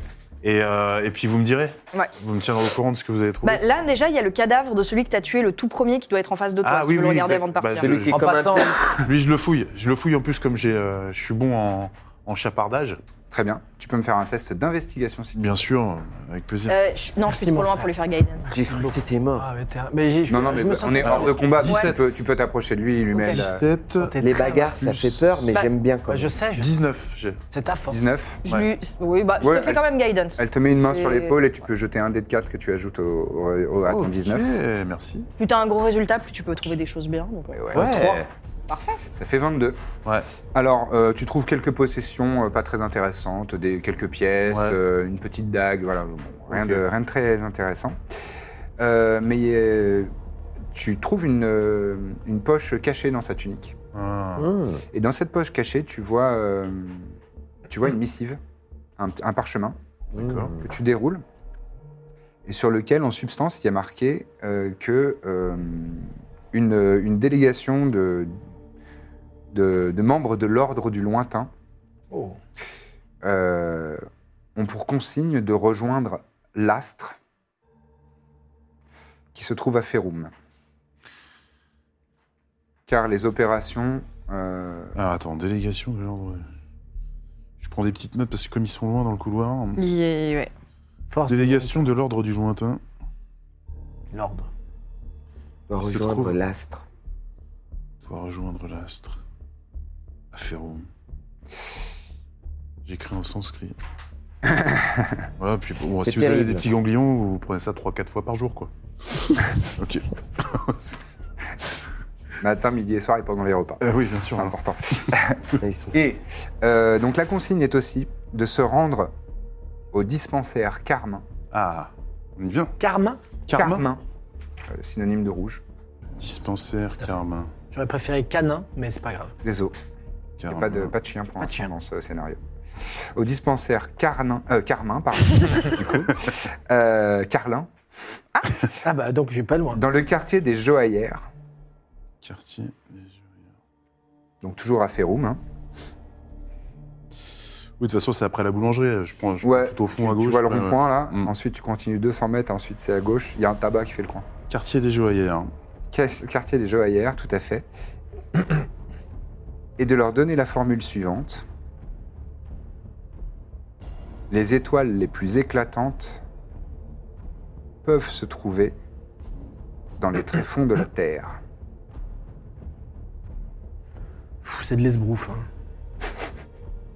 S3: Et, euh, et puis vous me direz.
S4: Ouais.
S3: Vous me tiendrez au courant de ce que vous avez trouvé.
S4: Bah, là déjà, il y a le cadavre de celui que t'as tué, le tout premier, qui doit être en face de toi.
S3: Ah,
S4: si
S3: oui,
S4: tu veux le
S3: oui,
S4: regarder
S3: exact.
S4: avant de partir.
S3: Bah,
S6: Celui qui est
S5: En
S6: comme
S4: Bah-
S6: un
S5: passant,
S3: Lui, je le fouille. Je le fouille en plus comme j'ai, euh, je suis bon en, en chapardage.
S1: Très bien. Tu peux me faire un test d'investigation si tu
S3: Bien sûr, avec plaisir.
S4: Euh, je- non, je suis
S5: Merci, mon
S4: trop loin
S5: frère.
S4: pour lui faire guidance.
S6: J'ai cru que t'étais mort.
S5: Ah, mais t'es un- mais j'ai- je-
S1: Non, non, mais bah,
S5: je me sens
S1: on est hors de combat. donc Tu
S3: 17.
S1: peux- tu peux t'approcher de lui, il lui met la-
S3: 17,
S5: t'es
S6: Les
S5: Ah, très-
S6: bagarres, ça
S3: plus.
S6: fait peur, mais
S4: Bah,
S6: j'aime bien quand
S5: Bah,
S6: même.
S5: je sais, je-
S3: 19, j'ai.
S5: c'est ta force.
S1: 19.
S4: Je
S3: Ouais.
S4: lui... Oui, bah, je
S1: Ouais,
S4: te fais
S1: elle-
S4: quand même guidance.
S1: Elle te met une main
S4: C'est-
S1: sur l'épaule et tu peux jeter un dé de 4 que tu ajoutes au, au- au- à ton
S3: Oh,
S1: 19.
S3: Ok, merci.
S4: Plus t'as un gros résultat, plus tu peux trouver des choses bien. donc, ouais.
S1: Ouais,
S3: Ouais.
S1: Ça fait 22.
S3: Ouais.
S1: Alors, euh, tu trouves quelques possessions euh, pas très intéressantes, des, quelques pièces,
S3: Ouais.
S1: euh, une petite dague, voilà, bon, rien,
S3: Ok.
S1: de, rien de très intéressant. Euh, mais euh, tu trouves une, euh, une poche cachée dans sa tunique.
S3: Ah.
S6: Hmm.
S1: Et dans cette poche cachée, tu vois, euh, tu vois une missive, un, un parchemin
S3: D'accord.
S1: que tu déroules et sur lequel, en substance, il y a marqué euh, que euh, une, une délégation de, de, de membres de l'ordre du lointain euh, ont pour consigne de rejoindre l'astre qui se trouve à Ferum. Car les opérations euh,
S3: Alors Ah, attends, délégation de l'ordre. Je prends des petites notes parce que comme ils sont loin dans le couloir.
S4: Il est- ouais.
S5: Force.
S3: Délégation de l'ordre du lointain.
S5: L'ordre.
S6: doit
S3: Il se
S6: rejoindre
S3: trouve.
S6: l'astre.
S3: doit rejoindre l'astre. À Féroum. J'écris en sanskrit. voilà, puis bon,
S6: C'est
S3: si vous avez
S6: terrible.
S3: des petits ganglions, vous prenez ça 3-4 fois par jour, quoi. ok.
S1: matin, midi et soir et pendant les repas.
S3: Euh, oui, bien sûr.
S1: C'est important.
S6: Ils sont-
S1: Et euh, donc la consigne est aussi de se rendre au dispensaire Carmin.
S3: Ah, on y vient.
S5: Carmin
S3: Carmin.
S1: Euh, synonyme de rouge.
S3: Dispensaire, Carmin.
S5: J'aurais préféré canin, mais c'est pas grave.
S1: Des os. Il n'y a
S3: Carmin.
S1: pas de, pas de chien pour
S5: Pas de
S1: l'instant
S5: chien.
S1: dans ce scénario. Au dispensaire Carnin, euh, Carmin, pardon. du coup. Euh, Carlin,
S5: Ah bah donc j'ai pas loin.
S1: dans le quartier des Joaillères,
S3: Quartier. des Jeux.
S1: donc toujours à Féroum. hein.
S3: Oui, de toute façon, c'est après la boulangerie. Je prends, je prends
S1: Ouais,
S3: tout au fond
S1: tu-
S3: à gauche.
S1: Tu vois le
S3: ouais, ouais.
S1: rond-point là,
S3: Mm.
S1: ensuite tu continues 200 mètres, ensuite c'est à gauche, il y a un tabac qui fait le coin.
S3: Quartier des joaillières.
S1: Cas- quartier des joaillières, tout à fait, et de leur donner la formule suivante. Les étoiles les plus éclatantes peuvent se trouver dans les tréfonds de la Terre.
S5: Pff, C'est de l'esbrouf. Hein.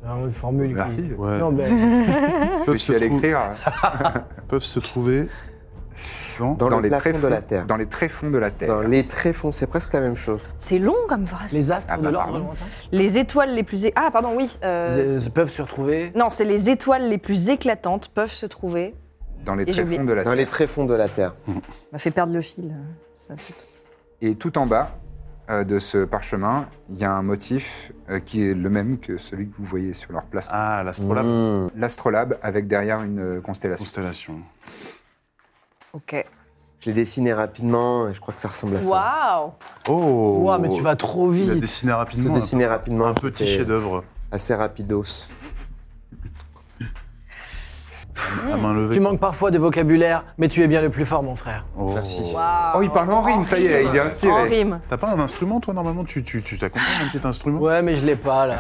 S5: Alors, une formule.
S1: Merci.
S5: qui-
S3: Ouais.
S5: Non mais
S1: Je
S3: Peuvent, se
S1: suis à
S3: trou-
S1: l'écrire.
S3: peuvent se trouver dans
S6: Dans,
S1: Dans
S6: les
S1: les
S6: plafonds
S1: tréfonds
S6: de la Terre.
S1: Dans les tréfonds de la Terre.
S6: Dans les tréfonds, c'est presque la même chose.
S4: C'est long comme phrase. hein.
S5: les astres
S1: Ah bah,
S5: de l'ordre
S1: pardon.
S5: lointain
S4: Les étoiles les plus... é- Ah, pardon, oui. euh,
S5: euh, peuvent se retrouver.
S4: Non, c'est les étoiles les plus éclatantes peuvent se trouver...
S1: Dans les
S4: Et j'ai oublié.
S1: tréfonds de la
S6: Dans
S1: Terre.
S6: les tréfonds de la Terre.
S4: m'a fait perdre le fil. euh, ça.
S1: Et tout en bas euh, de ce parchemin, il y a un motif euh, qui est le même que celui que vous voyez sur leur place.
S3: Ah, l'astrolabe.
S1: Mmh.
S6: Hmm.
S1: L'astrolabe avec derrière une euh, constellation.
S3: Constellation.
S4: Ok.
S6: J'ai dessiné rapidement, et je crois que ça ressemble à ça.
S4: Waouh
S3: Oh
S5: Ouah, mais tu vas trop
S3: Il a
S5: vite.
S3: dessiné
S6: Je
S3: rapidement. hein.
S6: dessiné rapidement.
S3: Un petit
S6: c'était
S3: chef-d'œuvre
S6: Assez rapidos.
S3: à main levée.
S5: Tu manques parfois de vocabulaire, mais tu es bien le plus fort, mon frère.
S3: Oh.
S5: Merci.
S4: Waouh.
S1: Oh, il parle en rime, ça y est, il est inspiré.
S4: En rime.
S3: T'as pas un instrument, toi, normalement Tu t'accompagnes tu, t'accompagnes un petit instrument
S5: Ouais, mais je l'ai pas là.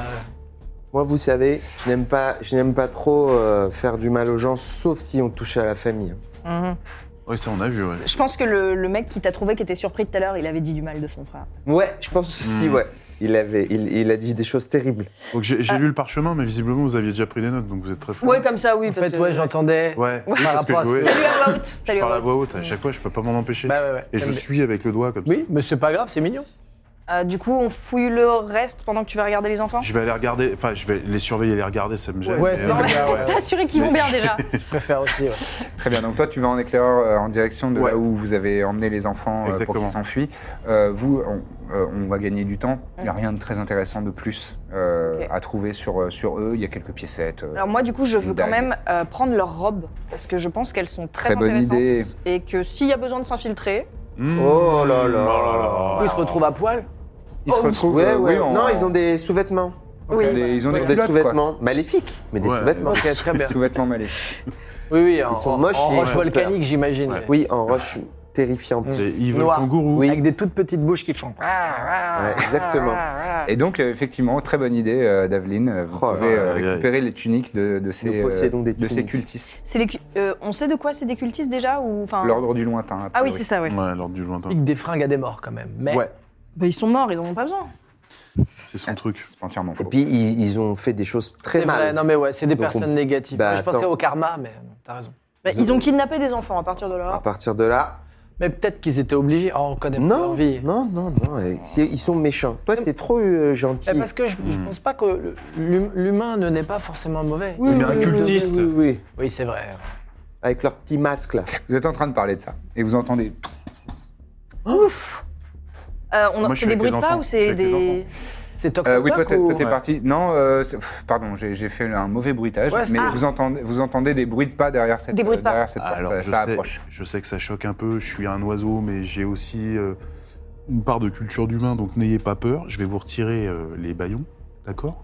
S6: Moi, vous savez, je n'aime pas, je n'aime pas trop euh, faire du mal aux gens, sauf si on touche à la famille.
S4: Mhm.
S3: Ouais, ça, on a vu, ouais.
S4: Je pense que le, le mec qui t'a trouvé, qui était surpris tout à l'heure, il avait dit du mal de son frère.
S6: Ouais, je pense que si,
S3: Hmm.
S6: ouais. Il, avait, il, il a dit des choses terribles.
S3: Donc, j'ai
S5: Ah.
S3: j'ai lu le parchemin, mais visiblement, vous aviez déjà pris des notes, donc vous êtes très fort.
S4: Ouais, comme ça, oui.
S5: En
S4: parce
S5: fait,
S4: que-
S5: ouais, j'entendais.
S3: Ouais, oui,
S5: Par
S3: parce que
S5: rapport à
S3: je
S5: ce
S3: jouais.
S5: que-
S4: T'as lu à voix haute. T'as
S3: Je
S4: lu à
S3: parle à
S4: voix haute.
S3: voix haute, à chaque fois, je peux pas m'en empêcher.
S5: Bah ouais, ouais.
S3: Et je
S5: Mais-
S3: suis avec le doigt, comme ça.
S5: Oui, mais c'est pas grave, c'est mignon.
S4: Euh, du coup, on fouille le reste pendant que tu vas regarder les enfants
S3: Je vais aller regarder, enfin, je vais les surveiller et les regarder, ça me gêne.
S5: Ouais,
S3: mais,
S5: c'est
S3: euh,
S5: normal.
S4: T'as
S5: ouais.
S4: assuré qu'ils vont bien déjà.
S5: Je préfère aussi. ouais.
S1: Très bien, donc toi tu vas en éclaireur euh, en direction de
S3: Ouais.
S1: là où vous avez emmené les enfants euh, pour
S3: Exactement.
S1: qu'ils s'enfuient. Euh, vous, on, euh, on va gagner du temps. Il n'y a rien de très intéressant de plus euh,
S4: Ok.
S1: à trouver sur, euh, sur eux. Il y a quelques piécettes. euh.
S4: Alors moi, du coup, je veux
S1: Une
S4: quand
S1: dague.
S4: même euh, prendre leurs robes parce que je pense qu'elles sont très,
S1: très bonne
S4: intéressantes
S1: idée.
S4: et que s'il y a besoin de s'infiltrer,
S3: hmm.
S6: Oh là là.
S3: Oh.
S5: Ils se retrouvent à poil.
S1: Ils se retrouvent.
S6: Oh, Ouais,
S1: euh,
S6: ouais.
S1: oui, en-
S6: non, ils ont des sous-vêtements.
S4: oui,
S1: des-
S4: voilà.
S1: ils ont
S6: Ils
S1: des
S6: ont des
S1: culottes,
S6: sous-vêtements maléfiques, mais des
S3: Ouais.
S6: sous-vêtements.
S5: Ok, très bien.
S1: Sous-vêtements mal
S5: Oui, oui, en,
S6: sont
S5: en-
S6: moches
S5: en
S6: et
S5: roche
S6: ils ont
S5: volcanique, j'imagine.
S3: Ouais.
S6: Oui, en roche terrifiante.
S3: C'est Evil
S5: Noir.
S3: Kangourou.
S5: Avec des toutes petites bouches qui font.
S6: Ouais, exactement.
S1: Et donc, euh, effectivement, très bonne idée euh, d'Aveline. Euh, Vous
S6: Oh,
S1: pouvez euh,
S3: aïe, aïe.
S1: récupérer les tuniques de, de ces, euh,
S6: Nous possédons des
S1: de ces
S6: tuniques.
S1: cultistes.
S4: C'est les cu- euh, on sait de quoi c'est des cultistes déjà ou enfin
S1: L'ordre du lointain. a
S4: Ah oui,
S1: priori.
S4: c'est ça, ouais.
S3: Ouais, l'ordre du lointain.
S5: Pique des fringues à des morts quand même. Mais
S6: Ouais.
S4: Bah, ils sont morts, ils en ont pas besoin.
S3: C'est son truc.
S1: C'est entièrement
S6: Et
S1: faux.
S6: puis, ils, ils ont fait des choses très
S5: c'est
S6: mal.
S5: vrai, non mais ouais, c'est des
S6: Donc on-
S5: personnes négatives.
S6: Bah,
S5: Ouais, je pensais
S6: attends.
S5: au karma, mais t'as raison.
S4: Bah, ils ont kidnappé des enfants à partir de
S6: À
S4: là.
S6: partir de là,
S5: Mais peut-être qu'ils étaient obligés. Oh, on connaît pas leur
S6: non,
S5: vie.
S6: non, non, non, et c'est- ils sont méchants. Toi, t'es trop euh, gentil.
S5: Eh, parce que je, je pense pas que le- l'hum- l'humain ne n'est pas forcément mauvais.
S6: Oui,
S3: Mais un
S6: oui, oui,
S3: cultiste.
S6: Oui, oui, oui.
S5: Oui, c'est vrai.
S6: avec leur petit masque là.
S5: Ah.
S1: Vous êtes en train de parler de ça. Et vous entendez.
S6: Ouf.
S4: Euh, on-
S3: Moi, je suis
S4: c'est des
S3: avec
S4: bruits
S3: les
S4: de pas
S3: enfants.
S4: ou
S3: Je suis
S4: c'est
S3: avec les
S4: des.
S5: C'est toc
S1: Euh,
S5: toc
S1: oui, toi,
S5: toc
S1: t'es
S5: ou-
S1: toi, t'es parti. Non, euh, c'est- pff, pardon, j'ai j'ai fait un mauvais bruitage,
S5: Ouais, c'est-
S1: mais
S5: Ah.
S1: vous, entendez, vous entendez des bruits de pas derrière cette,
S4: Des bruits de pas.
S1: derrière cette porte.
S3: Alors,
S1: ça,
S3: je,
S1: ça
S3: sais,
S1: approche.
S3: je sais que ça choque un peu, je suis un oiseau, mais j'ai aussi euh, une part de culture d'humain, donc n'ayez pas peur. Je vais vous retirer euh, les baillons, d'accord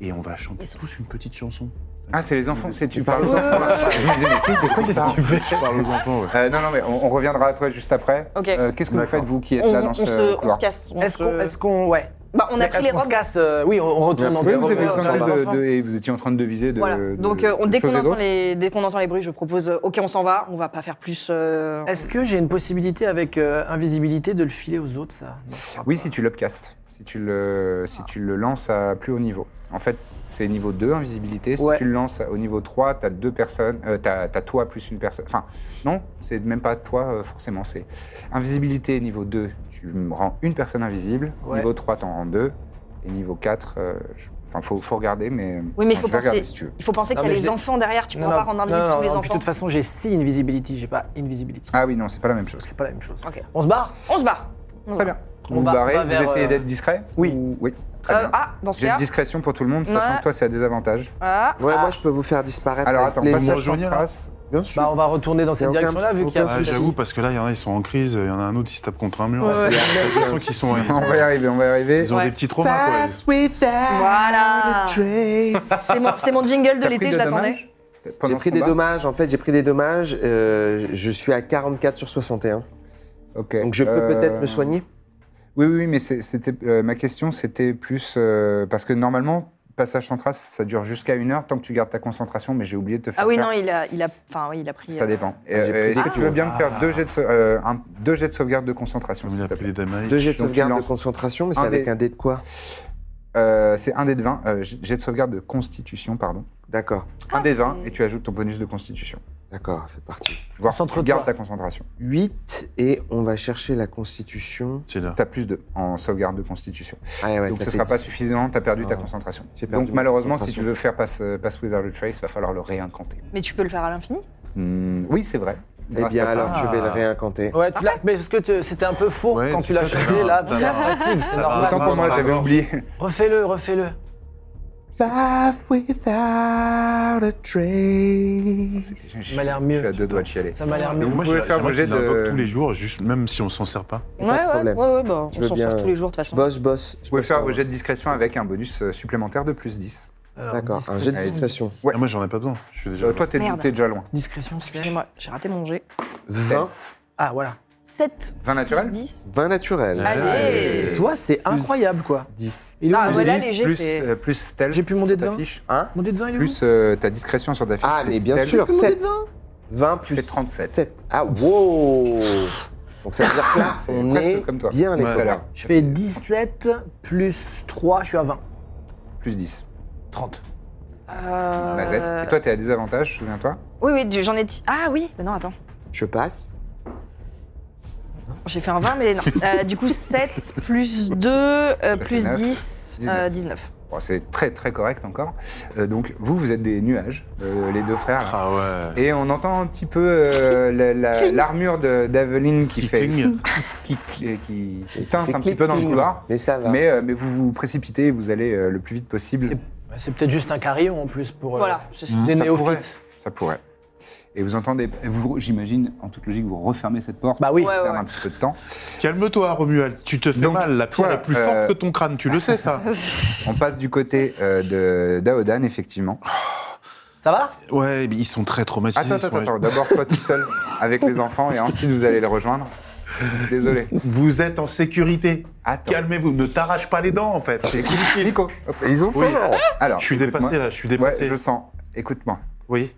S3: Et on va chanter tous une petite chanson.
S1: Ah, c'est les enfants, c'est tu
S6: Tu
S1: parles aux
S6: parles-
S1: enfants. là. Je me disais, mais qu'est-ce que c'est que ça
S3: Je parle aux enfants, ouais.
S1: Euh, Non, non, mais on, on reviendra à toi juste après.
S4: Ok.
S1: Euh, Qu'est-ce que vous
S3: D'accord.
S1: faites, vous qui êtes
S4: On,
S1: là
S4: on
S1: dans ce
S4: se, on
S1: couloir
S4: se casse. on
S5: Est-ce
S4: se-
S5: qu'on, est-ce qu'on, ouais.
S4: Bah, on a
S5: Mais
S4: pris
S5: est-ce
S4: les
S5: qu'on se
S4: robes.
S5: casse euh, Oui, on, on retourne en
S1: Oui, vous avez eu le
S5: dans
S1: temps
S5: la
S1: juste de, euh,
S5: enfant.
S1: de- et vous étiez en train de deviser de.
S4: Voilà.
S1: de-
S4: Donc, euh, on,
S1: de
S4: dès, qu'on
S1: choses et
S4: entend
S1: d'autres.
S4: les, dès qu'on entend les bruits, je propose euh, OK, on s'en va, on va pas faire plus. euh,
S5: Est-ce que j'ai une possibilité avec euh, invisibilité de le filer aux autres, ça Non, je crois
S1: Oui,
S5: pas.
S1: si tu l'upcastes, si tu le si tu le lances à plus haut niveau. En fait, c'est niveau 2 invisibilité. Si
S5: Ouais.
S1: tu le lances au niveau 3, t'as deux personnes, euh, t'as t'as toi plus une personne. Enfin, non, c'est même pas toi euh, forcément. C'est invisibilité niveau 2, tu me rends une personne invisible.
S5: Ouais.
S1: Niveau 3, t'en rends deux. Et niveau 4, enfin, faut, faut regarder, mais
S4: Oui, mais
S1: enfin,
S4: faut
S1: je vais regarder
S4: penser,
S1: si tu veux.
S4: il faut penser
S5: Non,
S4: qu'il y a
S5: mais
S4: les
S5: je-
S4: enfants derrière, tu ne
S5: Non,
S4: peux pas
S5: non,
S4: rendre
S5: non,
S4: invisibles
S5: non,
S4: tous les
S5: non, puis De
S4: enfants.
S5: toute façon, j'ai six invisibility, j'ai pas invisibility.
S1: Ah oui, non, c'est pas la même chose.
S5: C'est pas la même chose.
S4: Ok.
S5: On se barre
S4: On se barre. On se
S1: Très
S4: barre.
S1: bien.
S5: On
S1: Vous
S5: va-
S1: vous barrez,
S5: on va vers,
S1: vous essayez
S5: euh,
S1: d'être discret
S5: oui.
S1: Ou- Oui, très
S4: Euh,
S1: bien.
S4: ah, dans ce
S1: J'ai de
S4: cas.
S1: discrétion pour tout le monde, sachant
S4: Ouais.
S1: que toi c'est à désavantage.
S4: Ah,
S6: Ouais, moi je peux vous faire disparaître.
S1: Alors
S6: avec
S1: attends,
S6: les
S3: pas ça.
S1: passage
S3: Vous
S1: sans
S3: rejoignez, là
S1: trace.
S6: Bien sûr.
S5: Bah, on va retourner dans cette
S6: Y'a aucun-
S5: direction-là, vu qu'il y a.
S3: Ah, J'avoue, parce que là, il y en a, ils sont en crise, il y en a un autre, il se tape contre un mur.
S4: Ouais, ouais.
S3: Je sens qu'ils sont.
S1: On va y arriver, on va y arriver.
S3: Ils ont
S4: Ouais.
S3: des petits
S5: Bah,
S3: traumas, quoi.
S4: Voilà. c'est mon, c'est mon jingle de
S1: T'as pris
S4: l'été,
S1: des
S4: je l'attendais.
S1: dommages
S6: J'ai
S1: pendant
S6: pris
S1: ce
S6: des
S1: combat
S6: dommages, en fait, j'ai pris des dommages. euh, je suis à 44 sur 61.
S1: Ok.
S6: Donc je peux
S1: Euh,
S6: peut-être me soigner.
S1: Oui, oui, oui, mais c'est- c'était euh, ma question, c'était plus euh, parce que normalement passage sans trace, ça dure jusqu'à une heure tant que tu gardes ta concentration, mais j'ai oublié de te faire.
S4: Ah oui,
S1: faire-
S4: non, il a, il a, enfin, oui, il a pris.
S1: Ça
S4: euh,
S1: dépend.
S6: Ah, j'ai
S1: Euh,
S6: pris
S1: Est-ce
S6: des
S1: que tu veux bien me faire deux jets de, sau- euh, un- deux jets de sauvegarde de concentration
S3: Il
S1: s'il
S3: a
S1: te
S3: Ah. pris des
S1: plaît
S3: damage.
S6: Deux jets de
S1: donc tu
S6: sauvegarde de
S1: lances
S6: concentration, mais c'est
S1: un
S6: avec
S1: dé.
S6: un dé de quoi
S1: Euh, C'est un dé de 20, euh, jet de sauvegarde de constitution, pardon.
S6: D'accord,
S1: Un dé de 20
S4: Ah, c'est-
S1: et tu ajoutes ton bonus de constitution.
S6: d'accord, c'est parti.
S1: Voir si tu
S5: Concentre-toi.
S1: gardes ta concentration.
S6: 8 et on va chercher la constitution.
S3: C'est là.
S1: Tu as plus 2 en sauvegarde de constitution.
S6: Ah ouais, ouais,
S1: Donc
S6: ça
S1: ce
S6: fait
S1: sera pas
S6: 10.
S1: suffisant, tu as perdu ta
S6: Ah.
S1: concentration.
S6: J'ai perdu
S1: Donc
S6: ma
S1: malheureusement, si
S6: concentration.
S1: tu veux faire pass, euh, pass Without a Trace, va falloir le réincanter.
S4: Mais tu peux le faire à l'infini.
S1: Hmm, oui, c'est vrai.
S6: Eh
S1: Grâce
S6: bien
S1: à-
S6: alors, je vais le réincanter.
S5: Ouais, tu l'as. Mais parce que tu- c'était un peu faux
S3: Ouais,
S5: quand
S3: c'est
S5: tu l'as
S3: ça,
S5: chanté,
S3: ça
S5: là.
S3: va.
S5: C'est la fatigue, c'est
S3: va.
S5: normal.
S1: Autant pour moi,
S3: Ah,
S1: j'avais
S3: d'accord.
S1: oublié.
S5: Refais-le, refais-le.
S6: Path without a trace.
S5: Ça m'a l'air
S1: Je
S5: mieux.
S1: suis à deux doigts de chialer.
S5: Ça m'a l'air
S1: Donc,
S5: mieux.
S1: vous
S3: Moi,
S1: pouvez
S3: je-
S1: faire
S3: moi,
S1: vos jets
S3: je l'invoque
S1: de-
S3: tous les jours, juste même si on s'en sert pas.
S4: Ouais,
S6: pas de
S4: ouais, ouais,
S6: problème.
S4: ouais, bah,
S6: Je
S4: on
S6: veux
S4: s'en
S6: bien,
S4: sort tous
S6: euh,
S4: les jours de toute façon.
S6: Boss, boss.
S1: Vous pouvez faire vos jets de discrétion avec un bonus euh, supplémentaire de plus 10.
S5: Alors,
S6: D'accord, un jet de
S5: discrétion-
S6: discrétion.
S3: Ah, moi, j'en ai pas besoin. Je suis déjà.
S1: Euh, toi, t'es
S4: Merde.
S1: t'es déjà loin.
S5: Discrétion, c'est.
S4: Excusez-moi, j'ai raté mon jet.
S6: 20,
S5: Ah, voilà.
S4: 7,
S1: 20 naturel
S4: 10.
S6: 20 naturels.
S3: Ouais.
S4: Allez
S5: Tu vois, c'est incroyable, quoi.
S6: 10.
S5: Il est où,
S4: Ah,
S5: mon
S4: voilà,
S5: dé
S4: les jets,
S1: plus,
S4: c'est-
S1: euh, plus stealth
S5: J'ai plus mon dé
S1: sur
S5: de
S1: ta
S5: 20.
S1: fiche.
S6: Hein
S5: Mon dé de 20, il est où
S1: Plus euh, ta discrétion sur ta fiche.
S6: Ah,
S1: c'est
S6: mais bien
S1: stealth.
S6: sûr,
S5: Mon dé
S6: 7.
S5: de 20
S6: 20 plus
S1: fais 37.
S6: 7. Ah, wow Donc ça veut dire que là,
S1: C'est
S6: on
S1: presque
S6: est
S1: comme toi.
S6: bien les
S3: Ouais.
S6: copains.
S1: Alors,
S5: Je fais 17 plus 3, je suis à 20.
S1: Plus 10.
S5: 30.
S4: Euh,
S1: Mazette. Et toi, t'es à désavantage, souviens-toi.
S4: Oui, oui, du- j'en ai dit. Ah oui, mais non, attends.
S6: Je passe.
S4: J'ai fait un 20, mais non. Euh, du coup, 7 plus 2
S1: Ça fait
S4: plus
S1: neuf.
S4: 10, euh,
S1: 19.
S4: 19.
S1: Bon, c'est très très correct encore. Euh, donc vous, vous êtes des nuages, euh, les deux frères. là.
S3: Ah ouais.
S1: Et on entend un petit peu euh, la- la- l'armure de- d'Aveline qui,
S3: Qui
S1: fait
S3: cligne.
S1: qui, qui, qui- qui teinte
S6: Fait
S1: un petit peu dans le
S6: clic-clic.
S1: couloir.
S6: Mais ça va.
S1: Mais, euh, mais vous vous précipitez et vous allez euh, le plus vite possible.
S5: Bah, C'est peut-être juste un carillon en plus pour euh,
S4: Voilà, c'est Hmm. ça.
S5: des
S1: Ça pourrait.
S5: néophytes.
S1: Ça pourrait. Et vous entendez, et vous, j'imagine, en toute logique, vous refermez cette porte.
S5: Bah oui.
S4: Ouais, ouais,
S1: perdre
S4: ouais.
S1: un petit peu de temps.
S3: Calme-toi, Romuald. Tu te fais
S1: Donc,
S3: mal. La pierre
S1: toi,
S3: est plus
S1: euh,
S3: forte que ton crâne. Tu le sais, ça.
S1: On passe du côté euh, de d'Aodan, effectivement.
S5: Ça va
S3: Ouais, mais ils sont très traumatisés.
S1: Ah, Attends,
S3: ils sont
S1: attends,
S3: là-
S1: attends. D'abord, toi tout seul, avec les enfants, et ensuite vous allez les rejoindre. Désolé.
S3: Vous êtes en sécurité.
S1: Attends.
S3: Calmez-vous, ne t'arrache pas les dents en fait. C'est difficile.
S1: Nico, hop, ils ont
S3: Oui.
S1: peur. Alors,
S3: Je suis
S1: écoute-moi.
S3: dépassé là, je suis
S1: Ouais,
S3: dépassé.
S1: je sens. Écoute-moi.
S3: Oui.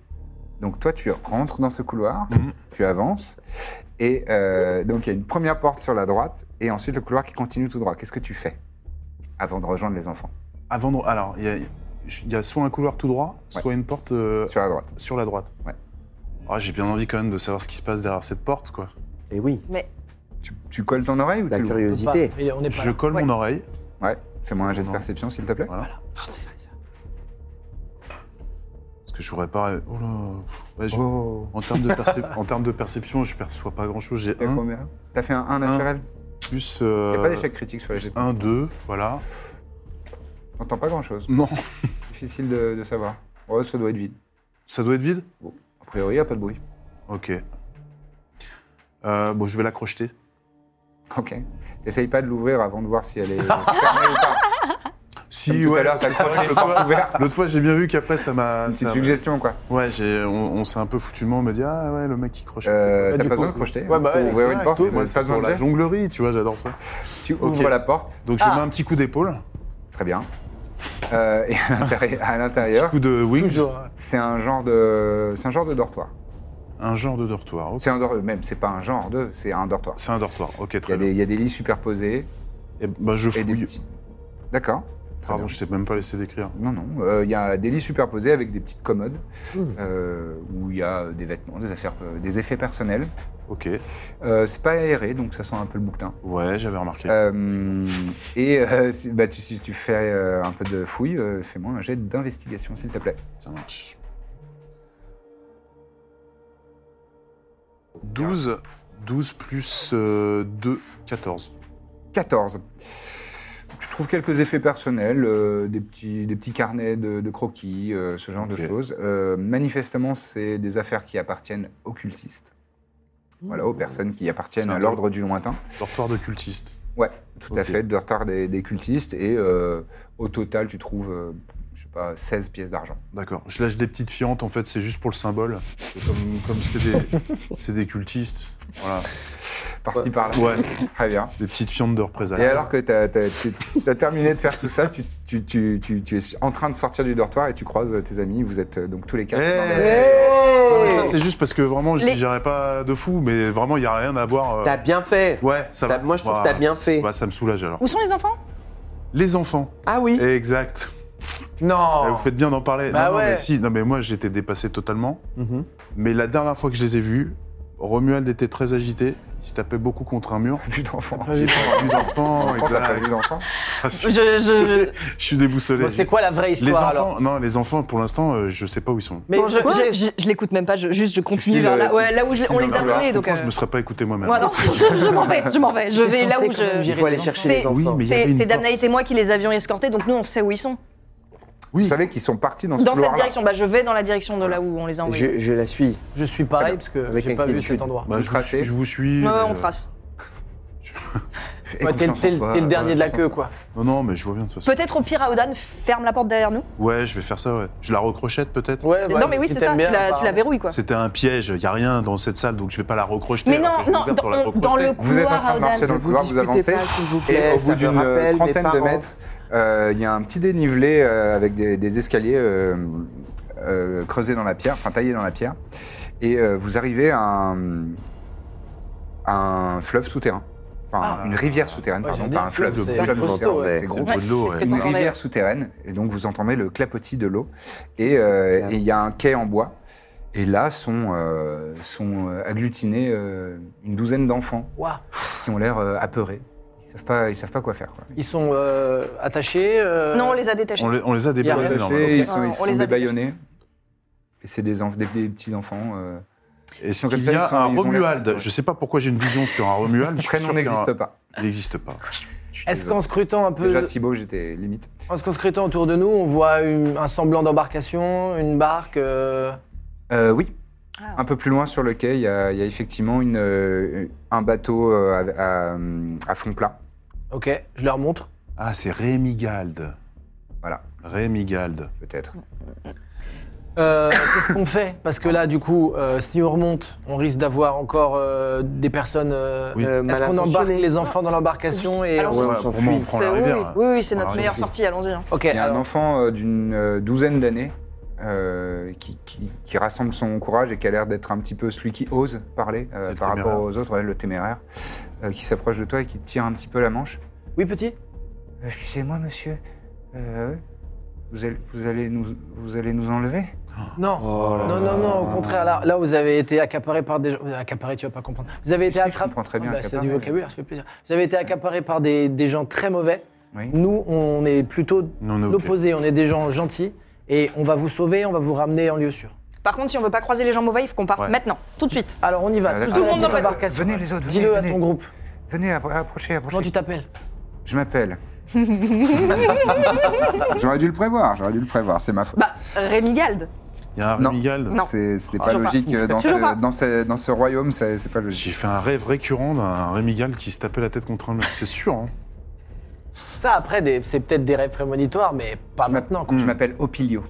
S1: Donc toi, tu rentres dans ce couloir,
S3: Mhm.
S1: tu avances, et euh, donc il y a une première porte sur la droite, et ensuite le couloir qui continue tout droit. Qu'est-ce que tu fais avant de rejoindre les enfants
S3: Avant de... Alors, il y a, il y a soit un couloir tout droit, soit une porte euh,
S1: Sur la droite.
S3: sur la droite.
S1: Ouais.
S3: Ah, j'ai bien envie quand même de savoir ce qui se passe derrière cette porte, quoi.
S6: Et Eh oui,
S1: Tu, tu colles ton oreille ou
S6: la
S1: tu l'ouvres
S6: curiosité.
S5: On peut pas. On est pas
S3: Je colle
S4: Ouais.
S3: mon oreille.
S1: Ouais. Fais-moi un jet de
S3: Non.
S1: perception, s'il te plaît.
S3: Voilà. Parce que j'aurais pas. Oh là. Ouais, je-
S1: Oh.
S3: en, termes de percep- en termes de perception, je perçois pas grand chose. J'ai
S1: T'as
S3: un
S1: combien T'as fait un 1 naturel
S3: plus.
S1: Il
S3: Euh,
S1: a pas d'échec critique sur les jets.
S3: 1, 2, voilà.
S1: T'entends pas grand-chose.
S3: Non,
S1: Difficile de, de savoir. Ouais, ça doit être vide.
S3: ça doit être vide
S1: A priori, il a pas de bruit.
S3: Ok. Euh, bon, je vais la crocheter.
S1: Ok. T'essayes pas de l'ouvrir avant de voir si elle est fermée ou pas.
S3: Si,
S1: Comme tout à l'heure, t'as le
S3: l'autre
S1: crochet, le porte ouvert.
S3: fois- l'autre fois, j'ai bien vu qu'après, ça m'a.
S1: C'est une
S3: Ah, ça-
S1: petite suggestion, quoi.
S3: Ouais, j'ai- on, on s'est un peu foutu de moi. On m'a dit, ah ouais, le mec qui crochette.
S1: Euh,
S3: Ouais,
S1: T'as
S3: du
S1: pas
S3: coup,
S1: besoin de crocheter.
S5: Ouais, bah
S1: pour
S5: ouais,
S1: ouvrir
S5: c'est
S1: une
S5: vrai,
S1: porte,
S5: tout.
S3: Moi,
S1: t'as pas
S3: c'est pour
S1: besoin de
S3: la
S1: jet.
S3: jonglerie, tu vois, j'adore ça.
S1: Tu ouvres
S3: Ok.
S1: la porte,
S3: Donc, je mets un petit coup d'épaule,
S1: très bien. Euh, et à l'intérieur- à l'intérieur,
S3: coup de wing,
S5: Toujours. hein.
S1: c'est un genre de, c'est un genre de dortoir.
S3: un genre de dortoir. ok.
S1: C'est un dortoir, même, c'est pas un genre de, c'est un dortoir.
S3: C'est un dortoir, ok,
S1: Il y,
S3: très
S1: a
S3: bien.
S1: des, il y a des lits superposés
S3: Et bah, je
S1: et des
S3: fouille.
S1: petits. D'accord. Très
S3: Pardon,
S1: bien.
S3: je sais même pas laisser décrire.
S1: Non, non. euh, Il y a des lits superposés avec des petites commodes
S3: Mmh.
S1: euh, où il y a des vêtements, des affaires, euh, des effets personnels.
S3: Ok,
S1: Euh, c'est pas aéré, donc ça sent un peu le bouquetin.
S3: ouais, j'avais remarqué.
S1: Euh, et euh, si, bah, tu, si tu fais euh, un peu de fouille, euh, fais-moi un jet d'investigation, s'il te plaît.
S3: Ça marche. 12, 12 plus euh, 2, 14.
S1: 14. Tu trouves quelques effets personnels, euh, des, petits, des petits carnets de, de croquis, euh, ce genre de
S3: Ok.
S1: choses. Euh, manifestement, c'est des affaires qui appartiennent aux cultistes. Voilà, aux personnes qui appartiennent
S3: Mmh. C'est
S1: à
S3: un peu-
S1: l'ordre du lointain.
S3: Dortoir de cultiste.
S1: Ouais, tout à
S3: Ok.
S1: fait, de retard des, des cultistes. Et euh, au total, tu trouves, euh, je sais pas, 16 pièces d'argent.
S3: D'accord. Je lâche des petites fientes, en fait, c'est juste pour le symbole. C'est Comme comme c'est des, c'est des cultistes. Voilà.
S1: Par-ci, par-là.
S3: Ouais, Bah,
S1: Très bien.
S3: des petites fientes de
S1: Et
S3: représailles.
S1: alors que tu as, terminé de faire tout ça, tu, tu- tu- tu- tu es en train de sortir du dortoir et tu croises tes amis. Vous êtes euh, donc tous les quatre. dans le-
S3: Eh Non, mais ça, c'est juste parce que vraiment, je
S4: Les-
S3: dis, j'aurais pas de fou, mais vraiment, il n'y a rien à voir. euh,
S6: T'as bien fait.
S3: Ouais, ça
S6: T'as-
S3: va.
S6: Moi, je trouve
S3: Ouah.
S6: que t'as bien fait.
S3: Ouais, ça me soulage alors.
S4: Où sont les enfants
S3: Les enfants.
S6: Ah oui.
S3: Exact.
S6: Oh.
S3: Eh,
S5: Non
S3: Vous faites bien d'en parler.
S5: Bah
S3: non, non,
S5: ouais.
S3: mais si, non, mais moi j'étais dépassé totalement.
S6: Mhm.
S3: Mais la dernière fois que je les ai vus, Romuald était très agité. Il se tapait beaucoup contre un mur.
S1: Plus d'enfants.
S3: Eh J'ai pas vu d'enfants.
S1: Enfants, t'as pas
S3: exact.
S1: vu d'enfants
S3: Ah, je,
S4: je,
S3: suis-
S4: je-
S3: je suis déboussolé.
S5: Bon, C'est quoi la vraie
S3: les
S5: histoire
S3: enfants
S5: alors
S3: Non, les enfants, pour l'instant, euh, je sais pas où ils sont.
S5: Mais
S4: bon, je,
S5: quoi
S4: je- je- je l'écoute même pas, je, juste je continue
S1: files,
S4: vers là.
S1: euh,
S4: Ouais,
S1: tu-
S4: là où je-
S1: tu
S4: on
S1: files
S4: les
S1: dans
S4: a
S1: le
S4: menés. Donc,
S3: Franchement,
S4: euh,
S3: je me serais pas écouté moi-même.
S4: Moi non, je, je m'en vais, je m'en vais. Je vais
S5: T'es
S4: là
S5: censé
S4: où
S5: quand même
S4: je.
S5: gérer
S6: Il faut aller
S5: les
S6: chercher
S4: C'est-
S6: les enfants.
S3: Oui, mais il y avait
S4: C'est
S3: une
S4: c'est
S3: porte.
S4: Damnaït et moi qui les avions escortés, donc nous on sait où ils sont.
S1: Vous savez qu'ils sont partis dans ce
S4: Dans cette
S1: couloir-là.
S4: direction, bah je vais dans la direction de là où on les a envoyés.
S6: Je, je la suis.
S5: enfants. Je suis
S6: Très
S5: pareil
S6: bien.
S5: parce que
S6: Avec
S5: j'ai pas vu
S6: inquiétude.
S5: cet endroit.
S3: Bah,
S1: Vous
S3: je, vous,
S1: tracez
S3: je vous suis.
S4: Ouais, ouais, on
S3: euh,
S4: trace.
S1: Fais
S5: Ouais, T'es le-
S1: confiance en
S5: t'es le
S1: toi,
S5: t'es le
S1: euh,
S5: dernier de la
S1: confiance en
S5: queue quoi.
S3: Non, non, mais je vois bien de toute façon.
S4: Peut-être au pire, Aodan ferme la porte derrière nous.
S3: Ouais, je vais faire ça, ouais. Je la recrochette peut-être.
S5: Ouais, ouais,
S4: non, mais oui,
S5: si
S4: c'est
S5: t'aimes
S4: ça,
S5: bien,
S4: tu, la, tu la
S5: apparemment.
S4: verrouilles quoi.
S3: C'était un piège, il n'y a rien dans cette salle, donc je vais pas la recrocheter.
S4: Mais
S3: alors
S4: non,
S3: que je
S4: non,
S3: vais faire sur la
S4: dans,
S3: recrocheter.
S4: dans le
S1: toi. Vous êtes en
S4: couloir,
S1: train de marcher
S4: Aodan.
S1: dans le couloir, vous avancez.
S6: pas, s'il vous
S1: Et
S6: plaît.
S1: au
S6: ça
S1: bout
S6: me
S1: d'une
S6: rappelle
S1: euh,
S6: mes
S1: trentaine de
S6: parents.
S1: mètres, euh, il y a un petit dénivelé euh, avec des, des escaliers euh, euh, creusés dans la pierre, enfin taillés dans la pierre. Et euh, vous arrivez à un, à un fleuve souterrain. Enfin, une rivière souterraine,
S5: Ah. Ouais,
S1: pardon,
S5: j'aime
S1: pas
S5: bien
S1: un
S5: le
S1: fleuve,
S5: fleuve,
S1: c'est
S5: c'est
S1: un fleuve
S5: costaud,
S1: souterrain,
S6: ouais.
S1: c'est
S3: C'est
S1: gros.
S3: gros de l'eau,
S4: c'est ce
S3: ouais.
S4: que
S1: Une
S4: Attendez.
S1: rivière souterraine, et donc vous entendez le clapotis de l'eau, et euh, et il y a un quai en bois, et là sont, euh, sont euh, agglutinés euh, une douzaine d'enfants
S5: Ouah.
S1: qui ont l'air euh, apeurés. Ils savent pas, ils savent pas quoi faire. quoi.
S5: Ils sont euh, attachés. euh,
S4: Non, on les a détachés.
S3: On les, on les
S5: y
S3: a
S5: a
S3: débordés
S5: rien
S1: Attachés,
S3: normalement.
S1: ils
S4: Ah,
S1: sont, ils
S4: on
S1: sont
S4: les a
S1: débaillonnés. Et c'est des, enf- des, des petits enfants. euh,
S3: Est-ce
S1: sont
S3: qu'il
S1: comme
S3: y
S1: ça,
S3: a
S1: ils sont-
S3: un
S1: ils ont l'air-
S3: Romuald Je sais pas pourquoi j'ai une vision sur un Romuald. je suis
S1: prénom
S3: sûr qu'il y a un-
S1: n'existe pas.
S3: Il n'existe pas.
S5: Est-ce qu'en scrutant un peu,
S1: Déjà Thibaut, j'étais limite.
S5: en se scrutant autour de nous, on voit une- un semblant d'embarcation, une barque euh,
S1: Euh, oui.
S4: Ah.
S1: Un peu plus loin sur le quai, il y a, il y a effectivement une, euh, un bateau euh, à, à- à fond plat.
S5: Ok, je leur montre.
S3: Ah, c'est Rémi Gald.
S1: Voilà.
S3: Rémi Gald.
S1: Peut-être.
S5: Euh, Qu'est-ce qu'on fait Parce que là, du coup, euh, si on remonte, on risque d'avoir encore euh, des personnes. euh,
S3: Oui.
S6: Euh,
S5: Est-ce
S6: mal
S5: qu'on embarque
S6: intentionné.
S5: les enfants dans l'embarcation et
S4: Alors,
S6: Ouais,
S3: Ouais,
S6: on
S3: pour moi, on
S6: s'enfuit.
S3: prend
S4: C'est-
S3: la
S4: oui,
S3: rivière. hein.
S4: oui, oui, c'est notre
S3: Alors,
S4: meilleure
S3: je-
S4: sortie, allons-y. hein.
S5: Ok.
S1: Il y a un
S5: alors-
S1: enfant euh, d'une euh, douzaine d'années euh, qui, qui- qui rassemble son courage et qui a l'air d'être un petit peu celui qui ose parler euh,
S3: C'est le
S1: par rapport
S3: téméraire.
S1: aux autres, ouais, le téméraire, euh, qui s'approche de toi et qui te tire un petit peu la manche.
S5: Oui, petit.
S1: Euh, c'est moi, monsieur. Euh, vous, allez, vous, allez nous, vous allez nous enlever
S5: Non.
S1: Oh
S5: non, non, non. Au contraire, là, là, vous avez été accaparé par des gens. euh, Accaparé, tu vas pas comprendre. Vous avez été
S1: si, je
S5: attrapé.
S1: comprends très bien,
S5: c'est
S1: accaparé.
S5: du vocabulaire, ça fait plaisir. Vous avez été accaparé par des, des gens très mauvais.
S1: Oui.
S5: Nous, on est plutôt
S3: Nous, on est au
S5: l'opposé. On est des gens gentils et on va vous sauver. On va vous ramener en lieu sûr.
S4: Par contre, si on veut pas croiser les gens mauvais, il faut qu'on parte
S3: Ouais.
S4: maintenant, tout de suite.
S5: Alors, on y va.
S1: Ah,
S5: tous
S1: d'accord.
S5: dans la
S4: Tout le monde
S5: petite
S4: dans la-
S5: embarcation.
S1: Venez, les autres, venez,
S5: Dis-le à
S1: venez.
S5: ton groupe.
S1: Venez, appro- approchez, approchez.
S5: Comment tu t'appelles
S1: Je m'appelle. j'aurais dû le prévoir, j'aurais dû le prévoir, c'est ma faute.
S4: Bah, Rémi Gald.
S3: Il y a un
S1: Non.
S3: Rémigal.
S4: Non.
S1: C'est- C'était pas
S4: Toujours pas.
S1: logique euh, dans
S4: Toujours pas.
S1: ce, dans, ce, dans ce royaume, c'est c'est pas
S3: J'ai
S1: logique.
S3: fait un rêve récurrent d'un Rémigal qui se tapait la tête contre un mur. C'est sûr, hein.
S5: Ça, après, des- c'est peut-être des rêves prémonitoires, mais pas
S1: Je m'app-
S5: maintenant. quoi.
S1: Je m'appelle Opilio.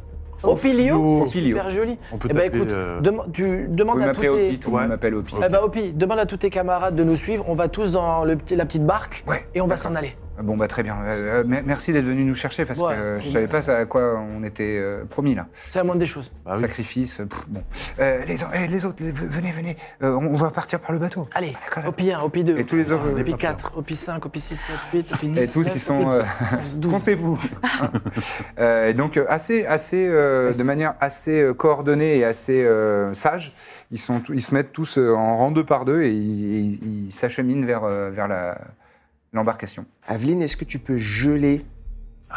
S5: Opilio, c'est
S1: Opilio.
S5: super joli.
S3: On peut
S5: eh ben,
S3: t'appeler,
S5: écoute,
S3: euh,
S5: dema- tu
S1: Vous
S5: demandes à tous
S1: m'appelez
S5: tes...
S1: Opi, tout le monde
S3: Ouais.
S1: m'appelle Opi.
S5: Eh ben, Opi, demande à tous tes camarades de nous suivre. On va tous dans le petit- la petite barque
S1: Ouais,
S5: et on va
S1: d'accord.
S5: s'en aller.
S1: Bon bah très bien. Euh, euh, mer- merci d'être venu nous chercher parce
S5: Ouais,
S1: que euh, je
S5: c'est
S1: savais
S5: bien.
S1: pas ça à quoi on était euh, promis là.
S5: C'est la moindre des choses.
S3: Bah oui.
S1: Sacrifice. euh, pff, bon. Euh, les, en- eh, les autres, les- venez, venez. Euh, on, on va partir par le bateau.
S5: Allez,
S1: D'accord.
S5: Opi 1, Opi 2,
S1: Et tous les autres, euh,
S5: Opi 4, Opi 5, Opi 6, Opi 8, Opi 10,
S1: Et tous, ils sont, euh,
S5: 12.
S1: Comptez-vous. Euh, et donc euh, assez, assez, euh, de manière assez euh, coordonnée et assez euh, sage, ils sont, tous- ils se mettent tous euh, en rang deux par deux et ils ils- ils s'acheminent vers, euh, vers la l'embarcation.
S6: Aveline, est-ce que tu peux geler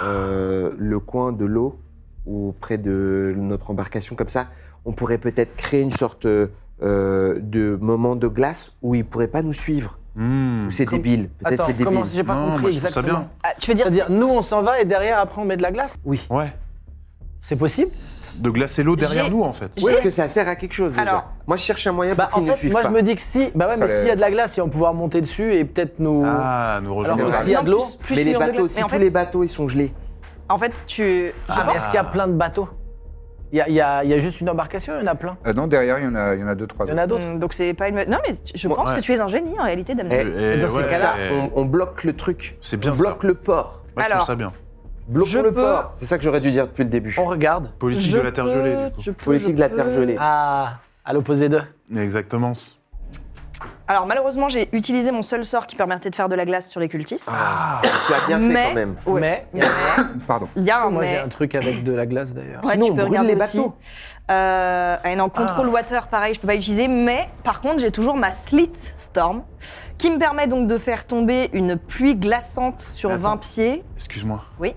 S6: euh, le coin de l'eau auprès de notre embarcation comme ça On pourrait peut-être créer une sorte euh, de moment de glace où ils pourraient pas nous suivre.
S3: Hmm.
S6: Ou c'est
S5: Comme-
S6: débile. Peut-être
S5: Attends,
S6: c'est débile.
S5: comment J'ai pas
S3: Non,
S5: compris
S3: moi, je trouve ça
S5: exactement.
S3: bien.
S4: Ah, tu veux dire
S5: C'est-à-dire, nous, on s'en va et derrière, après, on met de la glace
S6: Oui.
S3: Ouais.
S5: C'est possible
S3: De glacer l'eau derrière
S4: J'ai-
S3: nous, en fait.
S6: Oui,
S4: J'ai-
S6: Est-ce que ça sert à quelque chose déjà
S4: Alors-
S6: Moi, je cherche un moyen
S5: Bah,
S6: pour
S5: en
S6: qu'ils nous
S5: fait,
S6: suivent
S5: moi,
S6: pas.
S5: je me dis que si. Bah ouais,
S1: Ça
S5: mais
S1: les-
S5: s'il y a de la glace, ils vont pouvoir monter dessus et peut-être nous.
S3: Ah, nous
S5: Alors,
S3: rejoindre.
S1: c'est
S5: s'il y a
S4: Non,
S5: de l'eau.
S4: plus- plus
S6: mais les
S4: mur de
S6: bateaux,
S4: glace.
S6: si
S4: Mais en
S6: tous
S4: fait-
S6: les bateaux ils sont gelés,
S4: En fait, tu.
S5: Ah, mais est-ce qu'il y a plein de bateaux Il y a, il y a- il y a juste une embarcation, il y en a plein.
S1: Euh, non, derrière, il y en a, il y en a deux, trois.
S5: Il y en a d'autres.
S4: Hmm, Donc c'est pas une. Non, mais tu- je
S6: Ouais.
S4: pense que
S3: Ouais.
S4: tu es un génie en réalité,
S6: Eh,
S4: Damien.
S3: Eh,
S5: dans ces
S3: ouais,
S5: cas-là,
S3: c'est-
S6: on, on bloque le truc.
S3: C'est bien
S6: on bloque
S3: ça.
S6: le port.
S3: Moi, je
S4: Alors.
S3: trouve ça bien.
S6: Bloquons
S4: Je
S6: le
S4: peux-
S6: port. C'est ça que j'aurais dû dire depuis le début.
S5: On regarde.
S3: Politique
S4: Je
S3: de la terre
S4: peux-
S3: gelée, du coup.
S4: je peux-
S6: Politique
S4: je
S6: de la terre
S4: peux-
S6: gelée.
S5: Ah, à l'opposé d'eux.
S3: Exactement.
S4: Alors malheureusement, j'ai utilisé mon seul sort qui permettait de faire de la glace sur les cultistes.
S3: Ah.
S6: Tu as bien
S4: mais...
S6: fait quand même.
S4: ouais.
S5: Mais,
S4: Mais-
S1: Pardon.
S4: Il y a un
S5: moi j'ai
S4: mais.
S5: un truc avec de la glace d'ailleurs.
S4: Ouais,
S6: Sinon,
S4: tu
S6: on
S4: peux
S6: brûle
S4: regarder
S6: les
S4: aussi.
S6: bateaux. Ah.
S4: Euh, et non, contrôle water, pareil, je peux pas utiliser. Mais par contre, j'ai toujours ma slit storm qui me permet donc de faire tomber une pluie glaçante sur
S3: Attends.
S4: 20 pieds.
S3: Excuse-moi.
S4: Oui.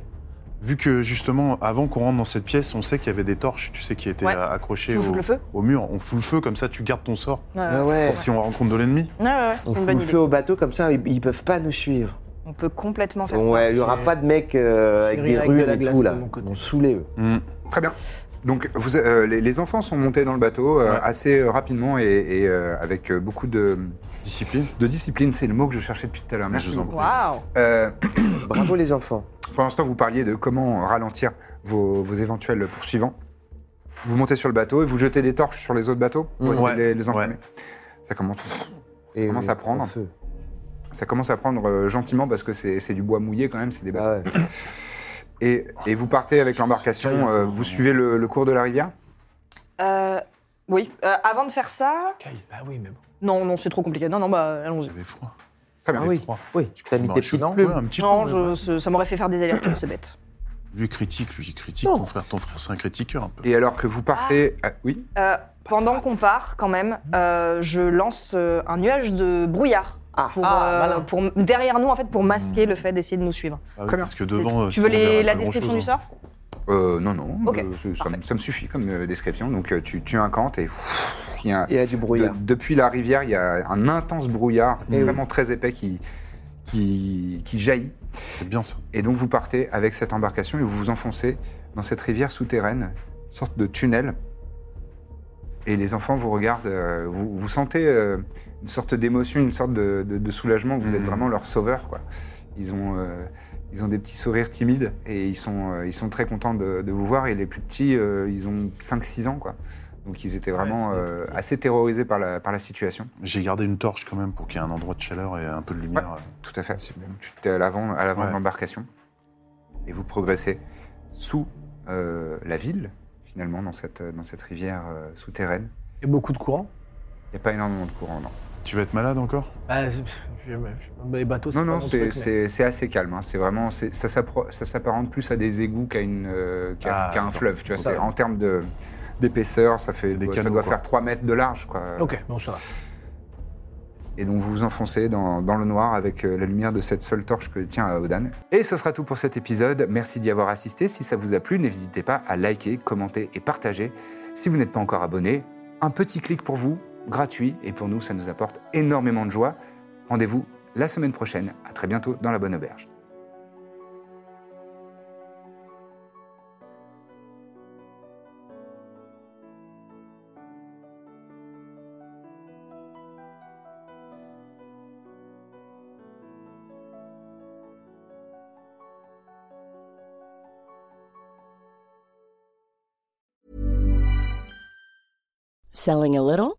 S3: Vu que justement, avant qu'on rentre dans cette pièce, on sait qu'il y avait des torches, tu sais, qui étaient
S4: Ouais.
S3: euh, accrochées
S4: Tu
S3: au,
S4: fous le feu
S3: au mur. On fout le feu, comme ça tu gardes ton sort
S4: Ouais, ouais.
S6: Ah ouais.
S3: pour si on rencontre de l'ennemi.
S4: Ouais, ouais, ouais,
S6: On
S4: c'est
S6: fout
S4: une
S6: le
S4: bonne idée.
S6: feu au bateau comme ça, ils, ils peuvent pas nous suivre.
S4: On peut complètement faire
S6: Ouais, il y aura
S5: J'ai-
S6: pas de mecs euh,
S5: J'ai
S6: avec
S5: ri
S6: des
S5: avec de
S6: rues
S5: la
S6: et
S5: glace
S6: tout
S5: de
S6: là. euh.
S5: mon côté.
S6: Ils vont saouler eux.
S3: Hmm.
S1: Très bien. Donc, vous, euh, les, les enfants sont montés dans le bateau euh,
S3: Ouais.
S1: assez euh, rapidement et, et, euh, avec euh, beaucoup de,
S3: Discipline.
S1: de discipline. C'est le mot que je cherchais depuis tout à l'heure.
S3: Mais je
S1: Merci.
S3: vous en
S4: ça.
S1: beaucoup.
S4: Waouh
S1: Euh,
S6: Bravo les enfants.
S1: Pour l'instant, vous parliez de comment ralentir vos, vos éventuels poursuivants. Vous montez sur le bateau et vous jetez des torches sur les autres bateaux pour
S3: Mmh.
S1: essayer
S3: Ouais,
S1: de les, les
S3: ouais.
S1: enflammer. Ça commence,
S6: Et
S1: commence à prendre.
S6: au feu.
S1: ça commence à prendre euh, gentiment parce que c'est c'est du bois mouillé quand même, c'est des bateaux.
S6: Ah ouais.
S3: Ah.
S1: Et, et vous partez avec l'embarcation, euh, vous suivez le, le cours de la rivière
S4: Euh, Oui, euh, avant de faire ça.
S5: Bah oui, mais bon.
S4: Non, non, c'est trop compliqué. Non, non, bah allons-y.
S3: J'avais froid.
S1: Très bien.
S6: Ah oui.
S3: Froid.
S6: Oui, tu t'as
S3: Je
S6: mis
S3: me
S6: tes
S3: réchauffe.
S6: petites
S3: Ouais,
S6: plumes.
S3: un petit
S4: Non,
S3: peu,
S4: je-
S3: ouais.
S4: ce- ça m'aurait fait faire des allers-retours, c'est bête.
S3: Lui critique, lui il critique.
S6: Non.
S3: Ton frère, ton frère, c'est un critiqueur un peu.
S1: Et alors que vous partez. ah, oui
S4: Euh, pendant qu'on part, quand même, euh, je lance euh, un nuage de brouillard.
S6: Ah.
S4: pour,
S5: Ah,
S4: euh,
S5: malin.
S4: pour- derrière nous, en fait, pour masquer le fait d'essayer de nous suivre.
S3: Ah oui,
S1: Très bien.
S3: Parce que
S4: C'est-
S3: devant. euh,
S4: tu veux
S3: sinon, on
S4: les-
S3: verrait
S4: la
S3: pas
S4: description
S3: grand-chose, hein.
S4: du sort
S1: Euh, Non, non.
S4: Ok,
S1: euh, ça- ça, me- ça me suffit comme euh, description. Donc euh, tu, tu incantes et. pff, il y a-
S6: Il y a du brouillard.
S1: De- depuis la rivière, il y a un intense brouillard,
S6: Eh oui.
S1: vraiment très épais, qui, qui, qui jaillit.
S3: hein. C'est bien ça.
S1: Et donc vous partez avec cette embarcation et vous vous enfoncez dans cette rivière souterraine, une sorte de tunnel. Et les enfants vous regardent, euh, vous, vous sentez euh, une sorte d'émotion, une sorte de, de- de soulagement. Vous êtes
S3: Mhm.
S1: vraiment leur sauveur, quoi. Ils ont, euh, Ils ont des petits sourires timides et ils sont, euh, ils sont très contents de, de vous voir. Et les plus petits, euh, ils ont 5-6 ans, quoi. Donc ils étaient vraiment
S3: c'est des
S1: euh, assez terrorisés par la, par la situation.
S3: J'ai gardé une torche quand même pour qu'il y ait un endroit de chaleur et un peu de lumière. euh.
S1: Tout à fait. Tu es à l'avant, à l'avant
S3: Ouais.
S1: de l'embarcation et vous progressez sous euh, la ville, finalement, dans cette, dans cette rivière euh, souterraine.
S5: Et beaucoup de courant
S1: Il n'y a pas énormément de courant, non.
S3: Tu vas être malade encore
S5: Bah, je- je- je- Les bateaux, c'est
S1: Non,
S5: pas
S1: non,
S5: mon
S1: c'est-
S5: truc, mais-
S1: c'est c'est assez calme. hein. C'est vraiment, c'est- ça s'appro- ça s'apparente plus à des égouts qu'à une, euh, qu'à-
S3: Ah,
S1: qu'à un
S3: d'accord.
S1: fleuve. Tu vois,
S5: Ça
S1: c'est-
S5: va.
S1: en termes de d'épaisseur, ça fait,
S3: Des
S1: ça
S3: canaux,
S1: doit
S3: quoi.
S1: faire 3 mètres de large, quoi.
S5: Ok, bon, ça va.
S1: Et donc vous vous enfoncez dans, dans le noir avec euh, la lumière de cette seule torche que tient Aodan. Et ce sera tout pour cet épisode. Merci d'y avoir assisté. Si ça vous a plu, n'hésitez pas à liker, commenter et partager. Si vous n'êtes pas encore abonné, un petit clic pour vous, gratuit. Et pour nous, ça nous apporte énormément de joie. Rendez-vous la semaine prochaine. À très bientôt dans la bonne auberge.
S7: Selling a little